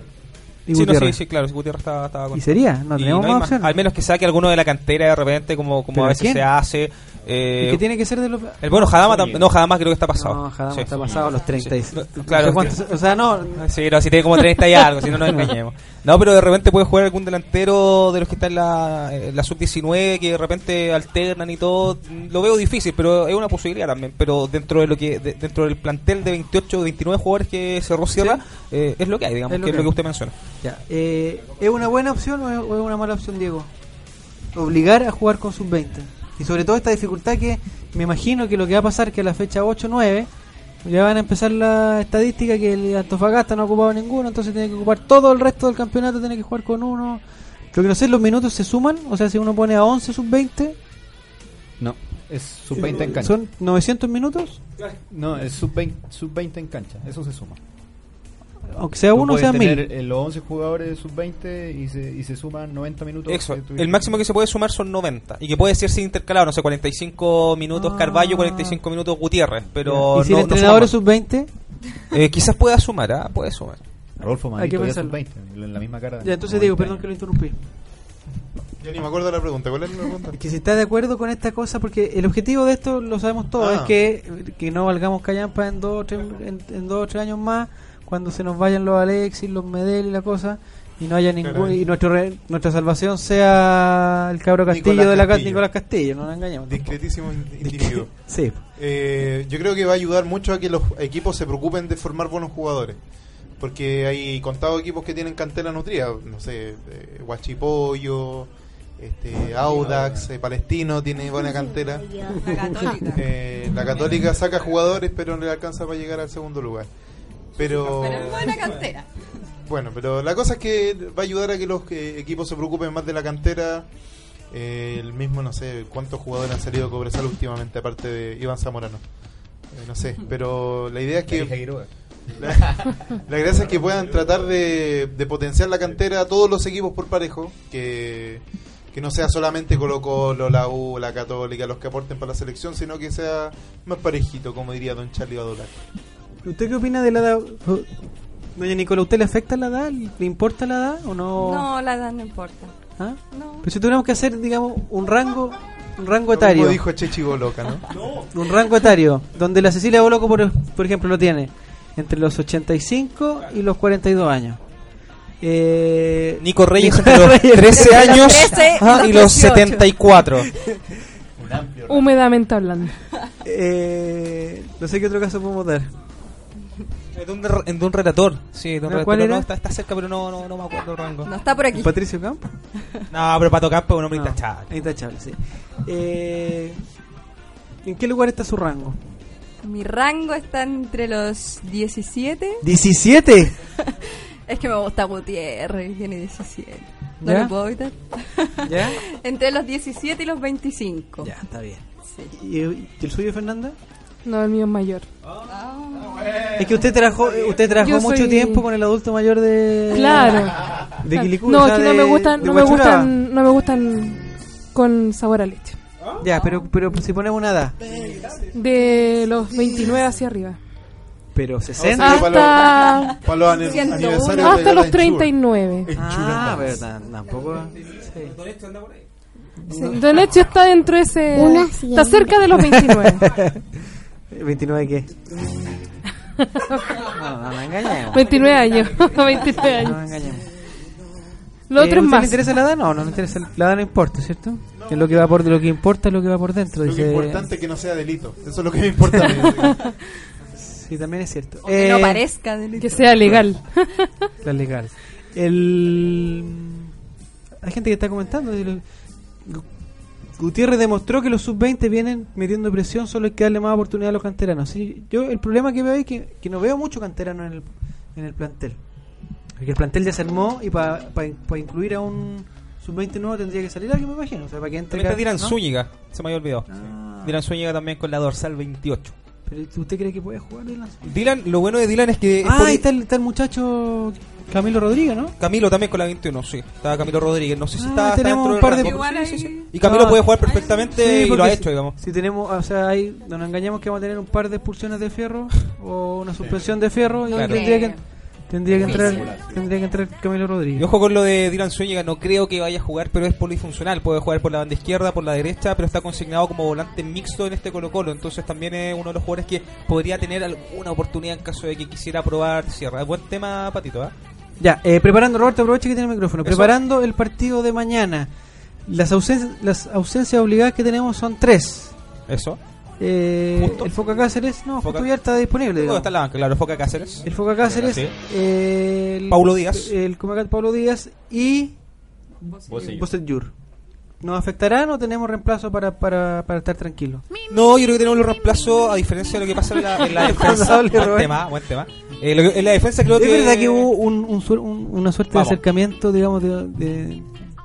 Speaker 7: no, sí,
Speaker 3: Gutiérrez.
Speaker 7: sí, claro, si Gutiérrez estaba, estaba con-
Speaker 3: Y sería, no
Speaker 7: Y
Speaker 3: tenemos
Speaker 7: hay
Speaker 3: más
Speaker 7: más.
Speaker 3: opciones.
Speaker 7: Al menos que saque alguno de la cantera de repente, como, como
Speaker 3: ¿Pero
Speaker 7: a veces
Speaker 3: quién?
Speaker 7: se hace. eh,
Speaker 3: Es que tiene que ser de los.
Speaker 7: El bueno Jadama, tam- no, Jadama creo que está pasado.
Speaker 3: No, Jadama
Speaker 7: Sí.
Speaker 3: está pasado a los 30. y-
Speaker 7: No, Claro,
Speaker 3: No sé cuántos- o sea, no.
Speaker 7: Sí, no, si tiene como 30 y algo, si
Speaker 3: [LAUGHS]
Speaker 7: no nos engañemos. No, pero de repente puede jugar algún delantero de los que está en la, en la sub-19, que de repente alternan y todo. Lo veo difícil, pero es una posibilidad también. Pero dentro de lo que de- dentro del plantel de 28 o 29 jugadores que cerró Sierra, eh, es lo que hay, digamos,
Speaker 3: Es lo
Speaker 7: que es
Speaker 3: que
Speaker 7: lo que
Speaker 3: hay.
Speaker 7: usted menciona.
Speaker 3: Ya, eh, ¿Es una buena opción o es, o es una mala opción, Diego? Obligar a jugar con sub-20. Y sobre todo esta dificultad que me imagino que lo que va a pasar que a la fecha 8-9 ya van a empezar la estadística que el Antofagasta no ha ocupado ninguno, entonces tiene que ocupar todo el resto del campeonato, tiene que jugar con uno. Lo que no sé, los minutos se suman, o sea, si uno pone a 11 sub-20,
Speaker 8: No, es sub-20 en cancha.
Speaker 3: ¿son 900 minutos?
Speaker 8: No, es sub-20 sub-20 en cancha, eso se suma.
Speaker 3: Aunque sea
Speaker 8: Tú
Speaker 3: uno,
Speaker 8: puedes
Speaker 3: sea mil.
Speaker 8: tener, eh, los 11 jugadores sub-20 y se, y se suman 90 minutos.
Speaker 7: Eso,
Speaker 8: que tuviste.
Speaker 7: el máximo que se puede sumar son 90 y que puede ser sin intercalado, no sé, 45 minutos Carballo, 45 minutos Gutiérrez, pero
Speaker 3: Ah. ¿Y si
Speaker 7: no-
Speaker 3: el
Speaker 7: no
Speaker 3: entrenador
Speaker 7: suma
Speaker 3: es sub-20?
Speaker 7: más. Eh, quizás pueda sumar, ¿ah? puede sumar.
Speaker 8: Rodolfo
Speaker 3: [LAUGHS] Hay que
Speaker 8: Manito es
Speaker 3: pensarlo.
Speaker 8: sub-20, en la misma cara.
Speaker 3: Ya, entonces Diego, perdón que lo interrumpí.
Speaker 5: Yo ni me acuerdo de la pregunta. ¿Cuál es la pregunta?
Speaker 3: que si estás de acuerdo con esta cosa, porque el objetivo de esto lo sabemos todos,
Speaker 5: Ah.
Speaker 3: es que, que no valgamos callampa en dos, o tres, en, en dos o tres años más, cuando se nos vayan los Alexis, los Medel y la cosa, y no haya ningún,
Speaker 5: Caray.
Speaker 3: y nuestro re- nuestra salvación sea el cabro Castillo
Speaker 5: Nicolás
Speaker 3: de la ca-
Speaker 5: Castillo.
Speaker 3: Nicolás Castillo, no nos engañemos.
Speaker 5: Discretísimo in- individuo.
Speaker 3: [LAUGHS] Sí.
Speaker 5: Eh, yo creo que va a ayudar mucho a que los equipos se preocupen de formar buenos jugadores. Porque hay contados equipos que tienen cantera nutrida. No sé, eh, Guachipollo, este, Audax, eh, Palestino tiene buena cantera.
Speaker 6: La Católica.
Speaker 5: [LAUGHS] Eh, la Católica saca jugadores, pero no le alcanza para llegar al segundo lugar. Pero.
Speaker 6: Pero buena cantera.
Speaker 5: Bueno, pero la cosa es que va a ayudar a que los eh, equipos se preocupen más de la cantera. Eh, el mismo, no sé, cuántos jugadores han salido de Cobresal últimamente, aparte de Iván Zamorano. Eh, no sé, pero la idea es que...
Speaker 8: Dije Quiroga.
Speaker 5: [LAUGHS] La, la gracia es que puedan tratar de, de potenciar la cantera a todos los equipos por parejo, que, que no sea solamente Colo Colo, la U, la Católica, los que aporten para la selección, sino que sea más parejito, como diría Don Charlie Badolar.
Speaker 3: ¿Usted qué opina de la edad? Doña Nicola, ¿usted le afecta la edad? ¿Le importa la edad o no?
Speaker 6: No, la edad no importa.
Speaker 3: ¿Ah?
Speaker 6: No.
Speaker 3: Pero si tuviéramos que hacer, digamos, un rango, un rango
Speaker 5: Como
Speaker 3: etario.
Speaker 5: dijo Chechi Boloca, ¿no?
Speaker 3: [LAUGHS] un rango etario donde la Cecilia Boloco por, por ejemplo lo tiene entre los 85 y los 42 años eh,
Speaker 7: Nico Reyes entre
Speaker 3: [LAUGHS]
Speaker 7: los 13 años ah, y los 74.
Speaker 4: Húmedamente hablando.
Speaker 3: [LAUGHS] eh, no sé qué otro caso podemos dar
Speaker 7: Eh, De un, re- de un relator, sí, de un
Speaker 3: ¿No,
Speaker 7: relator.
Speaker 3: cuál
Speaker 7: pero
Speaker 3: era?
Speaker 7: No, está, está cerca, pero no, no, no me acuerdo el rango.
Speaker 6: No está por aquí.
Speaker 3: Patricio Campo
Speaker 7: No, pero pues, Pato Campo es un hombre intachable.
Speaker 3: intachable sí Eh, ¿en qué lugar está su rango?
Speaker 6: Mi rango está entre los 17.
Speaker 3: ¿17?
Speaker 6: Es que me gusta Gutiérrez, tiene 17. No
Speaker 3: ¿Ya?
Speaker 6: lo puedo evitar.
Speaker 3: [LAUGHS] ¿ya?
Speaker 6: [LAUGHS] Entre los 17 y los 25.
Speaker 3: ya está bien ¿Y, y el suyo Fernanda?
Speaker 4: No, el mío es mayor.
Speaker 3: es que usted trabajó eh, usted trabajó
Speaker 4: Yo
Speaker 3: mucho
Speaker 4: soy-
Speaker 3: tiempo con el adulto mayor de
Speaker 4: Claro.
Speaker 3: de Quilicura
Speaker 4: No, es que no me gustan,
Speaker 3: gustan
Speaker 4: no me gustan, no me gustan con sabor a leche.
Speaker 3: Ya, pero, pero pues, si ponemos una edad,
Speaker 4: De los 29 hacia arriba.
Speaker 3: pero
Speaker 5: Ah,
Speaker 3: 60.
Speaker 5: sí,
Speaker 4: Hasta,
Speaker 5: Para los ane- aniversarios de
Speaker 4: hasta
Speaker 5: Galán
Speaker 4: los
Speaker 5: Chur.
Speaker 4: 39.
Speaker 5: El
Speaker 3: Ah,
Speaker 5: Churandaz.
Speaker 3: pero tan- tampoco.
Speaker 4: Don Ezio está dentro de ese...
Speaker 13: Una
Speaker 4: Está cerca de los
Speaker 3: [LAUGHS]
Speaker 4: 29. [LAUGHS]
Speaker 3: 29 qué? no, no, no engañemos.
Speaker 4: 29 años. [LAUGHS] 29
Speaker 3: No nos
Speaker 4: años.
Speaker 3: engañemos.
Speaker 4: Lo otro es
Speaker 3: Eh, ¿usted le
Speaker 4: más.
Speaker 3: interesa la edad? No, no le interesa. La edad no importa, ¿cierto? Que lo que va por lo que importa es lo que va por dentro,
Speaker 5: Lo que
Speaker 3: dice.
Speaker 5: importante es que no sea delito. Eso es lo que me importa. a
Speaker 7: [LAUGHS]
Speaker 3: [LAUGHS]
Speaker 5: mí.
Speaker 3: Sí, también es cierto.
Speaker 6: Que no
Speaker 3: Eh,
Speaker 6: parezca. delito.
Speaker 4: Que
Speaker 6: [LAUGHS]
Speaker 4: sea legal.
Speaker 3: La legal. El... Hay gente que está comentando. si lo- Gu- Gutiérrez demostró que los sub-20 vienen metiendo presión, solo hay que darle más oportunidad a los canteranos. Sí, yo el problema que veo es que, que no veo mucho canterano en el, en el plantel. Porque el plantel ya se armó y para incluir a un sub-20 nuevo tendría que salir alguien, me imagino. O sea, para que entre
Speaker 7: También está
Speaker 3: cada-
Speaker 7: Dylan
Speaker 3: ¿no?
Speaker 7: Zúñiga, se me había olvidado.
Speaker 3: Ah,
Speaker 7: Dylan Zúñiga también con la dorsal 28.
Speaker 3: pero ¿Usted cree que puede jugar Dylan?
Speaker 7: Dylan, lo bueno de Dylan es que es
Speaker 3: Ah,
Speaker 7: poli-
Speaker 3: ahí está el, está el muchacho Camilo Rodríguez, ¿no?
Speaker 7: Camilo también con la 21, sí. Estaba Camilo Rodríguez. No sé si
Speaker 3: Ah,
Speaker 7: está, está
Speaker 3: tenemos
Speaker 7: dentro
Speaker 3: un par
Speaker 7: del
Speaker 3: de-
Speaker 7: rango.
Speaker 3: Igual
Speaker 7: Sí,
Speaker 3: ahí-
Speaker 7: sí, sí. Y Camilo
Speaker 3: No.
Speaker 7: puede jugar perfectamente
Speaker 3: Sí,
Speaker 7: y lo
Speaker 3: porque
Speaker 7: ha
Speaker 3: si-
Speaker 7: hecho, digamos.
Speaker 3: Si tenemos, o sea, ahí no nos engañamos que vamos a tener un par de expulsiones de fierro o una suspensión de fierro y ahí
Speaker 7: Claro.
Speaker 3: tendría que tendría que entrar
Speaker 7: Difícil.
Speaker 3: tendría que entrar Camilo Rodríguez.
Speaker 7: Y ojo con lo de Dylan Zúñiga, no creo que vaya a jugar, pero es polifuncional. Puede jugar por la banda izquierda, por la derecha, pero está consignado como volante mixto en este Colo-Colo. Entonces también es uno de los jugadores que podría tener alguna oportunidad en caso de que quisiera probar Sierra. Buen tema, Patito, ¿ah?
Speaker 3: Ya, eh, preparando, Roberto, aprovecha que tiene el micrófono.
Speaker 7: Eso.
Speaker 3: Preparando el partido de mañana. Las ausencias, las ausencias obligadas que tenemos son tres.
Speaker 7: Eso.
Speaker 3: Eh, el Foca Cáceres, no,
Speaker 7: Foca-
Speaker 3: Justo ya está disponible.
Speaker 7: ¿Dónde
Speaker 3: digamos.
Speaker 7: está la banca? Claro, Foca Cáceres.
Speaker 3: El Foca Cáceres,
Speaker 7: Sí.
Speaker 3: eh, el-
Speaker 7: Paulo Díaz.
Speaker 3: el Comacat Paulo Díaz y
Speaker 7: Bosellur.
Speaker 3: Bosellur. ¿Nos afectarán o tenemos reemplazo para, para, para estar tranquilos?
Speaker 7: No, yo creo que tenemos los reemplazos, a diferencia de lo que pasa en
Speaker 3: [LAUGHS]
Speaker 7: la, en la defensa.
Speaker 3: Responsable,
Speaker 7: buen
Speaker 3: Roberto.
Speaker 7: tema, buen tema. Eh, lo que- en la defensa creo
Speaker 3: es
Speaker 7: que...
Speaker 3: verdad que hubo un- un suer- un- una suerte
Speaker 7: Vamos.
Speaker 3: de acercamiento, digamos, de, de-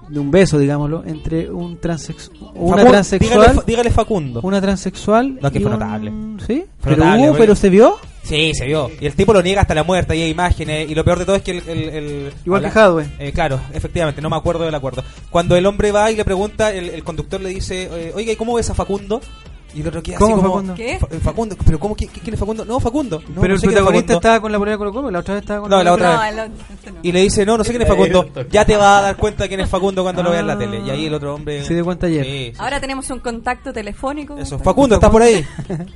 Speaker 3: de un beso, digámoslo, entre un transex, una
Speaker 7: Facundo,
Speaker 3: transexual.
Speaker 7: dígale fa- dígale Facundo.
Speaker 3: Una transexual.
Speaker 7: No, que
Speaker 3: y
Speaker 7: fue
Speaker 3: un-
Speaker 7: notable.
Speaker 3: ¿Sí?
Speaker 7: Fue
Speaker 3: pero
Speaker 7: notable,
Speaker 3: hubo,
Speaker 7: porque-
Speaker 3: pero se vio.
Speaker 7: Sí, se vio. Y el tipo lo niega hasta la muerte, y hay imágenes. Y lo peor de todo es que el. el- el-
Speaker 3: Igual
Speaker 7: habla-
Speaker 3: que Jadwe.
Speaker 7: Eh, claro, efectivamente, no me acuerdo del acuerdo. Cuando el hombre va y le pregunta, el, el conductor le dice, eh, oiga, ¿y cómo ves a Facundo? Y el otro queda
Speaker 3: ¿Cómo,
Speaker 7: así como,
Speaker 3: Facundo?
Speaker 6: ¿Qué?
Speaker 7: "Fa- eh, Facundo, ¿pero cómo? ¿Qui- qui- ¿Quién es Facundo? No, Facundo. No,
Speaker 3: pero
Speaker 7: no
Speaker 3: el
Speaker 7: sé quién es
Speaker 3: protagonista
Speaker 7: Facundo.
Speaker 3: estaba con la polera de Colo Colo, la otra vez estaba con
Speaker 7: No, la otra
Speaker 6: No,
Speaker 7: vez.
Speaker 6: el otro- este no.
Speaker 7: Y le dice, no, no sé quién es Facundo. Ya te vas a dar cuenta quién es Facundo cuando lo veas en la tele. Y ahí el otro hombre...
Speaker 3: Se dio cuenta ayer.
Speaker 7: Sí, sí.
Speaker 6: Ahora tenemos un contacto telefónico.
Speaker 7: Eso. Facundo, ¿estás por ahí?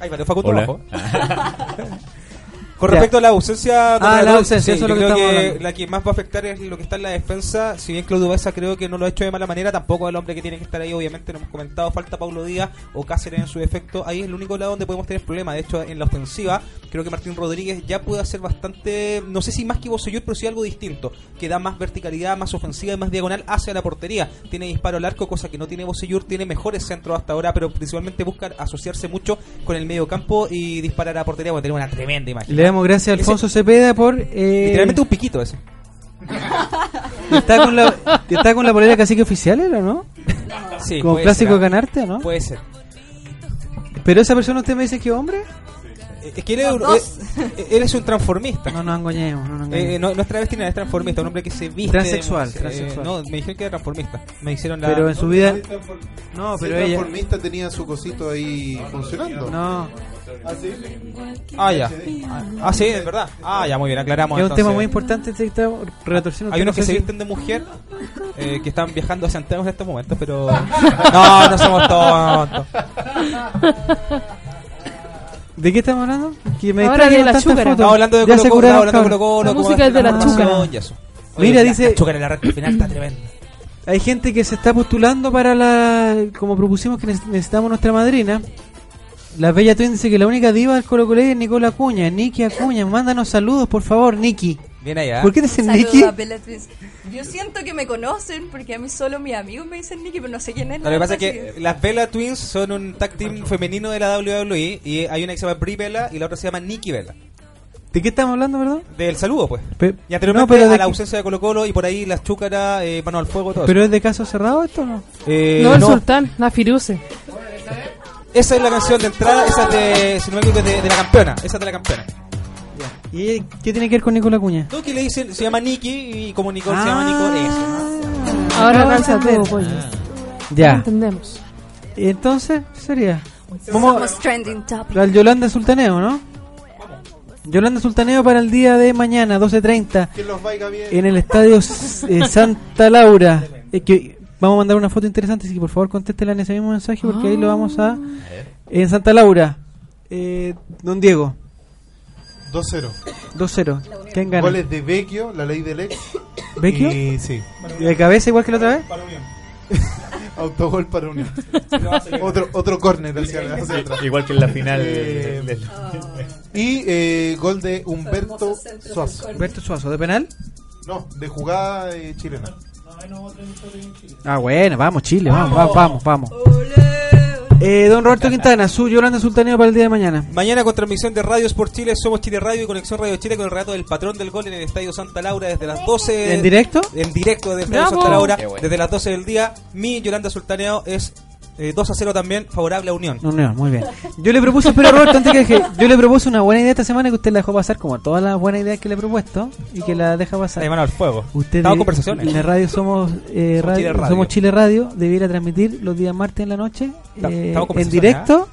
Speaker 7: Ahí vale, Facundo
Speaker 8: Hola.
Speaker 7: abajo. Con respecto a la ausencia,
Speaker 3: Ah, la ausencia, eso
Speaker 7: yo
Speaker 3: es lo que
Speaker 7: creo
Speaker 3: estamos hablando.
Speaker 7: la que más va a afectar es lo que está en la defensa. Si bien Claudio Baeza creo que no lo ha hecho de mala manera, tampoco es el hombre que tiene que estar ahí, obviamente, lo hemos comentado. Falta Paulo Díaz o Cáceres en su defecto. Ahí es el único lado donde podemos tener problemas. De hecho, en la ofensiva, creo que Martín Rodríguez ya puede hacer bastante, no sé si más que Bosellur, pero sí algo distinto. Que da más verticalidad, más ofensiva y más diagonal hacia la portería. Tiene disparo al arco, cosa que no tiene Bosellur. Tiene mejores centros hasta ahora, pero principalmente busca asociarse mucho con el medio campo y disparar a portería. Bueno, tenemos una tremenda imagen.
Speaker 3: Y [LAUGHS] le damos gracias a Alfonso Cepeda por. eh,
Speaker 7: Literalmente un piquito ese.
Speaker 3: está, con la, está con la polera casi que oficial, ¿era, no?
Speaker 7: Sí,
Speaker 3: Como
Speaker 7: puede
Speaker 3: clásico
Speaker 7: ser, ah.
Speaker 3: ganarte, ¿no?
Speaker 7: Puede ser.
Speaker 3: Pero esa persona, usted me dice que hombre.
Speaker 7: Eh, Es que él es, un- eh, él es un transformista.
Speaker 3: No nos engañemos, no nos engañemos.
Speaker 7: Eh, no, no es travesti, no, es transformista, un hombre que se viste.
Speaker 3: Transexual,
Speaker 7: de- eh,
Speaker 3: transexual.
Speaker 7: no, me dijeron que era transformista. Me hicieron la.
Speaker 3: Pero en su vida. No,
Speaker 5: Si
Speaker 3: pero
Speaker 5: el
Speaker 3: ella.
Speaker 5: transformista tenía su cosito ahí funcionando.
Speaker 3: No.
Speaker 5: ¿Ah, sí?
Speaker 7: Ah, ya. Ah, sí, es verdad. Ah, ya, muy bien, aclaramos.
Speaker 3: Es un tema
Speaker 7: entonces.
Speaker 3: muy importante. este que está retorciendo.
Speaker 7: Hay unos que
Speaker 3: No sé
Speaker 7: se
Speaker 3: si-
Speaker 7: visten de mujer eh, que están viajando a Santiago en estos momentos,
Speaker 3: [LAUGHS]
Speaker 7: pero. No, no somos tontos.
Speaker 3: ¿De qué estamos hablando? Que me
Speaker 4: Ahora de
Speaker 3: distraen
Speaker 4: la
Speaker 3: tantas
Speaker 4: chúcara.
Speaker 3: fotos.
Speaker 7: Estaba hablando de
Speaker 3: Ya se
Speaker 7: Colo Colo,
Speaker 3: curaron,
Speaker 7: hablando de Colo
Speaker 3: cabrón.
Speaker 7: Colo.
Speaker 4: La
Speaker 7: cómo
Speaker 4: música
Speaker 7: va
Speaker 4: es de la
Speaker 7: formación
Speaker 3: chúcara.
Speaker 7: y eso.
Speaker 3: Mira,
Speaker 7: la-
Speaker 3: dice-
Speaker 7: La chúcara en la recta final está tremenda.
Speaker 3: Hay gente que se está postulando para la. Como propusimos que neces- necesitamos nuestra madrina. La Bella Twin dice que la única diva del Colo Colo es Nicola Acuña. Niki Acuña, mándanos saludos, por favor, Niki.
Speaker 7: Bien allá.
Speaker 3: ¿Por qué dicen
Speaker 6: Saludos
Speaker 3: Niki?
Speaker 6: a Bellatrix. Yo siento que me conocen porque a mí solo mis amigos me dicen Nicky, pero no sé quién es.
Speaker 7: Lo que pasa es
Speaker 6: Así
Speaker 7: que las Bella Twins son un tag team femenino de la WWE y hay una que se llama Brie Bella y la otra se llama Nikki Bella.
Speaker 3: ¿De qué estamos hablando, perdón?
Speaker 7: Del saludo, pues.
Speaker 3: Pe-
Speaker 7: Y anteriormente
Speaker 3: no, pero,
Speaker 7: a
Speaker 3: de
Speaker 7: la
Speaker 3: que-
Speaker 7: ausencia de Colo Colo y por ahí las chúcaras, eh, mano al fuego, todo
Speaker 3: ¿pero
Speaker 7: eso.
Speaker 3: es de caso cerrado esto o no?
Speaker 7: Eh,
Speaker 4: no, el
Speaker 7: no.
Speaker 4: sultán, la Firuze.
Speaker 7: Esa es la canción de entrada, esa es de, si no me equivoco, es de, de la campeona. Esa es de la campeona.
Speaker 3: ¿Y eh, qué tiene que ver con Nicola Acuña?
Speaker 7: Tú que le dicen, se llama Nikki y como Nicole se llama Nicole, eso.
Speaker 3: Ah.
Speaker 4: Ahora lanza todo, pues. pollo.
Speaker 3: Ya.
Speaker 4: Entendemos.
Speaker 3: ¿Y entonces? ¿Qué sería?
Speaker 6: Somos trending topic.
Speaker 3: La Yolanda Sultaneo, ¿no? Yolanda Sultaneo para el día de mañana, 12.30.
Speaker 5: Que los vaya bien.
Speaker 3: en el estadio S- eh, Santa Laura. Eh, que vamos a mandar una foto interesante, así que por favor contéstela en ese mismo mensaje porque ahí lo vamos
Speaker 5: Ah.
Speaker 3: a... En Santa Laura, eh, don Diego,
Speaker 5: 2-0.
Speaker 3: 2-0. ¿Quién gana?
Speaker 5: Goles de Vecchio, la ley del ex.
Speaker 3: ¿Vecchio?
Speaker 5: Y, sí.
Speaker 3: ¿De cabeza igual que la otra vez?
Speaker 5: Autogol para Unión. otro, otro córner hacia, hacia atrás.
Speaker 8: Igual que en la final.
Speaker 5: Eh,
Speaker 8: del- del-
Speaker 5: Y eh, gol de Humberto Suazo.
Speaker 3: Humberto Suazo, ¿de penal?
Speaker 5: No, de jugada eh, chilena.
Speaker 3: Ah, bueno, vamos Chile, vamos, vamos, vamos. vamos. Eh, don Roberto Quintana, su Yolanda Sultaneo para el día de mañana.
Speaker 7: Mañana con transmisión de Radio Sport Chile, somos Chile Radio y Conexión Radio Chile con el relato del patrón del gol en el Estadio Santa Laura desde las 12.
Speaker 3: ¿En directo?
Speaker 7: En directo desde el Estadio
Speaker 4: Bravo.
Speaker 7: Santa Laura
Speaker 8: Qué bueno.
Speaker 7: desde las 12 del día. Mi Yolanda Sultaneo es Eh, 2 a 0 también, favorable a Unión.
Speaker 3: Unión, muy bien. Yo le propuse, pero Roberto, antes que deje, yo le propuse una buena idea esta semana que usted la dejó pasar, como todas las buenas ideas que le he propuesto y que la deja pasar.
Speaker 7: La mano al fuego.
Speaker 3: Usted
Speaker 7: Estamos
Speaker 3: debi-
Speaker 7: conversaciones.
Speaker 3: En la radio somos, eh,
Speaker 7: Somos
Speaker 3: radio-
Speaker 7: Chile Radio.
Speaker 3: somos Chile Radio, debiera transmitir los días martes en la noche
Speaker 7: Está-
Speaker 3: eh,
Speaker 7: estamos
Speaker 3: en
Speaker 7: conversaciones, ¿ah?
Speaker 3: directo.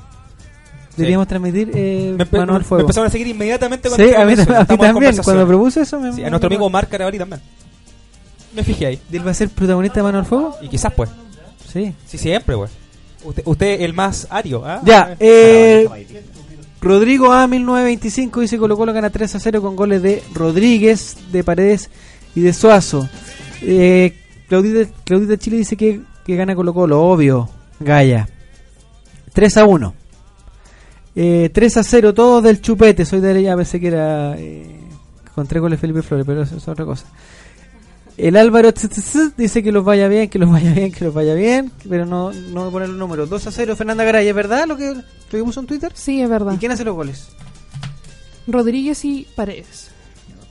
Speaker 7: Sí.
Speaker 3: Deberíamos transmitir eh,
Speaker 7: Me empe-
Speaker 3: Manuel
Speaker 7: me
Speaker 3: Fuego.
Speaker 7: empezaron a seguir inmediatamente cuando
Speaker 3: Sí,
Speaker 7: estaba
Speaker 3: a mí,
Speaker 7: eso,
Speaker 3: tam- a mí
Speaker 7: estamos en
Speaker 3: también.
Speaker 7: conversaciones.
Speaker 3: Cuando propuse eso, me.
Speaker 7: Sí, a nuestro amigo Marc Carabalí también. Me fijé ahí.
Speaker 3: ¿Él va a ser protagonista de Manuel Fuego?
Speaker 7: Y quizás, pues.
Speaker 3: Sí.
Speaker 7: Sí, siempre, güey. Usted, usted el más ario, ¿ah?
Speaker 3: Ya, eh, Rodrigo A 1925 dice Colo Colo gana 3 a 0 con goles de Rodríguez, de Paredes y de Suazo. Eh, Claudita, Claudita Chile dice que, que gana Colo Colo, obvio, Gaya. 3 a 1. Eh, 3 a 0, todos del chupete. Soy de ya pensé que era eh, con tres goles Felipe Flores, pero eso es otra cosa. El Álvaro tz, tz, tz, dice que los vaya bien, que los vaya bien, que los vaya bien, pero no, no me pone los números. 2 a 0, Fernanda Garay, ¿es verdad lo que, lo que puso en Twitter?
Speaker 4: Sí, es verdad.
Speaker 3: ¿Y quién hace los goles?
Speaker 4: Rodríguez y Paredes.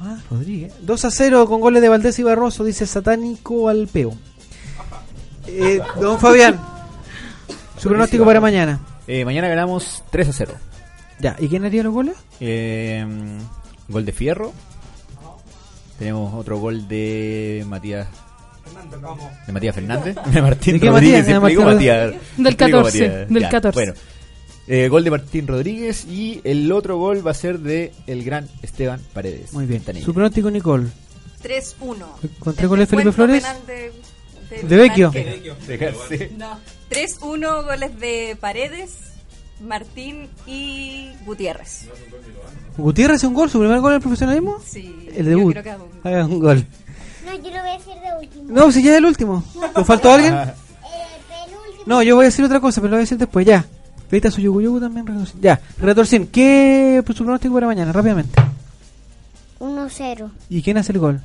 Speaker 3: Ah, Rodríguez. 2 a 0 con goles de Valdés y Barroso, dice Satánico Alpeo. Eh, don Fabián, su pronóstico para mañana.
Speaker 14: Eh, mañana ganamos 3 a 0.
Speaker 3: Ya, ¿y quién haría los goles?
Speaker 14: Eh, gol de Fierro. Tenemos otro gol de Matías. De Matías
Speaker 4: [LAUGHS]
Speaker 14: Fernández. De Martín
Speaker 3: ¿De qué
Speaker 14: Rodríguez.
Speaker 3: Matías? De
Speaker 14: siempre digo
Speaker 3: Martín Rodríguez.
Speaker 14: Matías,
Speaker 4: Del
Speaker 14: siempre digo
Speaker 4: 14, del 14.
Speaker 14: Bueno, eh, gol de Martín Rodríguez y el otro gol va a ser de el gran Esteban Paredes.
Speaker 3: Muy bien.
Speaker 14: Quintanilla.
Speaker 3: Su pronóstico, Nicole.
Speaker 6: 3-1.
Speaker 3: ¿Con tres goles Felipe
Speaker 6: Encuentro
Speaker 3: Flores?
Speaker 6: penal De,
Speaker 3: De Vecchio.
Speaker 6: arquero.
Speaker 3: De Vecchio.
Speaker 14: Sí.
Speaker 6: No. 3-1 goles de Paredes, Martín y Gutiérrez.
Speaker 3: Gutiérrez hace un gol, su primer gol en el profesionalismo.
Speaker 6: Sí,
Speaker 3: el
Speaker 6: yo
Speaker 3: debut.
Speaker 6: creo que haga un-
Speaker 3: Haga un gol.
Speaker 13: No, yo lo voy a decir de último.
Speaker 3: No, si ya es el último. ¿Nos faltó alguien? No, yo voy a decir otra cosa, pero lo voy a decir después, ya. Ahí está su yugu yugu también, Retorcín. Ya, Retorcín, ¿qué su pronóstico para mañana? Rápidamente.
Speaker 13: 1-0.
Speaker 3: ¿Y quién hace el gol?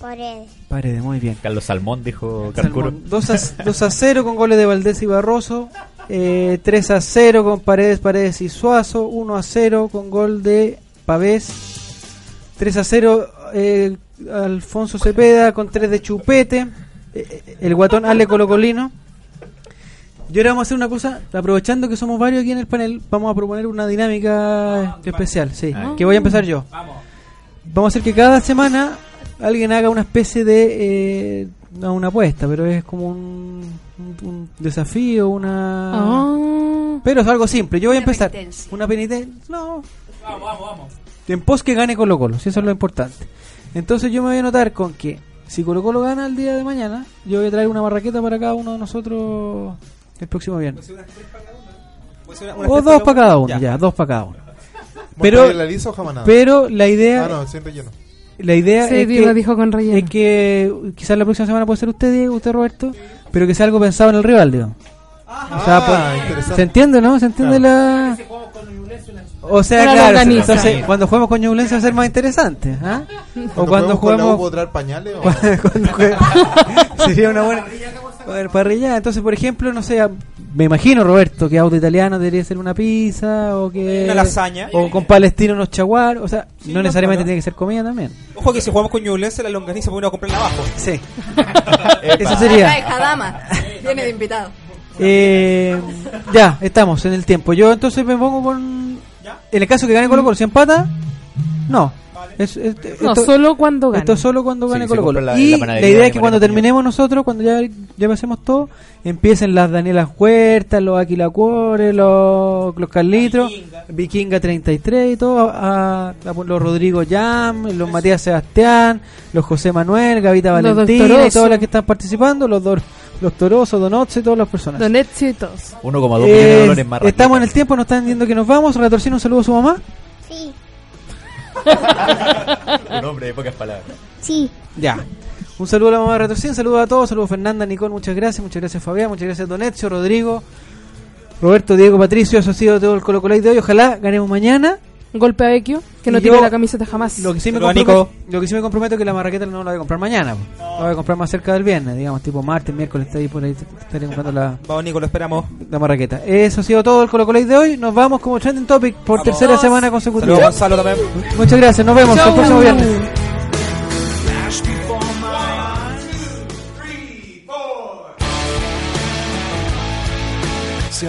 Speaker 13: Paredes.
Speaker 3: Paredes, muy bien.
Speaker 14: Carlos Salmón dijo Carcuro.
Speaker 3: 2 a, 2 a 0 con goles de Valdés y Barroso. Eh, 3 a 0 con Paredes, Paredes y Suazo. 1 a 0 con gol de Pavés. 3 a 0 eh, Alfonso Cepeda con 3 de Chupete. Eh, eh, el guatón Ale Colocolino. Y ahora vamos a hacer una cosa, aprovechando que somos varios aquí en el panel, vamos a proponer una dinámica especial, sí,
Speaker 14: Ah.
Speaker 3: que voy a empezar yo. Vamos. a hacer que cada semana alguien haga una especie de, eh, no una apuesta, pero es como un, un- un desafío, una... Pero es algo simple, yo voy a empezar. Ah. Una penitencia. No.
Speaker 11: Vamos, vamos, vamos.
Speaker 3: En pos que gane Colo Colo, si eso es lo importante. Entonces yo me voy a anotar con que si Colo Colo gana el día de mañana, yo voy a traer una barraqueta para cada uno de nosotros el próximo viernes. O dos para cada uno, ya, dos para cada uno. Pero,
Speaker 5: ¿Mortadela lisa o jamonada?
Speaker 3: pero la idea,
Speaker 5: Ah, no, sin relleno.
Speaker 3: la idea
Speaker 5: Sí,
Speaker 3: es,
Speaker 5: Diego
Speaker 3: que,
Speaker 5: dijo
Speaker 4: con
Speaker 3: es que quizás la próxima semana puede ser usted, Diego, usted, Roberto, pero que sea algo pensado en el rival, digo. O
Speaker 5: Ah,
Speaker 3: sea, pues, ¿Se entiende, no? ¿Se entiende la...? O sea,
Speaker 5: Ahora lo
Speaker 3: claro,
Speaker 5: organiza.
Speaker 3: entonces cuando juguemos con Ñublense va a ser más interesante. ¿ah? O
Speaker 5: juguemos con la
Speaker 3: cuando
Speaker 5: U,
Speaker 3: juguemos.
Speaker 5: ¿puedo traer pañales o-
Speaker 3: cuando juguemos- Sería una buena. A ver, parrilla. Entonces, por ejemplo, no sé, me imagino, Roberto, que auto italiano debería ser una pizza o que.
Speaker 7: Una lasaña.
Speaker 3: O con palestino unos chaguar. O sea, no necesariamente
Speaker 7: no.
Speaker 3: tiene que ser
Speaker 7: [LAUGHS]
Speaker 3: comida también.
Speaker 7: Ojo que si jugamos con Ñublense, la longaniza podemos ir a comprarla abajo.
Speaker 3: Sí. Eso sería.
Speaker 6: Trae Kadama, viene de invitado.
Speaker 3: Eh, ya, estamos en el tiempo. Yo entonces me pongo con. En el caso que gane Colo Colo, si empata, no. Es- es-
Speaker 4: No, solo cuando gane.
Speaker 3: Esto es solo cuando gane
Speaker 14: Sí, se
Speaker 3: Colo Colo.
Speaker 14: compra la-
Speaker 3: y
Speaker 14: la
Speaker 3: la,
Speaker 14: panadería
Speaker 3: idea
Speaker 14: de
Speaker 3: es que cuando
Speaker 14: Mariano
Speaker 3: terminemos nosotros, cuando ya, ya pasemos todo, empiecen las Danielas Huertas, los Aquilacuores, los, los Carlitos, Vikinga 33 y todo, a, a- los Rodrigo Jam, los Matías Sebastián, los José Manuel, Gavita
Speaker 4: Los
Speaker 3: Valentina y
Speaker 4: Doctoroso.
Speaker 3: todas las que están participando, los, Dor- los Torosos, Donotse, todas las personas.
Speaker 4: Don Ezio y todos.
Speaker 14: 1,2 millones
Speaker 3: Eh,
Speaker 14: de dólares más
Speaker 3: Estamos en el tiempo, nos están diciendo que nos vamos. Retorcino, un saludo a su mamá.
Speaker 14: [LAUGHS]
Speaker 13: Sí.
Speaker 14: Un hombre de pocas palabras.
Speaker 3: eh.
Speaker 13: Sí.
Speaker 3: Ya. Un saludo a la mamá de Retorcino, un saludo a todos, saludo a Fernanda, Nicole, muchas gracias, muchas gracias Fabián, muchas gracias Don Ezio, Rodrigo, Roberto, Diego, Patricio, eso ha sido todo el Colo Colay de hoy. Ojalá ganemos mañana.
Speaker 4: Golpe a Vecchio, que no
Speaker 3: Y
Speaker 4: tiene
Speaker 3: yo-
Speaker 4: la camiseta jamás.
Speaker 3: Lo que sí me, comprometo, lo que sí me comprometo es que la marraqueta no la voy a comprar mañana, po. la voy a comprar más cerca del viernes, digamos, tipo martes, miércoles, está ahí por ahí, estaré comprando la,
Speaker 7: Vamos, Nico, lo esperamos.
Speaker 3: la marraqueta. Eso ha sido todo el Colo Colay de hoy, nos vamos como trending topic por tercera semana consecutiva.
Speaker 7: Saludos, Gonzalo también.
Speaker 3: Muchas gracias, nos vemos el próximo viernes.
Speaker 11: Flash before my eyes. Three, four.
Speaker 1: Se